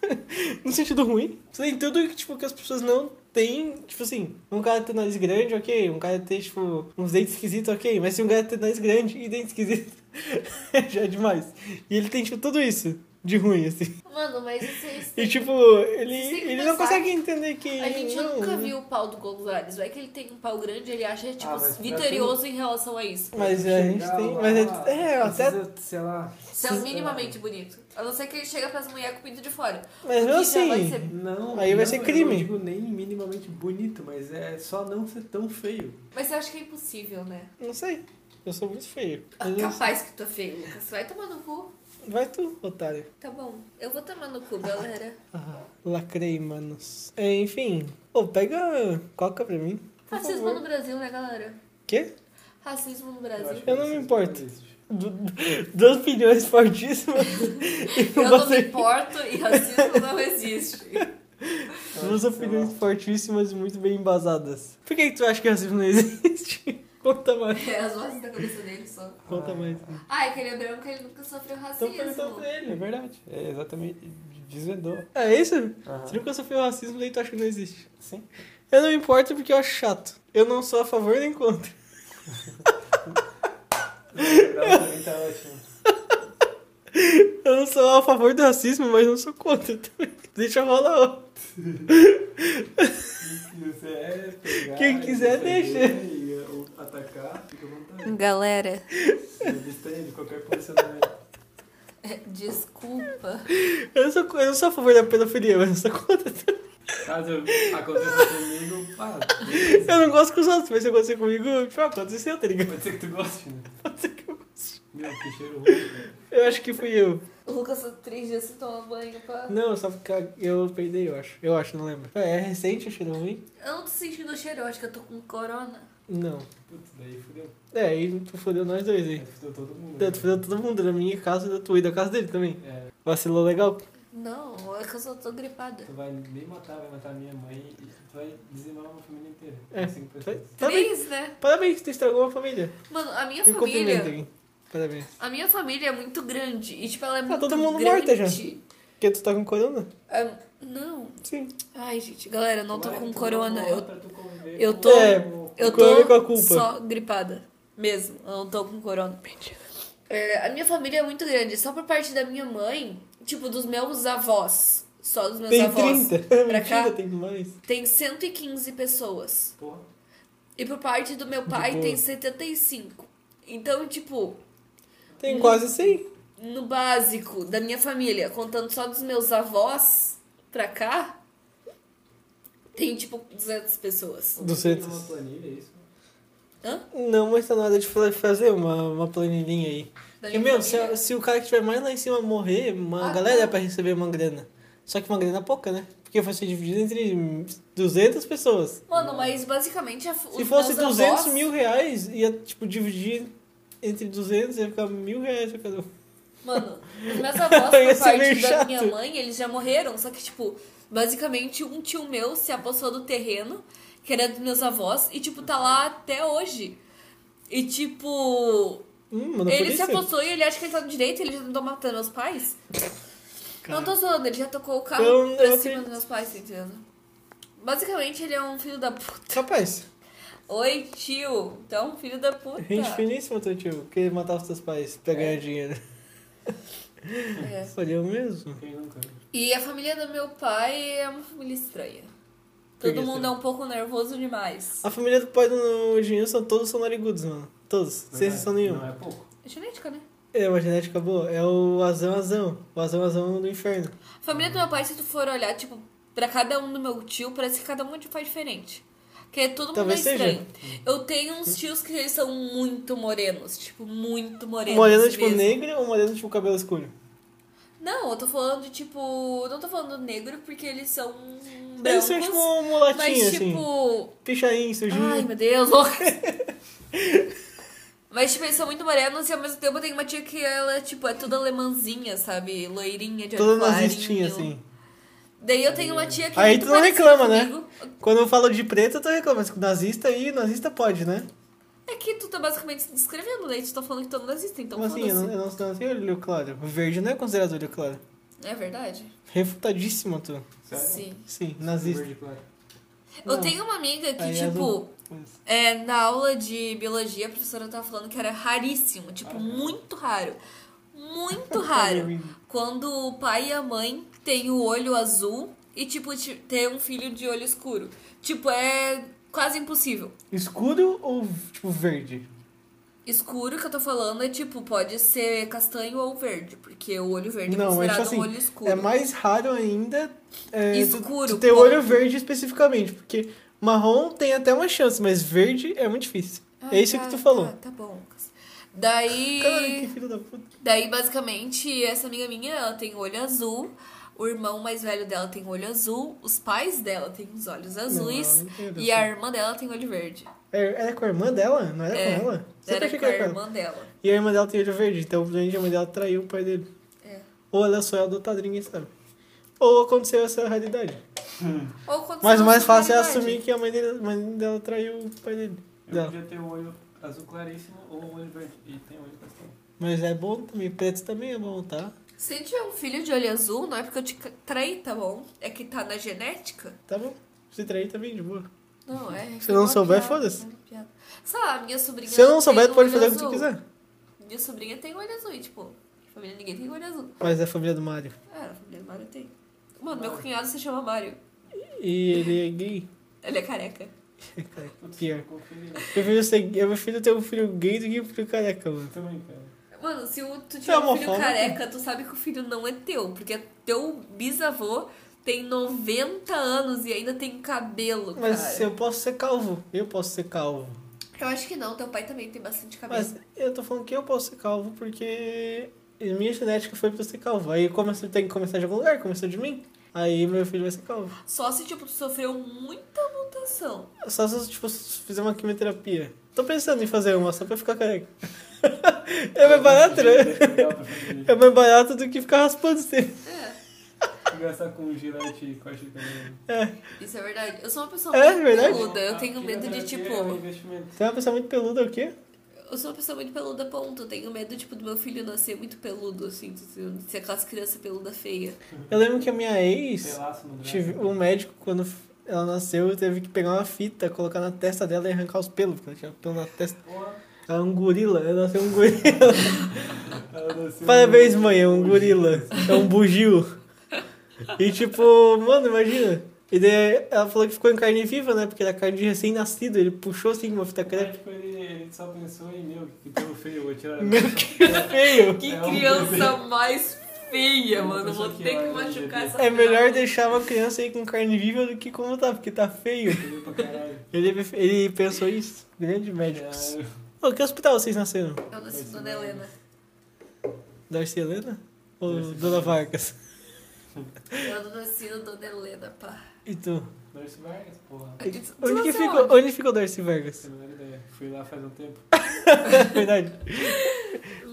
Speaker 4: [laughs] no sentido ruim. Tu tem tudo que, tipo, que as pessoas não têm. Tipo assim, um cara tem nariz grande, ok. Um cara tem, tipo, uns dentes esquisitos, ok. Mas se um cara tem nariz grande e dente esquisito, [laughs] já é demais. E ele tem, tipo, tudo isso de ruim, assim.
Speaker 7: Mano, mas vocês.
Speaker 4: E
Speaker 7: têm-
Speaker 4: tipo, ele,
Speaker 7: Vocês têm que
Speaker 4: ele não
Speaker 7: pensar
Speaker 4: consegue entender que.
Speaker 7: A gente
Speaker 4: não,
Speaker 7: nunca
Speaker 4: né?
Speaker 7: viu o pau do Gonzalez. Vai que ele tem um pau grande, ele acha, tipo,
Speaker 6: Ah, mas pra
Speaker 7: vitorioso em relação a isso.
Speaker 4: Mas a gente tem. Mas é, é, até.
Speaker 6: até... Sei lá...
Speaker 5: Isso é minimamente bonito. A não ser que ele chega pras mulheres com o pinto de fora.
Speaker 4: Mas mesmo
Speaker 5: já vai
Speaker 4: assim.
Speaker 5: ser-
Speaker 6: Não,
Speaker 4: Aí vai
Speaker 6: não,
Speaker 4: ser
Speaker 6: Eu
Speaker 4: crime.
Speaker 6: não digo nem minimamente bonito, mas é só não ser tão feio.
Speaker 5: Mas eu acho que é impossível, né?
Speaker 4: Não sei. Eu sou muito feio.
Speaker 5: Ah,
Speaker 4: Mas eu-
Speaker 5: Capaz que tu é feio, Lucas. Vai tomar no cu.
Speaker 4: Vai tu, otário.
Speaker 5: Tá bom. Eu vou tomar no cu, [laughs] galera.
Speaker 4: Ah, lacrei, manos. É, enfim. Ô, pega coca pra mim.
Speaker 7: Ah,
Speaker 4: Por
Speaker 5: Racismo
Speaker 4: favor.
Speaker 5: no Brasil, né, galera?
Speaker 4: Quê?
Speaker 5: Racismo no
Speaker 6: Eu,
Speaker 5: Brasil.
Speaker 6: acho que é
Speaker 4: Eu não me
Speaker 6: vocês
Speaker 4: importo.
Speaker 6: existe.
Speaker 4: Du- Duas
Speaker 7: [laughs]
Speaker 4: opiniões fortíssimas. E
Speaker 5: Eu não
Speaker 4: um
Speaker 5: me
Speaker 4: bastante-
Speaker 5: importo e racismo não existe.
Speaker 6: Eu
Speaker 4: Duas
Speaker 6: acho que, sei lá,
Speaker 4: opiniões fortíssimas e muito bem embasadas. Por que, que tu acha que racismo não existe? [laughs] Conta mais.
Speaker 5: É as vozes da cabeça dele só.
Speaker 4: Conta mais.
Speaker 5: Ah, é que ele é branco ele nunca sofreu
Speaker 4: Então pergunta
Speaker 5: racismo.
Speaker 4: pra
Speaker 6: É
Speaker 4: ele.
Speaker 6: verdade. É exatamente... Desvendou.
Speaker 4: É isso?
Speaker 6: Aham.
Speaker 4: Se nunca sofreu racismo, daí tu acha que não existe.
Speaker 6: Sim.
Speaker 4: Eu não me importo porque eu acho chato. Eu não sou a favor nem contra.
Speaker 6: Não, também tá ótimo.
Speaker 4: Eu não sou a favor do racismo, mas não sou contra também. [laughs] Deixa rolar. ó.
Speaker 6: Quem quiser pegar...
Speaker 4: Quem quiser,
Speaker 6: defender E, eh, ou atacar, fica à vontade.
Speaker 5: Galera,
Speaker 6: Se abstenha de qualquer posicionamento.
Speaker 5: é, desculpa.
Speaker 4: Eu não sou, co- eu não sou a favor da pedofilia, mas não sou contra.
Speaker 6: Caso aconteça comigo, pá, beleza.
Speaker 4: Eu não gosto com os outros, mas se acontecer comigo, tipo, aconteceu, tá ligado?
Speaker 6: Pode ser que tu goste, né?
Speaker 4: Pode ser que eu goste.
Speaker 6: Meu, que cheiro ruim, né? velho.
Speaker 4: Eu acho que fui eu.
Speaker 5: O Lucas, há três dias sem tomar banho, pá.
Speaker 4: Não, só porque eu peidei, eu acho. Eu acho, não lembro. É, é recente, eu cheiro ruim?
Speaker 5: Eu não tô sentindo o cheiro, eu acho que eu tô com corona.
Speaker 4: Não.
Speaker 6: Putz, daí fudeu.
Speaker 4: É, aí tu fodeu nós dois aí.
Speaker 6: Daí fudeu todo mundo. né?
Speaker 4: Tu fodeu todo mundo, na minha casa, da tua e da casa dele também.
Speaker 6: É,
Speaker 4: Vacilou legal.
Speaker 5: Não, é que eu só tô gripada.
Speaker 6: Tu vai nem matar, vai matar minha mãe e tu vai dizimar uma família inteira. Assim
Speaker 4: É,
Speaker 6: Cinco
Speaker 4: Foi-
Speaker 6: pessoas.
Speaker 4: Parabéns.
Speaker 5: Três, né?
Speaker 4: Parabéns, tu estragou uma família.
Speaker 5: Mano, a minha
Speaker 4: Um cumprimento
Speaker 5: família.
Speaker 4: aqui. Parabéns.
Speaker 5: A minha família é muito grande. E tipo, ela é
Speaker 4: Tá
Speaker 5: muito
Speaker 4: todo mundo
Speaker 5: grande.
Speaker 4: morta já. Porque tu tá com corona?
Speaker 5: Ah, não.
Speaker 4: Sim.
Speaker 5: Ai, gente, galera, eu não tô
Speaker 6: Vai, tá
Speaker 5: com
Speaker 6: tu
Speaker 5: corona.
Speaker 6: não
Speaker 5: Eu,
Speaker 6: pra tu conviver
Speaker 5: eu
Speaker 6: com-
Speaker 5: tô.
Speaker 4: É,
Speaker 5: eu
Speaker 4: corona
Speaker 5: tô
Speaker 4: com a culpa.
Speaker 5: só gripada. Mesmo. Eu não tô com corona. É, a minha família é muito grande. Só por parte da minha mãe, tipo, dos meus avós. Só dos meus
Speaker 4: Tem
Speaker 5: avós.
Speaker 4: 30.
Speaker 5: Pra
Speaker 4: [laughs] Mentira,
Speaker 5: cá?
Speaker 4: tem mais.
Speaker 5: Tem 115 pessoas.
Speaker 6: Porra,
Speaker 5: E por parte do meu pai
Speaker 4: boa.
Speaker 5: tem 75. Então, tipo,
Speaker 4: Tem quase 100.
Speaker 5: no básico da minha família, contando só dos meus avós pra cá, tem tipo 200 pessoas.
Speaker 4: 200.
Speaker 6: Uma planilha, é isso?
Speaker 5: Hã?
Speaker 4: Não, mas tá na hora de fa- fazer uma, uma planilhinha aí.
Speaker 5: Da
Speaker 4: Porque,
Speaker 5: minha
Speaker 4: meu, se,
Speaker 5: família.
Speaker 4: a- se o cara que tiver mais lá em cima morrer, uma
Speaker 5: Ah,
Speaker 4: galera é
Speaker 5: tá.
Speaker 4: pra receber uma grana. Só que uma grana pouca, né? Porque vai ser dividido entre 200 pessoas.
Speaker 5: Mano, mas basicamente a,
Speaker 4: Se fosse 200
Speaker 5: avós,
Speaker 4: mil reais, ia, tipo, dividir entre 200, ia ficar mil reais pra cada um.
Speaker 5: Mano, os meus avós por
Speaker 4: [laughs] Ia ser meio
Speaker 5: parte da
Speaker 4: chato.
Speaker 5: minha mãe, eles já morreram, só que tipo, basicamente um tio meu se apossou do terreno, que era dos meus avós, e tipo, tá lá até hoje. E tipo,
Speaker 4: Hum, manda
Speaker 5: Ele se
Speaker 4: polícia.
Speaker 5: apossou e ele acha que ele tá no direito e ele já andou matando os pais? Não tô zoando, ele já tocou o carro
Speaker 4: Então, Eu-
Speaker 5: pra
Speaker 4: eu
Speaker 5: cima
Speaker 4: acredito.
Speaker 5: dos meus pais, tá entendendo? Basicamente, ele é um filho da puta.
Speaker 4: Capaz.
Speaker 5: Oi, tio. Então, filho da puta.
Speaker 4: Gente finíssima, teu tio. Querer matar os teus pais pra ganhar dinheiro. [laughs]
Speaker 5: É.
Speaker 4: Falhou mesmo.
Speaker 6: Quem nunca? é
Speaker 5: E a família do meu pai é uma família estranha.
Speaker 4: Por que
Speaker 5: Todo mundo
Speaker 4: estranha?
Speaker 5: é um pouco nervoso demais.
Speaker 4: A família do pai do Dinho são todos são narigudos, mano. Todos, sem exceção
Speaker 6: Não
Speaker 4: nenhuma.
Speaker 6: é pouco.
Speaker 5: É genética, né?
Speaker 4: É uma genética boa. É o Azão Azão. O Azão Azão do inferno.
Speaker 5: A família do meu pai, se tu for olhar, tipo, pra cada um do meu tio, parece que cada um é de pai um diferente. Que é tudo
Speaker 4: Talvez
Speaker 5: muito estranho.
Speaker 4: seja.
Speaker 5: Eu tenho uns tios que eles são muito morenos. Tipo, muito morenos.
Speaker 4: Morena, tipo,
Speaker 5: mesmo.
Speaker 4: negra ou morena, tipo, cabelo escuro?
Speaker 5: Não, eu tô falando de tipo. Não tô falando negro porque eles são. Brancos,
Speaker 4: Eles são, tipo, mulatinha,
Speaker 5: mas
Speaker 4: assim.
Speaker 5: tipo.
Speaker 4: Pichain, sujinho.
Speaker 5: Ai, meu Deus,
Speaker 4: [laughs]
Speaker 5: louca. Mas, tipo, eles são muito morenos e ao mesmo tempo tem uma tia que ela, tipo, é toda alemãzinha, sabe? Loirinha de
Speaker 4: Toda
Speaker 5: olho
Speaker 4: nazistinha,
Speaker 5: clarinho.
Speaker 4: assim.
Speaker 5: Daí eu tenho uma tia que é
Speaker 4: Aí
Speaker 5: muito
Speaker 4: tu não
Speaker 5: parecida
Speaker 4: reclama, né?
Speaker 5: comigo.
Speaker 4: Quando eu falo de preto, eu tô reclamando. Mas nazista aí, nazista pode, né?
Speaker 5: É que tu tá basicamente se descrevendo, daí tu tá falando que tu não existe, então
Speaker 4: Como assim? Eu não,
Speaker 5: foda-se.
Speaker 4: eu, não, eu não tenho olho claro. O verde não é considerado olho claro.
Speaker 5: É verdade?
Speaker 4: Refutadíssimo, tu.
Speaker 6: Sério?
Speaker 5: Sim.
Speaker 4: Sim, nazista.
Speaker 6: Verde claro.
Speaker 5: Eu tenho uma amiga que,
Speaker 4: Aí é
Speaker 5: tipo,
Speaker 4: azul. Mas-
Speaker 5: é, na aula de biologia, a professora tava falando que era raríssimo, tipo,
Speaker 4: Ah.
Speaker 5: muito raro.
Speaker 4: [laughs]
Speaker 5: Muito raro. Quando o pai e a mãe têm o olho azul e, tipo, ti- ter um filho de olho escuro. Tipo, é quase impossível.
Speaker 4: Escuro ou, tipo, verde?
Speaker 5: Escuro que eu tô falando é tipo, pode ser castanho ou verde, porque o olho verde é
Speaker 4: Não, é tipo
Speaker 5: considerado
Speaker 4: assim,
Speaker 5: um olho escuro.
Speaker 4: é mais raro ainda é,
Speaker 5: Escuro,
Speaker 4: tu, tu ter
Speaker 5: ponto.
Speaker 4: olho verde especificamente, porque marrom tem até uma chance, mas verde é muito difícil.
Speaker 5: Ah,
Speaker 4: é isso
Speaker 5: tá,
Speaker 4: que tu falou.
Speaker 5: Tá, tá bom, Lucas.
Speaker 4: Caralho, que
Speaker 5: Daí,
Speaker 4: filho da puta.
Speaker 5: daí, basicamente, essa amiga minha, ela tem olho azul, o irmão mais velho dela tem olho azul, os pais dela têm os olhos azuis,
Speaker 4: não entendo
Speaker 5: e a
Speaker 4: assim.
Speaker 5: irmã dela tem olho verde.
Speaker 4: É, era com a irmã dela? Não era
Speaker 5: É,
Speaker 4: com ela? Sempre
Speaker 5: Era
Speaker 4: achei
Speaker 5: com
Speaker 4: que
Speaker 5: a
Speaker 4: era com ela.
Speaker 5: irmã dela.
Speaker 4: E a irmã dela tem olho verde, então provavelmente a irmã dela traiu o pai dele.
Speaker 5: É.
Speaker 4: Ou ela só é adotada, ninguém sabe. Ou aconteceu essa realidade.
Speaker 5: Ou quando
Speaker 4: Mas
Speaker 5: você
Speaker 4: o mais
Speaker 5: nasce
Speaker 4: fácil é
Speaker 5: na idade.
Speaker 4: assumir que a mãe, dele, a mãe dela traiu o pai dele.
Speaker 6: Eu
Speaker 4: Dela.
Speaker 6: podia ter o olho azul claríssimo ou o olho verde. E tem um olho castanho.
Speaker 4: Mas é bom também, preto também é bom, tá?
Speaker 5: Se tiver um filho de olho azul, não é porque eu te ca- traí, tá bom? É que tá na genética.
Speaker 4: Tá bom. Se trair também, de boa.
Speaker 5: Não, é.
Speaker 4: Se não
Speaker 5: uma
Speaker 4: souber,
Speaker 5: piada,
Speaker 4: foda-se.
Speaker 5: uma piada. Sei lá, minha sobrinha.
Speaker 4: Se eu não
Speaker 5: tem
Speaker 4: souber, tu
Speaker 5: um
Speaker 4: pode
Speaker 5: olho
Speaker 4: fazer o que tu
Speaker 5: azul.
Speaker 4: quiser.
Speaker 5: Minha sobrinha tem olho azul, e, tipo, minha família ninguém tem olho azul.
Speaker 4: Mas é a família do Mario.
Speaker 5: Ah, a família do Mário tem. Mano, meu cunhado se chama Mário.
Speaker 4: E ele é gay.
Speaker 5: Ele é careca.
Speaker 4: Cara,
Speaker 6: Putz,
Speaker 4: Pior.
Speaker 6: eu conferi.
Speaker 4: Eu prefiro, ser, eu prefiro ter um filho gay do que um filho careca, mano.
Speaker 6: Eu também, cara.
Speaker 5: Mano, se o- tu
Speaker 4: é
Speaker 5: tiver um filho
Speaker 4: homofóbico?
Speaker 5: careca, tu sabe que o filho não é teu, porque teu bisavô tem 90 anos e ainda tem cabelo,
Speaker 4: Mas
Speaker 5: cara.
Speaker 4: eu posso ser calvo. Eu posso ser calvo.
Speaker 5: Eu acho que não, teu pai também tem bastante cabelo.
Speaker 4: Mas eu tô falando que eu posso ser calvo porque minha genética foi pra eu ser calvo. Aí começou, tem que começar de algum lugar, começou de mim. Aí meu filho vai ser calvo.
Speaker 5: Só se, tipo, tu sofreu muita mutação.
Speaker 4: Só se eu tipo, fizer uma quimioterapia. Tô pensando em fazer uma só pra ficar careca. [laughs] é mais barato, né?
Speaker 6: Legal pra fazer.
Speaker 4: [laughs] É mais barato do que ficar raspando sempre.
Speaker 5: É,
Speaker 6: Conversar com o Gillette e corte de cabelo.
Speaker 5: Isso é verdade. Eu sou uma pessoa
Speaker 4: É,
Speaker 5: muito
Speaker 4: verdade.
Speaker 5: peluda. Eu tenho
Speaker 6: Aqui
Speaker 5: medo
Speaker 6: na
Speaker 5: de,
Speaker 6: terapia
Speaker 5: tipo...
Speaker 6: Ah, é um investimento.
Speaker 4: Tem uma pessoa muito peluda, o quê?
Speaker 5: Eu sou uma pessoa muito peluda, ponto. Eu tenho medo, tipo, do meu filho nascer muito peludo, assim, de ser- de ser aquelas crianças peluda feia.
Speaker 4: Eu lembro que a minha ex,
Speaker 6: Pelaço no braço.
Speaker 4: tive, um o médico, quando ela nasceu, teve que pegar uma fita, colocar na testa dela e arrancar os pelos, porque ela tinha pelo na testa.
Speaker 6: Porra,
Speaker 4: Ela é um gorila, ela nasceu um gorila.
Speaker 6: ela nasceu
Speaker 4: Parabéns,
Speaker 6: no-
Speaker 4: mãe, é um gorila. É um bugio. E tipo, mano, imagina. E daí ela falou que ficou em carne viva, né? Porque era carne de recém-nascido. Ele puxou assim uma fita
Speaker 6: O
Speaker 4: crepe.
Speaker 6: médico, É ele, ele só pensou em meu, que pelo feio, eu vou tirar.
Speaker 4: Meu, que feio!
Speaker 5: Que
Speaker 6: É um
Speaker 5: criança mais feia,
Speaker 6: Uma
Speaker 5: mano.
Speaker 6: pessoa
Speaker 5: Vou
Speaker 6: que
Speaker 5: ter que
Speaker 6: olha,
Speaker 5: machucar
Speaker 6: bebê.
Speaker 5: essa
Speaker 4: É melhor
Speaker 5: piada.
Speaker 4: deixar uma criança aí com carne viva do que como tá, porque tá feio.
Speaker 6: Feio pra caralho. É,
Speaker 4: Ele, ele pensou isso. Grande médico.
Speaker 6: Caralho.
Speaker 4: Ô, que hospital vocês nasceram?
Speaker 5: Eu nasci com Dona Helena.
Speaker 4: Darcy Helena? Ou
Speaker 6: Darcy
Speaker 4: Dona Vargas?
Speaker 5: Eu nasci no Dona Helena, pá.
Speaker 4: E tu?
Speaker 6: Darcy Vargas, porra.
Speaker 4: Onde, que
Speaker 5: nasceu
Speaker 4: ficou,
Speaker 5: onde?
Speaker 4: onde ficou Darcy Vargas? [laughs] É
Speaker 6: Sem a menor ideia. Fui lá faz um tempo.
Speaker 4: Verdade.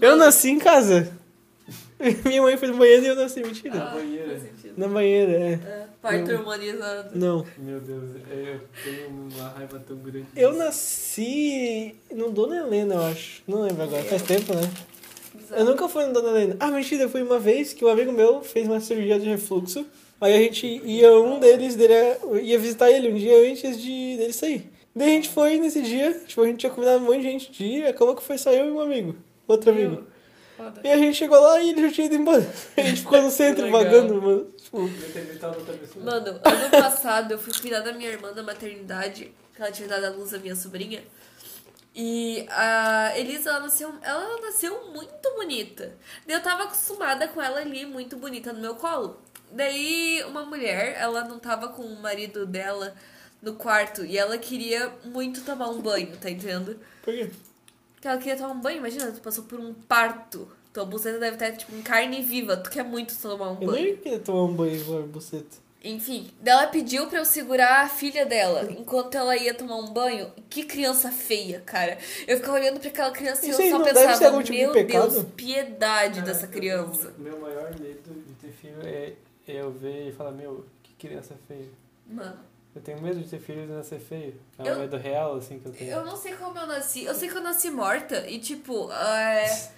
Speaker 4: Eu nasci em casa. [laughs] Minha mãe foi no banheiro e eu nasci, mentira.
Speaker 6: Na banheira.
Speaker 5: Ah, Faz sentido.
Speaker 4: Na banheira, é.
Speaker 5: É, parto humanizado.
Speaker 4: Não.
Speaker 6: Meu Deus, é, eu tenho uma raiva tão grande.
Speaker 4: Eu
Speaker 6: disso.
Speaker 4: nasci no Dona Helena, eu acho. Não lembro agora, faz tempo, né?
Speaker 5: Bizarro.
Speaker 4: Eu nunca fui no Dona Helena. Ah, mentira, eu fui uma vez que um amigo meu fez uma cirurgia de refluxo. Aí a gente ia, um deles dele era- ia visitar ele um dia antes de dele sair. Daí a gente foi nesse dia, tipo, a gente tinha convidado um monte de gente de ir, acabou que foi só eu e um amigo, outro amigo.
Speaker 5: Foda.
Speaker 4: E a gente chegou lá e ele já tinha ido embora. [laughs] A gente ficou no centro
Speaker 6: Legal.
Speaker 4: vagando, mano. Tipo,
Speaker 6: Eu tenho que outra pessoa.
Speaker 5: Mano, ano passado eu fui cuidar da minha irmã na maternidade, que ela tinha dado à luz a minha sobrinha. E a Elisa, ela nasceu, ela nasceu muito bonita. Daí Eu tava acostumada com ela ali, muito bonita, no meu colo. Daí, uma mulher, ela não tava com o marido dela no quarto e ela queria muito tomar um banho, tá entendendo?
Speaker 4: Por quê?
Speaker 5: Porque ela queria tomar um banho, imagina, tu passou por um parto. Tua buceta deve estar, tipo, em carne viva. Tu quer muito tomar um
Speaker 4: Eu
Speaker 5: banho.
Speaker 4: nem queria tomar um banho com a buceta.
Speaker 5: Enfim, daí ela pediu pra eu segurar a filha dela enquanto ela ia tomar um banho. Que criança feia, cara. Eu ficava olhando pra aquela criança
Speaker 4: Isso
Speaker 5: e
Speaker 4: aí
Speaker 5: eu só
Speaker 4: não deve ser
Speaker 5: pensava,
Speaker 4: algum tipo de
Speaker 5: meu
Speaker 4: pecado?"
Speaker 5: Deus, piedade
Speaker 6: Cara,
Speaker 5: dessa
Speaker 6: eu-
Speaker 5: criança.
Speaker 6: Meu maior medo de ter filho é é eu ver e falar, meu, que criança feia.
Speaker 5: Mano,
Speaker 6: Eu tenho medo de ter filho e não ser feio. É um
Speaker 5: Eu-
Speaker 6: medo real, assim, que eu tenho.
Speaker 5: eu não sei como eu nasci. Eu sei que eu nasci morta e, tipo, é...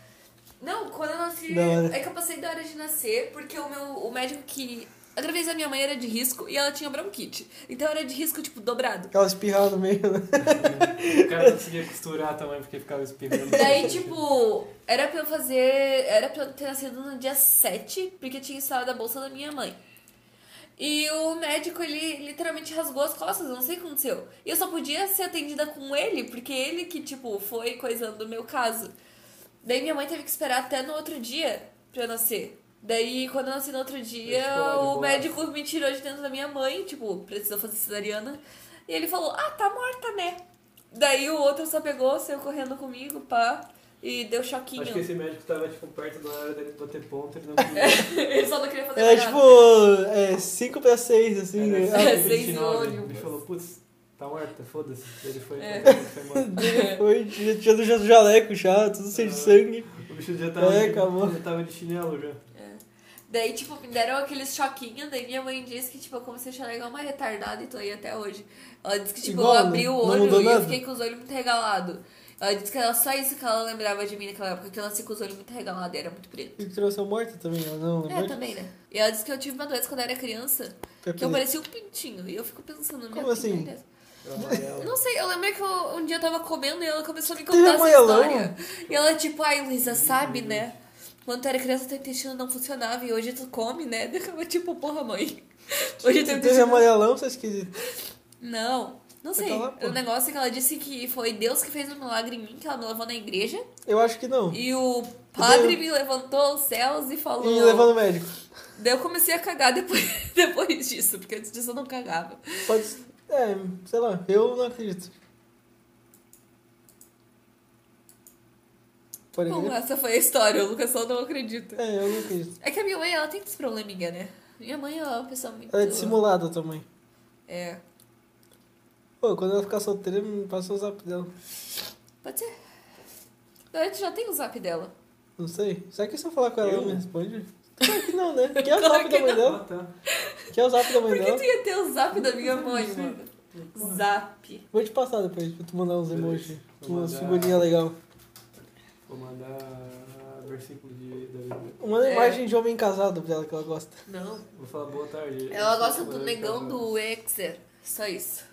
Speaker 5: Não, quando eu nasci...
Speaker 4: Da hora.
Speaker 5: É que eu passei da hora de nascer porque o meu o médico que... A gravidez da minha mãe era de risco e ela tinha bronquite. Então era de risco, tipo, dobrado.
Speaker 4: Aquela espirrada no meio, né?
Speaker 6: O cara não conseguia costurar também porque ficava espirrando.
Speaker 5: Daí, tipo, era pra eu fazer. Era pra eu ter nascido no dia 7, porque tinha estado da bolsa da minha mãe. E o médico, ele literalmente rasgou as costas, eu não sei o que aconteceu. E eu só podia ser atendida com ele, porque ele que, tipo, foi coisando o meu caso. Daí minha mãe teve que esperar até no outro dia pra eu nascer. Daí, quando eu nasci no outro dia,
Speaker 6: Deixa eu falar de
Speaker 5: o
Speaker 6: boa.
Speaker 5: médico me tirou de dentro da minha mãe, tipo, precisou fazer cesariana. E ele falou, ah, tá morta, né? Daí o outro só pegou, saiu correndo comigo, pá, e deu choquinho.
Speaker 6: Acho que esse médico tava, tipo, perto da hora dele bater
Speaker 5: [laughs]
Speaker 6: ponto, ele não podia.
Speaker 5: Ele só não queria fazer
Speaker 4: Era
Speaker 5: nada.
Speaker 4: É, tipo 5 pra 6, assim. né?
Speaker 5: Era
Speaker 4: Ah, [laughs]
Speaker 5: seis e
Speaker 6: 29.
Speaker 5: olho.
Speaker 6: tipo, Ele falou, putz, tá morta, foda-se. Ele foi,
Speaker 5: É.
Speaker 6: foi morto.
Speaker 4: Foi, tinha, tinha do jaleco já, tudo cheio de sangue.
Speaker 6: O bicho já tava,
Speaker 4: É,
Speaker 6: de,
Speaker 4: acabou.
Speaker 6: já tava de chinelo já.
Speaker 5: [laughs] Daí, tipo, me deram aqueles choquinhos, daí minha mãe disse que, tipo, eu comecei a chorar igual uma retardada e tô aí até hoje. Ela disse que, tipo,
Speaker 4: Igual,
Speaker 5: eu
Speaker 4: né?
Speaker 5: abri o
Speaker 4: Não
Speaker 5: olho
Speaker 4: mudou
Speaker 5: e eu
Speaker 4: nada.
Speaker 5: fiquei com os olhos muito regalados. Ela disse que era só isso que ela lembrava de mim naquela época, que eu nasci com os olhos muito regalados e era muito preto.
Speaker 4: E que trouxe a morta também, ela não
Speaker 5: É,
Speaker 4: lembrou?
Speaker 5: também, né? E ela disse que eu tive uma doença quando eu era criança,
Speaker 4: Pra
Speaker 5: que eu
Speaker 4: fazer.
Speaker 5: parecia um pintinho. E eu fico pensando, minha
Speaker 4: Como
Speaker 5: que
Speaker 4: assim?
Speaker 5: merda. é
Speaker 6: Era amarelo.
Speaker 5: Eu Não sei, eu lembrei que eu- um dia eu tava comendo e ela começou a me
Speaker 4: Teve
Speaker 5: contar essa
Speaker 4: amarelão?
Speaker 5: história. E ela, tipo, ai, Luísa, sabe, né? Quando tu era criança, teu intestino não funcionava e hoje tu come, né? [laughs] Daí Eu, tipo, porra, mãe. Hoje teu
Speaker 4: Se teve
Speaker 5: intestino.
Speaker 4: amarelão, você é esquisito.
Speaker 5: Não, não sei.
Speaker 4: Então, lá, pô.
Speaker 5: o negócio é que ela disse que foi Deus que fez um milagre em mim, que ela me levou na igreja.
Speaker 4: Eu acho que não.
Speaker 5: E o padre me levantou aos céus e falou.
Speaker 4: E levando o médico.
Speaker 5: Daí eu comecei a cagar depois, [laughs] depois disso, porque antes disso eu não cagava.
Speaker 4: Pode. É, sei lá, eu não acredito. Pode
Speaker 5: Bom,
Speaker 4: acreditar?
Speaker 5: essa foi a história, o Lucas só não acredita.
Speaker 4: É, eu não acredito.
Speaker 5: É que a minha mãe, ela tem esse probleminha, né? Minha mãe ela é uma pessoa muito.
Speaker 4: Ela é dissimulada também.
Speaker 5: É.
Speaker 4: Pô, quando ela ficar solteira, me passa o zap dela.
Speaker 5: Pode ser. Na verdade, já tem o zap dela.
Speaker 4: Não sei. Será que se eu falar com ela,
Speaker 6: Eu?
Speaker 4: ela me responde? Claro que não, né? Quer
Speaker 5: [laughs]
Speaker 4: o
Speaker 5: Claro
Speaker 4: zap
Speaker 5: que
Speaker 4: da mãe
Speaker 6: Ah,
Speaker 4: dela?
Speaker 6: tá.
Speaker 4: Quer o zap da mãe
Speaker 5: Por que
Speaker 4: dela?
Speaker 5: tu ia ter o zap da minha mãe, mano? Zap.
Speaker 4: Vou te passar depois pra tu mandar uns emojis.
Speaker 6: Vou
Speaker 4: Umas
Speaker 6: mandar-
Speaker 4: figurinhas legal.
Speaker 6: Vou mandar versículo de, da Bíblia.
Speaker 4: Manda
Speaker 5: É.
Speaker 4: imagem de homem casado pra ela que ela gosta.
Speaker 5: Não.
Speaker 6: Vou falar boa tarde.
Speaker 5: Ela gosta do
Speaker 6: Boa
Speaker 5: negão
Speaker 6: tarde.
Speaker 5: do Exer. Só isso.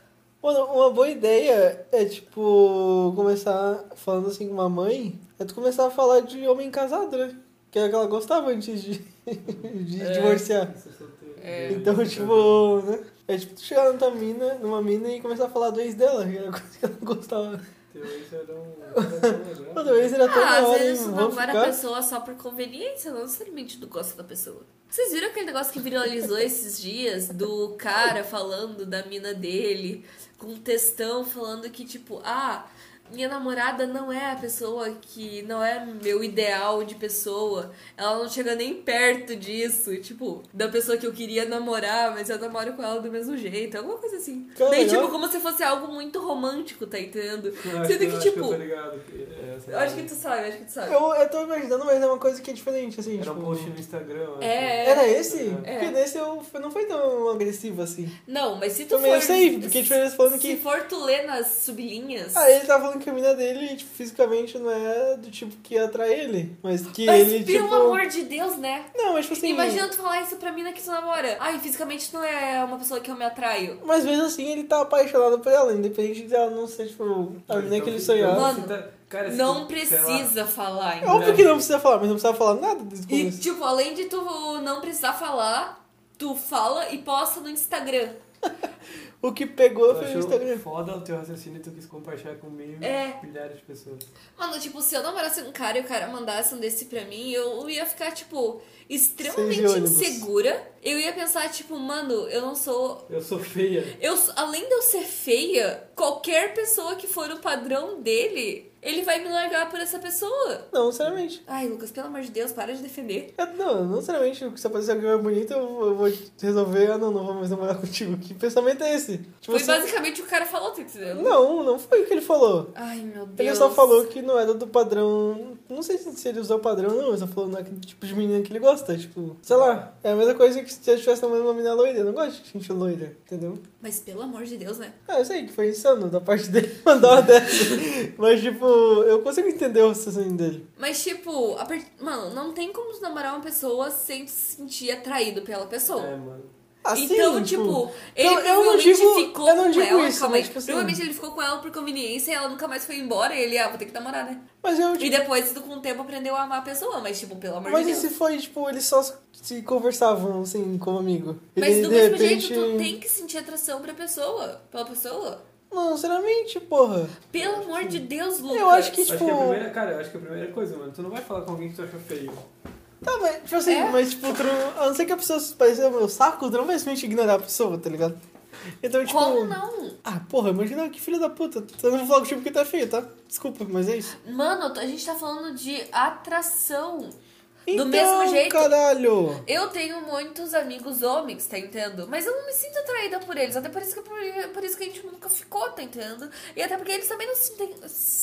Speaker 4: Mano, uma boa ideia é, tipo, começar falando assim com uma mãe, é tu começar a falar de homem casado, né? Que era o que ela gostava antes de, de
Speaker 5: É.
Speaker 4: divorciar.
Speaker 6: Isso é solteiro.
Speaker 5: É.
Speaker 4: Então, tipo, né? É tipo tu chegar na tua mina, numa mina e começar a falar do ex dela, que era a coisa que ela gostava.
Speaker 6: Teu ex era um.
Speaker 4: [laughs]
Speaker 6: Era tão legal.
Speaker 4: Mano, o ex era tão
Speaker 5: Ah,
Speaker 4: da
Speaker 5: às
Speaker 4: hora, hein?
Speaker 5: vezes é tu
Speaker 4: Vamos
Speaker 5: namora a
Speaker 4: ficar.
Speaker 5: pessoa só por conveniência, não necessariamente tu gosta da pessoa. Vocês viram aquele negócio que viralizou [laughs] esses dias do cara falando da mina dele, com um textão falando que, tipo, ah, minha namorada não é a pessoa que. não é meu ideal de pessoa. Ela não chega nem perto disso, tipo, da pessoa que eu queria namorar, mas eu namoro com ela do mesmo jeito, alguma coisa assim.
Speaker 4: Cara,
Speaker 5: Daí,
Speaker 4: legal.
Speaker 5: tipo, como se fosse algo muito romântico, tá entendendo?
Speaker 6: Eu acho
Speaker 5: Sendo que,
Speaker 6: eu acho
Speaker 5: tipo,
Speaker 6: eu tô ligado. que é essa
Speaker 5: Eu acho que tu sabe, eu acho que tu sabe.
Speaker 4: Eu, eu tô imaginando, mas é uma coisa que é diferente, assim,
Speaker 6: Era
Speaker 4: tipo...
Speaker 6: um post no Instagram. eu acho.
Speaker 5: É.
Speaker 4: Era esse?
Speaker 6: É.
Speaker 4: Porque nesse eu não foi tão agressivo assim.
Speaker 5: Não, mas se tu
Speaker 4: Também eu
Speaker 5: for.
Speaker 4: sei, porque a diferença falando que
Speaker 5: Se for tu ler nas sublinhas.
Speaker 4: Ah, ele tá falando que a mina dele, tipo, fisicamente não é do tipo que atrai ele. Mas que
Speaker 5: Mas
Speaker 4: ele,
Speaker 5: pelo
Speaker 4: tipo.
Speaker 5: amor de Deus, né?
Speaker 4: Não, mas tipo assim.
Speaker 5: Imagina tu falar isso pra mina que tu namora. Ai, fisicamente tu não é uma pessoa que eu me atraio.
Speaker 4: Mas mesmo assim ele tá apaixonado por ela, independente de ela não ser, tipo,
Speaker 6: tá
Speaker 4: a mina que ele sonhava.
Speaker 5: Mano,
Speaker 6: se tá- cara, se
Speaker 5: Não
Speaker 6: tu- sei lá,
Speaker 5: precisa falar,
Speaker 4: É
Speaker 5: então.
Speaker 4: óbvio que não precisa falar, mas não precisa falar nada desse
Speaker 5: E,
Speaker 4: começo.
Speaker 5: tipo, além de tu não precisar falar, tu fala e posta no Instagram.
Speaker 4: O que pegou
Speaker 6: Tu
Speaker 4: foi o
Speaker 6: achou
Speaker 4: Instagram.
Speaker 6: Foda o teu raciocínio e tu quis compartilhar com meio
Speaker 5: É.
Speaker 6: milhares de pessoas.
Speaker 5: Mano, tipo, se eu namorasse um cara e o cara mandasse um desse pra mim, eu ia ficar, tipo,
Speaker 4: Sem
Speaker 5: extremamente
Speaker 4: de ônibus.
Speaker 5: insegura. Eu ia pensar, tipo, mano, eu não sou.
Speaker 6: Eu sou feia.
Speaker 5: Eu, além de eu ser feia, qualquer pessoa que for o padrão dele, ele vai me largar por essa pessoa.
Speaker 4: Não, sinceramente.
Speaker 5: Ai, Lucas, pelo amor de Deus, para de defender.
Speaker 4: Eu- não, não sinceramente. Se aparecer alguém mais bonito, eu, vou- eu vou resolver. Ah, não, não vou mais namorar [laughs] contigo. Que pensamento é esse? Tipo
Speaker 5: Foi basicamente o que o cara falou, tá entendendo?
Speaker 4: Não, não foi o que ele falou.
Speaker 5: Ai, meu Deus.
Speaker 4: Ele só falou que não era do padrão. Não sei se se ele usou o padrão, não. Ele só falou naquele tipo de menina que ele gosta. Tipo, sei lá. É a mesma coisa que se eu tivesse namorando uma menina loira. Eu não gosto de gente loira, entendeu?
Speaker 5: Mas pelo amor de Deus, né?
Speaker 4: Ah, eu sei que foi insano da parte dele [laughs] mandar uma dessa. Mas, tipo, eu consigo entender o raciocínio dele.
Speaker 5: Mas, tipo, a per- mano, não tem como tu namorar uma pessoa sem se sentir atraído pela pessoa.
Speaker 6: É, mano.
Speaker 4: Assim,
Speaker 5: então, tipo, ele
Speaker 4: eu não
Speaker 5: provavelmente
Speaker 4: digo-
Speaker 5: ficou
Speaker 4: eu não
Speaker 5: com
Speaker 4: digo
Speaker 5: ela,
Speaker 4: isso,
Speaker 5: calma
Speaker 4: mas,
Speaker 5: aí.
Speaker 4: tipo assim-
Speaker 5: Provavelmente ele ficou com ela por conveniência e ela nunca mais foi embora e ele, ah, vou ter que namorar, né?
Speaker 4: Mas eu,
Speaker 5: E
Speaker 4: tipo,
Speaker 5: depois, com o tempo, aprendeu a amar a pessoa, mas, tipo, pelo amor
Speaker 4: Mas
Speaker 5: de
Speaker 4: e
Speaker 5: Deus.
Speaker 4: se foi, tipo, eles só se conversavam, assim, como amigo?
Speaker 5: Mas
Speaker 4: Ele,
Speaker 5: do
Speaker 4: de
Speaker 5: mesmo
Speaker 4: repente...
Speaker 5: jeito, tu tem que sentir atração pra pessoa, pela pessoa.
Speaker 4: Não, sinceramente, porra.
Speaker 5: Pelo amor de Deus, Lucas.
Speaker 4: Eu acho que,
Speaker 6: Acho
Speaker 4: tipo...
Speaker 6: que a primeira, cara, eu acho que a primeira coisa, mano, tu não vai falar com alguém que tu acha feio.
Speaker 4: Tá, mas, tipo assim,
Speaker 5: É?
Speaker 4: mas, tipo, tu não... a não ser que a pessoa se pareça meu saco, tu não vai simplesmente ignorar a pessoa, tá ligado? Então, tipo...
Speaker 5: Como não?
Speaker 4: Ah, porra, imagina que filho da puta. Tu não vou falar contigo porque tá feio, tá? Desculpa, mas é isso.
Speaker 5: Mano, a gente tá falando de atração.
Speaker 4: Então,
Speaker 5: mesmo jeito-
Speaker 4: caralho...
Speaker 5: Eu tenho muitos amigos homens, tá entendendo? Mas eu não me sinto atraída por eles. Até por isso que, por, por isso que a gente nunca ficou, tá entendendo? E até porque eles também não se, sentem,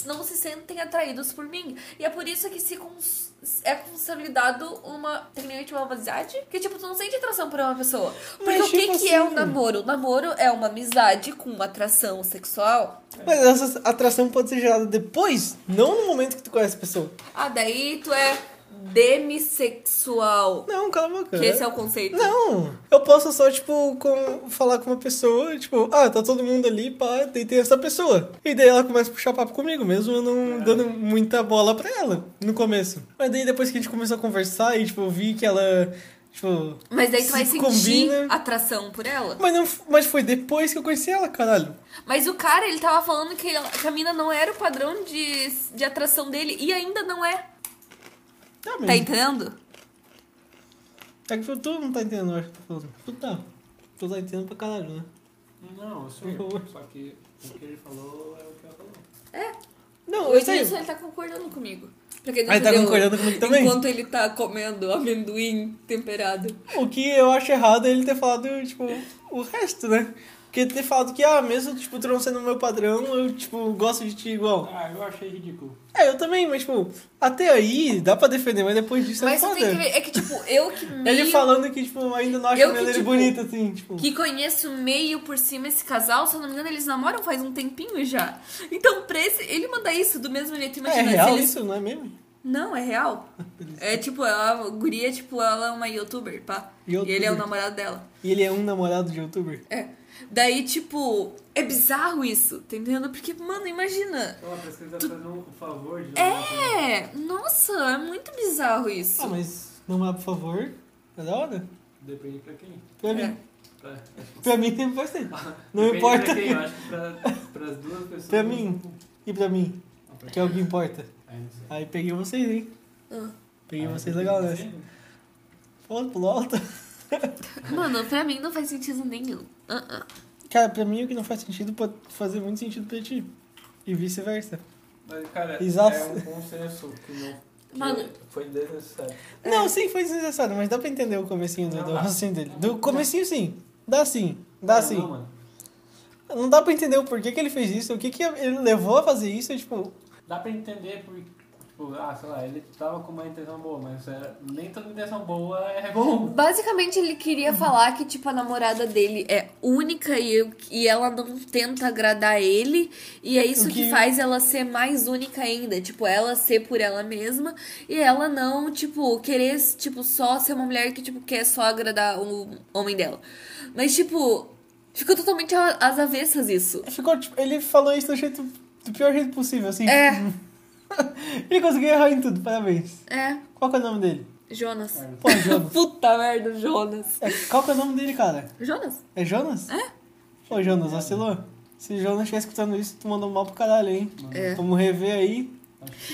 Speaker 5: não se sentem atraídos por mim. E é por isso que se cons- é consolidado uma, tecnicamente uma amizade. Que, tipo, tu não sente atração por uma pessoa. Porque
Speaker 4: Mas,
Speaker 5: o que,
Speaker 4: tipo
Speaker 5: que é um
Speaker 4: assim-
Speaker 5: namoro? O namoro é uma amizade com uma atração sexual.
Speaker 4: Mas essa atração pode ser gerada depois, não no momento que tu conhece a pessoa.
Speaker 5: Ah, daí tu é demissexual.
Speaker 4: Não, cala a boca.
Speaker 5: Que esse é o conceito.
Speaker 4: Não, eu posso só, tipo, com- falar com uma pessoa, tipo, ah, tá todo mundo ali, pá, tem, tem essa pessoa. E daí ela começa a puxar papo comigo, mesmo eu
Speaker 5: É.
Speaker 4: não dando muita bola pra ela no começo. Mas daí depois que a gente começou a conversar e, tipo, eu vi que ela, tipo...
Speaker 5: Mas daí tu vai sentir
Speaker 4: combina.
Speaker 5: atração por ela.
Speaker 4: Mas, não, mas foi depois que eu conheci ela, caralho.
Speaker 5: Mas o cara, ele tava falando que ela- que a mina não era o padrão de, de atração dele e ainda não é.
Speaker 4: Tá,
Speaker 5: Tá
Speaker 4: mas...
Speaker 5: entendendo?
Speaker 4: É que tu não tá entendendo, eu acho que tu tá falando. Tu tá. Tu tá entendendo pra caralho, né?
Speaker 6: Não, eu sou eu. Só que o que ele falou é o que ela falou.
Speaker 4: Não, eu
Speaker 5: Hoje
Speaker 4: sei.
Speaker 5: isso ele tá concordando comigo. Porque ele
Speaker 4: Aí tá
Speaker 5: entendeu?
Speaker 4: concordando comigo também?
Speaker 5: Enquanto ele tá comendo amendoim temperado.
Speaker 4: O que eu acho errado é ele ter falado, tipo, o resto, né? Porque ter falado que, ah, mesmo, tipo, tu não sendo meu padrão, eu, tipo, gosto de ti igual.
Speaker 6: Ah, eu achei ridículo.
Speaker 4: É, eu também, mas, tipo, até aí dá pra defender, mas depois disso
Speaker 5: Mas
Speaker 4: é
Speaker 5: tu
Speaker 4: foda.
Speaker 5: tem que ver, é que tipo, eu que
Speaker 4: Ele
Speaker 5: meio...
Speaker 4: falando que, tipo, ainda não acha
Speaker 5: Eu
Speaker 4: o
Speaker 5: que,
Speaker 4: dele
Speaker 5: tipo,
Speaker 4: bonito, assim, tipo...
Speaker 5: Que conheço meio por cima esse casal, se eu não me engano, eles namoram faz um tempinho já. Então, pra esse, ele manda isso do mesmo jeito.
Speaker 4: É
Speaker 5: Imagina, se
Speaker 4: real
Speaker 5: eles-
Speaker 4: isso, não é mesmo?
Speaker 5: Não, é real. É tipo, ela, a guria, tipo, ela é uma youtuber, pá. E ele é o
Speaker 4: Youtuber.
Speaker 5: namorado dela.
Speaker 4: E ele é um namorado de youtuber.
Speaker 5: É. Daí, tipo, é bizarro isso, tá entendendo? Porque, mano, imagina.
Speaker 6: Então, parece que ele tá fazendo um favor de.
Speaker 5: É, nossa, é muito bizarro isso.
Speaker 4: Ah, mas namorar, por favor, é da hora.
Speaker 6: Depende pra quem.
Speaker 4: Pra
Speaker 5: É.
Speaker 4: mim,
Speaker 6: Pra-
Speaker 4: pra mim tem bastante. Não
Speaker 6: Depende
Speaker 4: importa.
Speaker 6: Pra quem, eu acho que é. pra, pras duas pessoas.
Speaker 4: Pra mim. E pra mim,
Speaker 6: Ah, pra-
Speaker 4: que é o que importa.
Speaker 6: Aí não sei.
Speaker 4: Aí peguei vocês, hein?
Speaker 5: Ah.
Speaker 4: Peguei vocês é legal né? nessa. Pô, pulou alto.
Speaker 5: Mano, pra mim não faz sentido nenhum. Ah, ah.
Speaker 4: Cara, pra mim o que não faz sentido pode fazer muito sentido pra ti. E vice-versa.
Speaker 6: Mas, cara,
Speaker 4: Exato.
Speaker 6: é um consenso que não. que
Speaker 5: Mano.
Speaker 6: Foi desnecessário.
Speaker 4: Não, sim, foi desnecessário, mas dá pra entender o comecinho do, do
Speaker 6: Não.
Speaker 4: raciocínio dele. Do comecinho sim. Dá sim. Dá
Speaker 6: Não,
Speaker 4: sim.
Speaker 6: não,
Speaker 4: Não,
Speaker 6: mano.
Speaker 4: dá pra entender o porquê que ele fez isso, o que, que ele levou a fazer isso, e, tipo.
Speaker 6: Dá pra entender porque. Tipo, ah, sei lá, ele tava com uma intenção boa, mas é, nem toda intenção boa é bom.
Speaker 5: Basicamente, ele queria falar que, tipo, a namorada dele é única e, eu- e ela não tenta agradar ele. E é isso
Speaker 4: O
Speaker 5: que...
Speaker 4: que-
Speaker 5: faz ela ser mais única ainda. Tipo, ela ser por ela mesma. E ela não, tipo, querer, tipo, só ser uma mulher que, tipo, quer só agradar o homem dela. Mas, tipo, ficou totalmente a- às avessas isso.
Speaker 4: Ficou, tipo, ele falou isso do jeito. Do pior jeito possível, assim.
Speaker 5: É,
Speaker 4: Ele conseguiu errar em tudo, parabéns.
Speaker 5: é,
Speaker 4: Qual que é o nome dele?
Speaker 5: Jonas.
Speaker 4: Pô, é
Speaker 5: [laughs]
Speaker 4: Jonas.
Speaker 5: Puta merda, Jonas.
Speaker 4: É, qual que é o nome dele, cara?
Speaker 5: Jonas?
Speaker 4: É Jonas? É? Ô, Jonas, vacilou. Se o Jonas estiver escutando isso, tu mandou um mal pro caralho, hein?
Speaker 5: É.
Speaker 4: Vamos rever aí.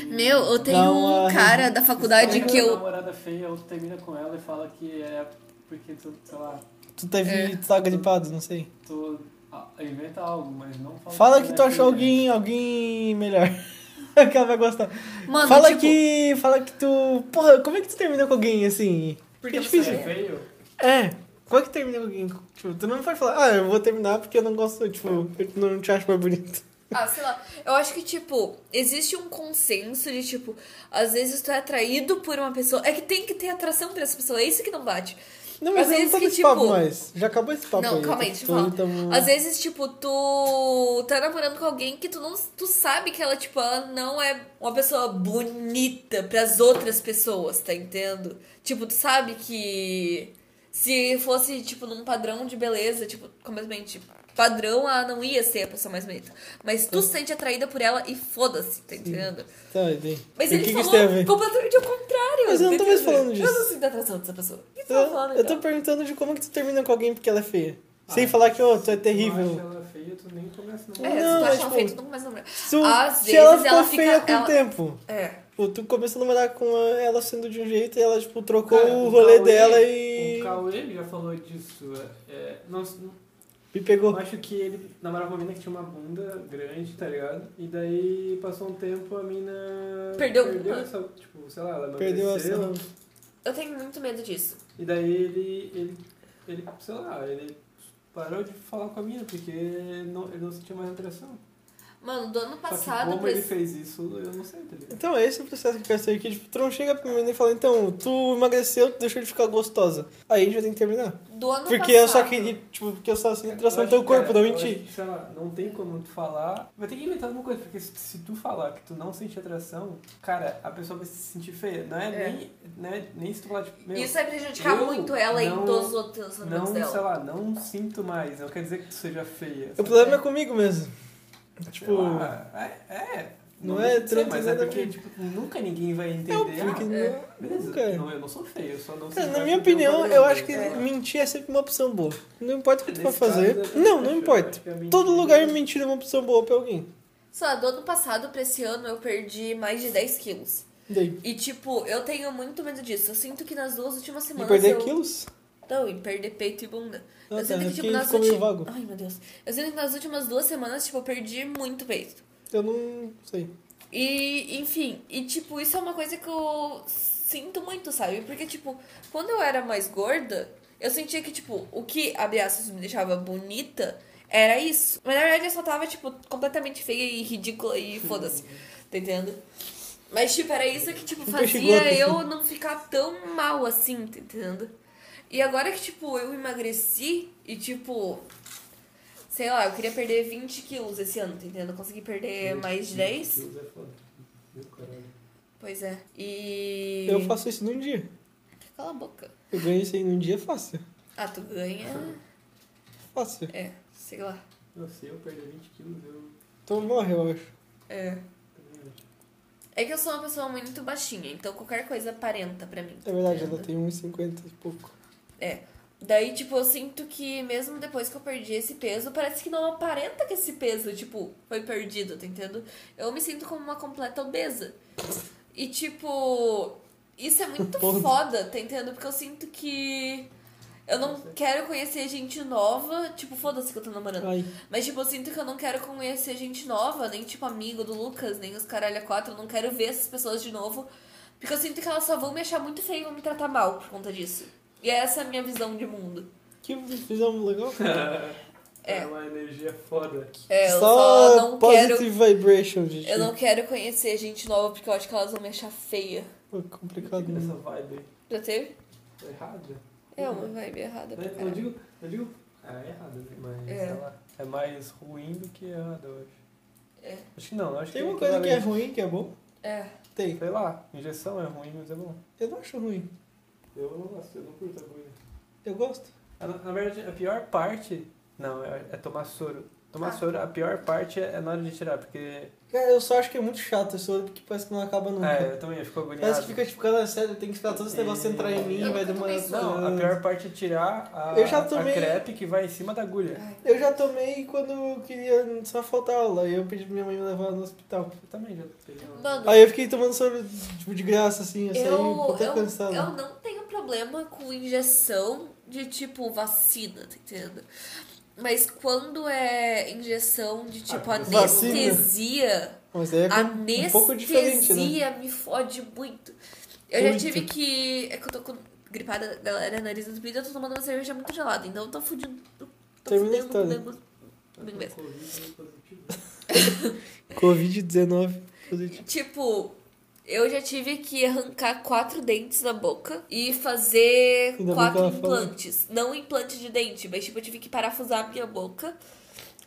Speaker 5: Meu, eu tenho
Speaker 4: Dá
Speaker 5: um
Speaker 4: uma-
Speaker 5: cara da
Speaker 4: [laughs]
Speaker 5: faculdade que
Speaker 6: Uma
Speaker 5: eu.
Speaker 6: namorada feia, outro termina com ela e fala que é porque tu, sei lá,
Speaker 4: Tu teve,
Speaker 5: É.
Speaker 4: tu tá gripado, não sei.
Speaker 6: tu ah, inventa algo, mas não fala.
Speaker 4: Fala
Speaker 5: né?
Speaker 4: que tu
Speaker 6: é
Speaker 4: achou
Speaker 6: feia.
Speaker 4: alguém, alguém melhor. [laughs] que ela vai gostar.
Speaker 5: Mano,
Speaker 4: fala
Speaker 5: tipo,
Speaker 4: que. Fala que tu. Porra, como é que tu terminou com alguém assim?
Speaker 5: Porque
Speaker 4: é
Speaker 5: você
Speaker 6: É
Speaker 4: difícil.
Speaker 6: feio?
Speaker 4: É. Como é que termina com alguém? Tipo, tu não pode falar, ah, eu vou terminar porque eu não gosto, tipo, eu não te acho mais bonito. [laughs]
Speaker 5: Ah, sei lá. Eu acho que, tipo, existe um consenso de, tipo, às vezes tu é atraído por uma pessoa. É que tem que ter atração por essa pessoa, é isso que não bate.
Speaker 4: Não, mas
Speaker 5: Às
Speaker 4: eu não
Speaker 5: vezes
Speaker 4: tô
Speaker 5: que,
Speaker 4: nesse papo
Speaker 5: tipo-
Speaker 4: mais. Já acabou esse papo
Speaker 5: Não,
Speaker 4: aí. tá então,
Speaker 5: calma aí,
Speaker 4: tô-
Speaker 5: deixa eu
Speaker 4: tô-
Speaker 5: falar.
Speaker 4: tamo-
Speaker 5: Às vezes, tipo, tu tá namorando com alguém que tu não. Tu sabe que ela, tipo, ela não é uma pessoa bonita pras outras pessoas, tá entendendo? Tipo, tu sabe que se fosse, tipo, num padrão de beleza, tipo, completamente padrão, ela não ia ser a pessoa mais bonita. Mas tu se sente atraída por ela e foda-se, tá entendendo?
Speaker 4: Tá, entendi.
Speaker 5: Mas
Speaker 4: E
Speaker 5: ele
Speaker 4: o que que isso tem a
Speaker 5: falou [laughs]
Speaker 4: ver?
Speaker 5: completamente ao contrário.
Speaker 4: Mas eu não tô mais
Speaker 5: entendeu?
Speaker 4: falando disso.
Speaker 5: Eu não sinto atração dessa pessoa. O que tu tá falando,
Speaker 4: Eu, eu tô
Speaker 5: então?
Speaker 4: perguntando de como que tu termina com alguém porque ela é feia. Sem falar que, ô, tu é
Speaker 6: Se tu
Speaker 4: terrível.
Speaker 6: acha ela feia, tu nem começa a
Speaker 5: É, se
Speaker 4: Não,
Speaker 5: tu
Speaker 4: mas,
Speaker 5: achar
Speaker 4: tipo,
Speaker 5: feito, tu não começa a namorar.
Speaker 4: Se, o-
Speaker 5: Às
Speaker 4: se ela
Speaker 5: vezes
Speaker 4: ficou
Speaker 5: ela fica-
Speaker 4: feia com
Speaker 5: ela-
Speaker 4: o tempo.
Speaker 5: É.
Speaker 4: Tipo, tu começou a namorar com a- ela sendo de um jeito e ela, tipo, trocou
Speaker 6: Cara, um
Speaker 4: o rolê
Speaker 6: Cauê-
Speaker 4: dela e.
Speaker 6: O Cauê já falou disso. é, é, não,
Speaker 4: Me
Speaker 6: eu
Speaker 4: pegou.
Speaker 6: acho que ele namorava uma mina que tinha uma bunda grande, tá ligado? E daí passou um tempo a mina.
Speaker 5: Perdeu.
Speaker 6: Perdeu essa. Tipo, sei lá, ela
Speaker 4: Perdeu essa.
Speaker 6: emagreceu.
Speaker 5: Eu tenho muito medo disso.
Speaker 6: E daí ele, ele, ele, sei lá, ele parou de falar com a mina, porque não, ele não sentia mais atração.
Speaker 5: Mano, do ano
Speaker 6: Só que
Speaker 5: passado
Speaker 6: como
Speaker 5: pra
Speaker 6: ele
Speaker 5: esse...
Speaker 6: fez isso, eu não sei, tá ligado?
Speaker 4: Então, é esse o processo que eu quero sair aqui. Tipo, tu não chega pra mim e fala, então, tu emagreceu, tu deixou de ficar gostosa. Aí a gente já tem que terminar.
Speaker 5: do ano
Speaker 4: Porque
Speaker 5: passado.
Speaker 4: eu só queria, tipo, porque eu só sinto atração no teu corpo, não
Speaker 6: eu
Speaker 4: menti.
Speaker 6: acho que, sei lá, não tem como tu falar. Vai ter que inventar alguma coisa, porque se, se tu falar que tu não sente atração, cara, a pessoa vai se sentir feia. Não é,
Speaker 5: É.
Speaker 6: Nem, não é nem se tu falar, tipo, meu,
Speaker 5: Isso é vai prejudicar
Speaker 6: eu
Speaker 5: muito ela
Speaker 6: não-
Speaker 5: em todos os outros relacionamentos
Speaker 6: não, sei
Speaker 5: dela.
Speaker 6: lá, não sinto mais. Não quer dizer que tu seja feia.
Speaker 4: O
Speaker 6: sabe?
Speaker 4: problema é comigo mesmo. Tipo,
Speaker 6: Sei lá, é, é.
Speaker 4: Não é
Speaker 6: sei,
Speaker 4: tanto
Speaker 6: mas é porque
Speaker 4: exatamente.
Speaker 6: tipo, nunca ninguém vai entender.
Speaker 4: é óbvio que
Speaker 6: ah,
Speaker 4: não.
Speaker 6: beleza,
Speaker 4: nunca. é.
Speaker 6: Não, eu não sou feio, eu um só não
Speaker 4: Cara,
Speaker 6: sei
Speaker 4: na
Speaker 6: mais
Speaker 4: minha
Speaker 6: o que
Speaker 4: opinião,
Speaker 6: tô
Speaker 4: eu acho que
Speaker 6: fazendo.
Speaker 4: mentir é sempre uma opção boa. Não importa o que tu for
Speaker 6: Nesse caso, é
Speaker 4: fazer.
Speaker 6: eu acho
Speaker 4: Não,
Speaker 6: que
Speaker 4: não
Speaker 6: eu
Speaker 4: importa.
Speaker 6: acho que a mentira-
Speaker 4: Todo lugar mentir é uma opção boa pra alguém.
Speaker 5: Sei lá, do ano passado pra esse ano eu perdi mais de 10 quilos.
Speaker 4: Daí.
Speaker 5: E tipo, eu tenho muito medo disso. Eu sinto que nas duas últimas
Speaker 4: E
Speaker 5: semanas.
Speaker 4: perder
Speaker 5: eu...
Speaker 4: quilos?
Speaker 5: Não, e perder peito e bunda. eu
Speaker 4: Ah, tá,
Speaker 5: sinto que, tipo,
Speaker 4: fiquei-
Speaker 5: nas
Speaker 4: ficou meio
Speaker 5: últimas.
Speaker 4: vago.
Speaker 5: Ai, meu Deus. Eu sinto que nas últimas duas semanas, tipo, eu perdi muito peito.
Speaker 4: Eu não sei.
Speaker 5: E, enfim, e tipo, isso é uma coisa que eu sinto muito, sabe? Porque, tipo, quando eu era mais gorda, eu sentia que, tipo, o que, abre aspas, me deixava bonita era isso. Mas na verdade eu só tava, tipo, completamente feia e ridícula
Speaker 4: Uhum.
Speaker 5: e foda-se, tá entendendo? Mas, tipo, era isso que, tipo,
Speaker 4: Um [laughs] peixe
Speaker 5: fazia
Speaker 4: gordo.
Speaker 5: eu não ficar tão mal assim, tá entendendo? E agora que, tipo, eu emagreci e, tipo, sei lá, eu queria perder 20 quilos esse ano, tá entendendo? Eu consegui perder mais de 10.
Speaker 6: Deus é foda. Meu caralho.
Speaker 5: Pois é. E.
Speaker 4: Eu faço isso num dia.
Speaker 5: Cala a boca.
Speaker 4: Eu ganho isso aí num dia é fácil.
Speaker 5: Ah, tu ganha.
Speaker 4: Fácil.
Speaker 5: É, sei lá.
Speaker 6: Não, se eu perder 20 quilos, eu
Speaker 4: Tu Então morre, eu acho.
Speaker 5: É.
Speaker 6: também acho.
Speaker 5: É que eu sou uma pessoa muito baixinha, então qualquer coisa aparenta pra mim.
Speaker 4: É verdade,
Speaker 5: entendeu?
Speaker 4: ela tem uns 50 e pouco.
Speaker 5: Daí, tipo, eu sinto que mesmo depois que eu perdi esse peso, parece que não aparenta que esse peso, tipo, foi perdido, tá entendendo? Eu me sinto como uma completa obesa. E, tipo,
Speaker 4: [laughs]
Speaker 5: isso é muito
Speaker 4: Ponto.
Speaker 5: foda, tá entendendo? Porque eu sinto que eu não quero conhecer gente nova, tipo, foda-se que eu tô namorando.
Speaker 4: Ai.
Speaker 5: Mas, tipo, eu sinto que eu não quero conhecer gente nova, nem, tipo, amigo do Lucas, nem os caralho a quatro. Eu não quero ver essas pessoas de novo. Porque eu sinto que elas só vão me achar muito feio e vão me tratar mal por conta disso. E essa é a minha visão de mundo.
Speaker 4: Que visão legal.
Speaker 5: É.
Speaker 6: É uma energia foda.
Speaker 5: É, eu só não quero.
Speaker 4: positive vibration, gente.
Speaker 5: Eu não quero conhecer gente nova porque eu acho que elas vão me achar feia.
Speaker 4: Pô, complicado. né?
Speaker 6: Essa vibe aí.
Speaker 5: Já teve?
Speaker 6: Tá errada.
Speaker 5: É uma vibe errada pra
Speaker 6: Eu
Speaker 5: caralho.
Speaker 6: digo, eu digo, é errada, né? Mas
Speaker 5: É.
Speaker 6: ela é mais ruim do que errada, eu acho.
Speaker 5: É.
Speaker 6: Acho que não, acho
Speaker 4: Tem
Speaker 6: que
Speaker 4: uma coisa que é
Speaker 6: equivalente.
Speaker 4: ruim, que é bom?
Speaker 5: É.
Speaker 4: Tem.
Speaker 6: Sei lá, injeção é ruim, mas é bom.
Speaker 4: Eu não acho ruim.
Speaker 6: Eu não gosto, eu não curto agulha.
Speaker 4: Eu gosto.
Speaker 6: Ah, Na, na verdade, a pior parte. Não, é, é tomar soro. Tomar soro, a pior parte é na hora de tirar, porque.
Speaker 4: Cara, eu só acho que é muito chato esse soro, porque parece que não acaba nunca.
Speaker 6: É, eu também fico agoniado.
Speaker 4: Uhum. Parece que fica tipo, cara, sério, tem que esperar todo esse negócio entrar em mim,
Speaker 5: Eu assim.
Speaker 4: vai
Speaker 5: nunca tomei
Speaker 4: demorar
Speaker 5: soro.
Speaker 6: Não, a
Speaker 4: tanto.
Speaker 6: pior parte é tirar a,
Speaker 4: assim, né? Eu já
Speaker 6: a
Speaker 4: tomei-
Speaker 6: crepe que vai em cima da agulha.
Speaker 4: Eu já tomei quando eu queria só faltar aula, aí eu pedi pra minha mãe me levar no hospital.
Speaker 6: Eu também já peguei uma-
Speaker 5: Mano,
Speaker 4: Aí eu fiquei tomando soro, tipo, de graça, assim, eu saí
Speaker 5: Ah. eu,
Speaker 4: puta
Speaker 5: eu,
Speaker 4: cansado.
Speaker 5: eu não tenho problema com injeção de tipo vacina, tá entendendo? Mas quando é injeção de tipo
Speaker 4: Ah, vacina.
Speaker 5: anestesia,
Speaker 4: Mas aí é
Speaker 5: anestesia
Speaker 4: um pouco diferente, né?
Speaker 5: me fode muito. Eu
Speaker 4: Muito.
Speaker 5: já tive que. É que eu tô com gripada, galera, nariz entupido, eu tô tomando uma cerveja muito gelada, então eu tô fudindo. Tô
Speaker 4: Termina a
Speaker 5: fudendo
Speaker 4: história.
Speaker 5: comigo- comigo mesmo.
Speaker 4: Covid-19.
Speaker 5: Tipo, eu já tive que arrancar quatro dentes da boca e fazer
Speaker 4: Ainda bem que
Speaker 5: quatro
Speaker 4: ela falou.
Speaker 5: implantes. Não implante de dente, mas tipo, eu tive que parafusar a minha boca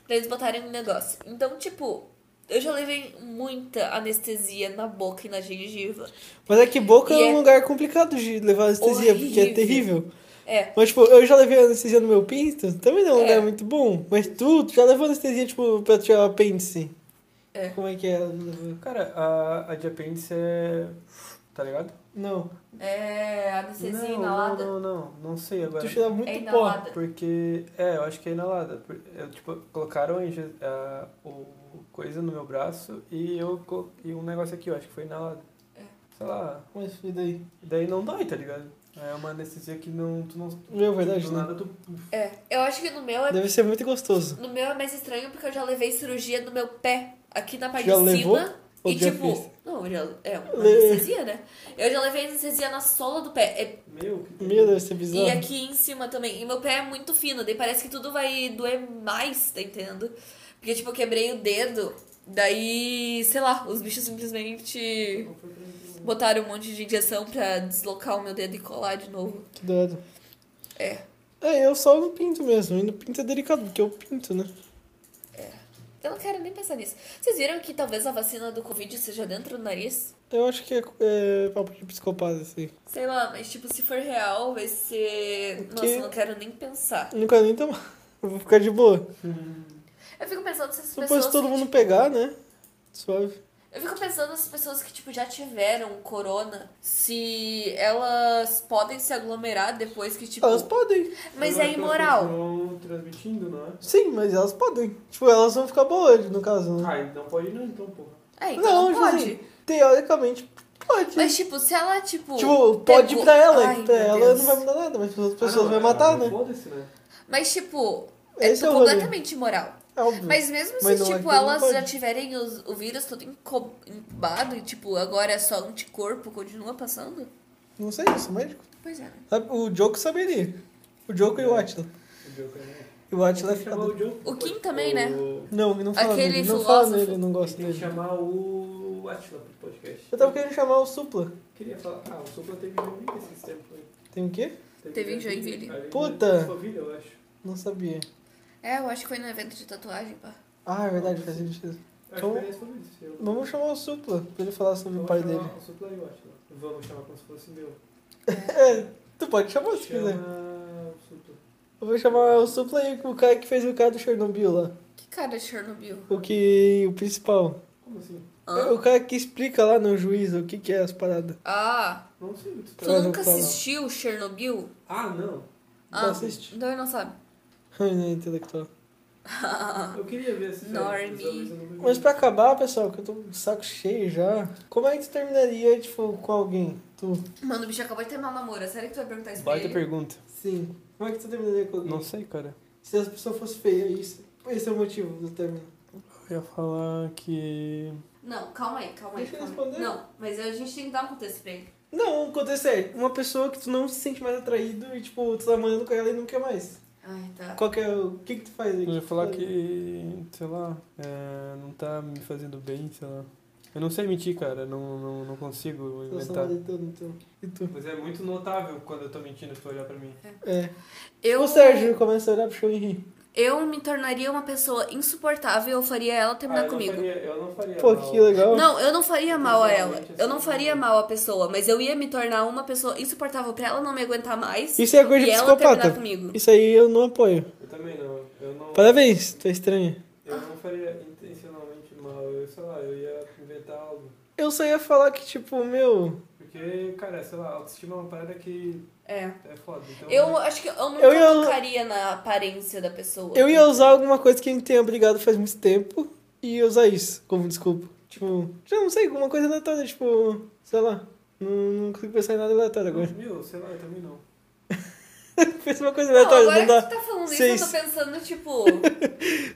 Speaker 5: pra eles botarem um negócio. Então, tipo, eu já levei muita anestesia na boca e na gengiva.
Speaker 4: Mas é que boca
Speaker 5: E
Speaker 4: é um
Speaker 5: é-
Speaker 4: lugar complicado de levar anestesia, porque é
Speaker 5: Horrível.
Speaker 4: terrível.
Speaker 5: É.
Speaker 4: Mas, tipo, eu já levei anestesia no meu pinto, também não é um
Speaker 5: É.
Speaker 4: lugar muito bom. Mas tu, tu já levou anestesia, tipo, pra tirar o apêndice?
Speaker 5: É.
Speaker 4: Como é que é?
Speaker 6: Cara, a, a de apêndice é. Tá ligado?
Speaker 4: Não,
Speaker 5: É, anestesia
Speaker 6: não,
Speaker 5: inalada.
Speaker 6: não, não, não, não sei agora.
Speaker 4: tu tira muito
Speaker 5: É
Speaker 4: pó.
Speaker 5: inalada.
Speaker 6: Porque, é, eu acho que é inalada. Por- Eu, tipo, colocaram a, inje- a- o coisa no meu braço e eu co- e um negócio aqui, eu acho que foi inalado.
Speaker 5: É.
Speaker 6: Sei lá,
Speaker 4: Mas e daí?
Speaker 6: daí não dói, tá ligado? É uma anestesia que não, tu não...
Speaker 4: Não é verdade,
Speaker 6: do
Speaker 4: né?
Speaker 6: nada tu...
Speaker 5: É. Eu acho que no meu é.
Speaker 4: Deve ser muito gostoso.
Speaker 5: No meu é mais estranho porque eu já levei cirurgia no meu pé, aqui na parte
Speaker 4: Já
Speaker 5: de
Speaker 4: levou?
Speaker 5: cima.
Speaker 4: Ou
Speaker 5: e
Speaker 4: já
Speaker 5: tipo,
Speaker 4: fez?
Speaker 5: não, já, é uma
Speaker 4: Le-
Speaker 5: anestesia, né? Eu já levei anestesia na sola do pé. É
Speaker 6: Meu, que...
Speaker 4: Meu, deve ser bizarro.
Speaker 5: E aqui em cima também. E meu pé é muito fino, daí parece que tudo vai doer mais, tá entendendo? Porque, tipo, eu quebrei o dedo, daí, sei lá, os bichos simplesmente botaram um monte de injeção pra deslocar o meu dedo e colar de novo.
Speaker 4: Que doido.
Speaker 5: É.
Speaker 4: É, eu só não pinto mesmo. E no pinto é delicado, porque eu pinto, né?
Speaker 5: Eu não quero nem pensar nisso. Vocês viram que talvez a vacina do Covid seja dentro do nariz?
Speaker 4: Eu acho que é, é papo de psicopata, assim.
Speaker 5: Sei lá, mas tipo, se for real, vai ser.
Speaker 4: O
Speaker 5: Nossa,
Speaker 4: quê?
Speaker 5: eu não quero nem pensar.
Speaker 4: Nunca nem tomar. Eu [laughs] vou ficar de boa.
Speaker 5: Eu fico pensando se essas
Speaker 4: Depois
Speaker 5: pessoas.
Speaker 4: se todo
Speaker 5: que,
Speaker 4: mundo
Speaker 5: tipo,
Speaker 4: pegar, né? Suave.
Speaker 5: Eu fico pensando nas pessoas que, tipo, já tiveram corona, se elas podem se aglomerar depois que, tipo.
Speaker 4: Elas podem.
Speaker 5: Mas
Speaker 6: Eu
Speaker 5: é
Speaker 6: acho que elas
Speaker 5: imoral.
Speaker 6: continuam transmitindo, não é?
Speaker 4: Sim, mas elas podem. Tipo, elas vão ficar boas, no caso, né?
Speaker 6: Ah, e não pode não, então, porra.
Speaker 5: É, então não,
Speaker 4: tipo
Speaker 5: pode.
Speaker 4: assim, teoricamente, pode.
Speaker 5: Mas, tipo, se ela, tipo.
Speaker 4: tipo, pode
Speaker 5: pegou-
Speaker 4: pra ela.
Speaker 5: Ai,
Speaker 4: pra
Speaker 5: meu
Speaker 4: ela
Speaker 5: Deus.
Speaker 4: não vai mudar nada, mas as outras pessoas
Speaker 6: Ah,
Speaker 4: vão
Speaker 6: não,
Speaker 4: matar,
Speaker 6: ah,
Speaker 4: né?
Speaker 6: Foda-se, né?
Speaker 5: Mas, tipo,
Speaker 4: Esse
Speaker 5: é
Speaker 4: é o rolê.
Speaker 5: completamente imoral.
Speaker 4: É óbvio.
Speaker 5: Mas mesmo
Speaker 4: Mas não,
Speaker 5: se,
Speaker 4: é que
Speaker 5: tipo,
Speaker 4: não
Speaker 5: elas
Speaker 4: pode.
Speaker 5: já tiverem os- o vírus todo enco- incubado e, tipo, agora é só anticorpo, continua passando?
Speaker 4: Não sei, eu sou médico.
Speaker 5: Pois é. né?
Speaker 4: Sabe, o Joko saberia. O Joko e o Atila.
Speaker 6: O Joker, né?
Speaker 4: E o Atila é
Speaker 6: Tem que chamar
Speaker 4: ficado.
Speaker 6: o Joker.
Speaker 5: O Kim também, né?
Speaker 6: O-
Speaker 4: Não, não fala
Speaker 5: Aquele
Speaker 4: nele. Não fala
Speaker 5: filósofo.
Speaker 4: nele, não gosto
Speaker 6: Tem que
Speaker 4: dele.
Speaker 6: chamar o Atila pro podcast.
Speaker 4: Eu tava querendo chamar o Supla.
Speaker 6: Queria falar, ah, o Supla teve Joinville esses tempos aí.
Speaker 4: Tem o quê?
Speaker 5: Teve em Joinville.
Speaker 6: Aí,
Speaker 4: Puta!
Speaker 6: em Joinville, eu acho.
Speaker 4: Não sabia.
Speaker 5: É, eu acho que foi no evento de tatuagem,
Speaker 4: [laughs]
Speaker 5: pá.
Speaker 4: Ah, é verdade, faz sentido.
Speaker 6: Eu
Speaker 4: Então-
Speaker 6: acho que é isso sobre isso. Eu-
Speaker 4: Vamos chamar o Supla pra ele falar sobre o
Speaker 6: Vamos
Speaker 4: pai
Speaker 6: chamar
Speaker 4: dele.
Speaker 6: O Supla e o Atila. Vamos chamar como se fosse meu.
Speaker 4: É, tu pode chamar se quiser.
Speaker 6: Chama o Supla.
Speaker 4: Eu vou chamar o Supla e o cara que fez o cara do Chernobyl lá.
Speaker 5: Que cara de Chernobyl.
Speaker 4: O que. O principal.
Speaker 6: Como assim?
Speaker 4: É O cara que explica lá no juiz o que, que é as paradas.
Speaker 5: Ah,
Speaker 6: Não sei o que tu tá...
Speaker 5: tu
Speaker 4: Mas eu
Speaker 5: nunca
Speaker 4: falo.
Speaker 5: assistiu Chernobyl?
Speaker 6: Ah, não.
Speaker 4: Ah.
Speaker 5: Ah,
Speaker 4: assiste. [laughs]
Speaker 5: então ele não sabe.
Speaker 4: Ai, não é intelectual.
Speaker 6: Eu queria ver essa série. mas
Speaker 5: Normie.
Speaker 6: talvez eu não veja.
Speaker 4: Mas pra acabar, pessoal, que eu tô com o saco cheio já. Como é que tu terminaria, tipo, com alguém? Tu?
Speaker 5: Mano, o bicho acabou de terminar o namoro. Será que tu vai perguntar isso pra
Speaker 6: Baita
Speaker 5: ele?
Speaker 6: pergunta.
Speaker 4: Sim. Como é que tu terminaria com alguém?
Speaker 6: Não sei, cara.
Speaker 4: Se as pessoas fossem feias, isso. Esse é o motivo do término.
Speaker 6: Eu ia falar que...
Speaker 5: Não, calma aí, calma aí.
Speaker 4: Deixa ele
Speaker 5: calma aí.
Speaker 4: responder.
Speaker 5: Não, mas a gente tem que dar um contexto pra ele.
Speaker 4: Não, acontece é uma pessoa que tu não se sente mais atraído e, tipo, tu tá morando com ela e não quer mais.
Speaker 5: Ai, tá.
Speaker 4: Qual que é o... O que que tu faz aí?
Speaker 6: Eu ia falar que, sei lá, é, não tá me fazendo bem, sei lá. Eu não sei mentir, cara, não, não, não consigo
Speaker 4: Eu sou
Speaker 6: inventar.
Speaker 4: maletano, então. E tu?
Speaker 6: Mas é muito notável quando eu tô mentindo, se tu olhar pra mim.
Speaker 4: É.
Speaker 5: Eu,
Speaker 4: O Sérgio começa a olhar pro show e rir.
Speaker 5: eu me tornaria uma pessoa insuportável, eu faria ela
Speaker 4: Ah,
Speaker 5: terminar
Speaker 6: Ah, eu
Speaker 5: comigo.
Speaker 6: Não faria, eu não faria
Speaker 4: Pô,
Speaker 6: É mal.
Speaker 4: que legal.
Speaker 5: Não, eu não faria mal a ela.
Speaker 6: Pessoalmente,
Speaker 5: Eu não
Speaker 6: assim,
Speaker 5: faria
Speaker 4: né?
Speaker 6: não.
Speaker 5: mal a pessoa, mas eu ia me tornar uma pessoa insuportável pra ela não me aguentar mais
Speaker 4: Isso é coisa
Speaker 5: e
Speaker 4: de
Speaker 5: ela terminar
Speaker 4: psicopata.
Speaker 5: comigo.
Speaker 4: Isso aí eu não apoio.
Speaker 6: Eu também não, eu não...
Speaker 4: Parabéns, tu é estranha. Eu só ia falar que, tipo, meu.
Speaker 6: Porque, cara, sei lá, autoestima é uma parada que
Speaker 5: É.
Speaker 6: é foda. Então,
Speaker 5: Eu acho que eu nunca
Speaker 4: Eu ia-
Speaker 5: focaria na aparência da pessoa.
Speaker 4: Eu ia usar alguma coisa que a gente tenha brigado faz muito tempo e ia usar isso como desculpa. Tipo, já não sei, alguma coisa aleatória, tipo, sei lá. Não, não consigo pensar em nada aleatório agora. [laughs]
Speaker 6: Meu, sei lá, eu também não.
Speaker 4: Fez uma coisa
Speaker 5: Não,
Speaker 4: aleatória,
Speaker 5: agora
Speaker 4: não
Speaker 5: que
Speaker 4: dá.
Speaker 5: tu tá falando isso, eu
Speaker 4: Seis.
Speaker 5: tô pensando, tipo...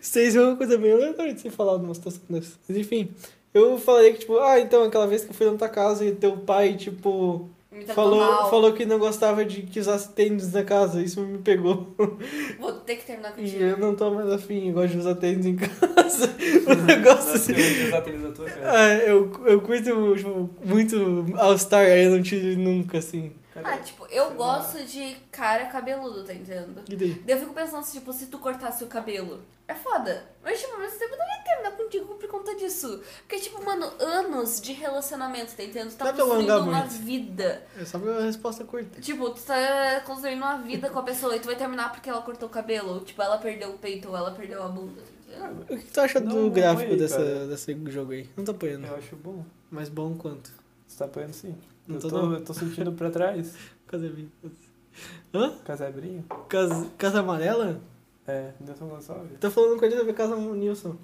Speaker 4: Vocês é uma coisa bem aleatória de se falar numa situação dessa. Mas enfim, eu falaria que, tipo, ah, então aquela vez que eu fui na tua casa e teu pai, tipo,
Speaker 5: Me tratou
Speaker 4: falou,
Speaker 5: mal.
Speaker 4: falou que não gostava de que usasse tênis na casa, isso me pegou. [laughs]
Speaker 5: Vou ter que terminar
Speaker 4: E
Speaker 5: contigo.
Speaker 4: eu não tô mais afim, eu gosto de usar tênis em casa. [laughs] o
Speaker 6: Uhum.
Speaker 4: negócio assim.
Speaker 6: Eu usar tênis na tua cara.
Speaker 4: Ah, eu, eu curto tipo, muito All-Star, aí eu não tiro nunca, assim.
Speaker 5: Ah, tipo, eu gosto de cara cabeludo, tá entendendo?
Speaker 4: E daí?
Speaker 5: Daí eu fico pensando, se, tipo, se tu cortasse o cabelo. É foda. Mas, tipo, ao mesmo tempo eu não ia terminar contigo por conta disso. Porque, tipo, mano, anos de relacionamento, tá entendendo? Tu tá
Speaker 4: Dá pra
Speaker 5: construindo
Speaker 4: alongar
Speaker 5: uma
Speaker 4: muito.
Speaker 5: vida.
Speaker 4: É só uma resposta curta.
Speaker 5: Tipo, tu tá construindo uma vida com a pessoa e tu vai terminar porque ela cortou o cabelo. Ou, tipo, ela perdeu o peito ou ela perdeu a bunda. tá entendendo?
Speaker 4: O que tu acha
Speaker 6: Não,
Speaker 4: do
Speaker 6: não
Speaker 4: gráfico
Speaker 6: apoiei,
Speaker 4: dessa,
Speaker 6: cara.
Speaker 4: desse jogo aí? Não tô apoiando,
Speaker 6: Eu acho bom.
Speaker 4: mas bom quanto.
Speaker 6: Você tá apoiando sim.
Speaker 4: Não
Speaker 6: eu,
Speaker 4: tô,
Speaker 6: tô,
Speaker 4: não.
Speaker 6: Então eu tô sentindo pra trás.
Speaker 4: Casa minha. Hã?
Speaker 6: Casabrinho.
Speaker 4: Casa, casa Amarela?
Speaker 6: É, Nilson Gonçalves.
Speaker 4: Tô falando com ele sobre Casa Nilson.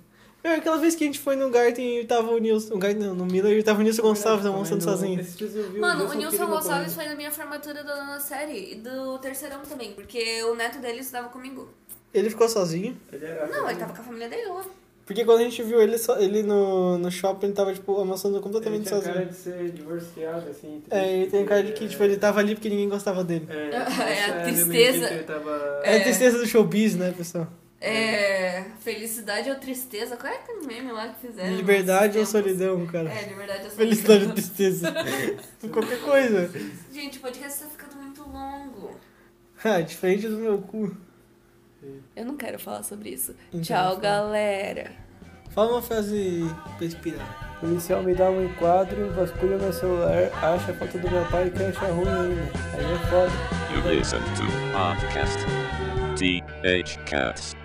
Speaker 4: Meu, aquela vez que a gente foi no Garten e tava o Nilson. O Garten não, no Miller e tava o Nilson
Speaker 6: é
Speaker 4: Gonçalves
Speaker 6: um
Speaker 4: almoçando sozinho.
Speaker 6: Esses dias eu vi um
Speaker 5: Mano, o Nilson
Speaker 6: Quirino
Speaker 5: Gonçalves
Speaker 6: correndo.
Speaker 5: foi na minha formatura da nona série e do terceirão também, porque o neto dele estudava comigo.
Speaker 4: Ele ficou sozinho.
Speaker 6: Ele era.
Speaker 5: Não, ele tava com a família dele lá.
Speaker 4: Porque quando a gente viu ele, só- ele no, no shopping, ele tava, tipo, almoçando
Speaker 6: Ele
Speaker 4: completamente
Speaker 6: tinha
Speaker 4: sozinho.
Speaker 6: cara de ser divorciado, assim. triste,
Speaker 4: É, ele tem cara de que,
Speaker 6: porque-
Speaker 4: tipo, ele tava ali porque ninguém gostava dele.
Speaker 6: É,
Speaker 5: [laughs] É, a
Speaker 6: eu
Speaker 5: tristeza.
Speaker 6: lembrei que Ele tava...
Speaker 4: É, a tristeza do showbiz, né, pessoal?
Speaker 5: É. Felicidade ou tristeza? Qual é aquele meme lá que fizeram?
Speaker 4: liberdade ou
Speaker 5: Esses tempos?
Speaker 4: solidão, cara?
Speaker 5: É, liberdade ou
Speaker 4: Felicidade ou
Speaker 5: solidão.
Speaker 4: tristeza? [laughs] Qualquer coisa.
Speaker 5: Gente, o podcast tá ficando muito longo.
Speaker 4: Ah, diferente do meu cu.
Speaker 5: Eu não quero falar sobre isso.
Speaker 4: Então,
Speaker 5: Tchau,
Speaker 4: fala.
Speaker 5: galera.
Speaker 4: Fala uma frase pra inspirar.
Speaker 6: Policial me dá um enquadro, vasculha meu celular, acha a foto do meu pai que acha ruim ainda. Aí é foda.
Speaker 1: You listen to podcast. TH Cats.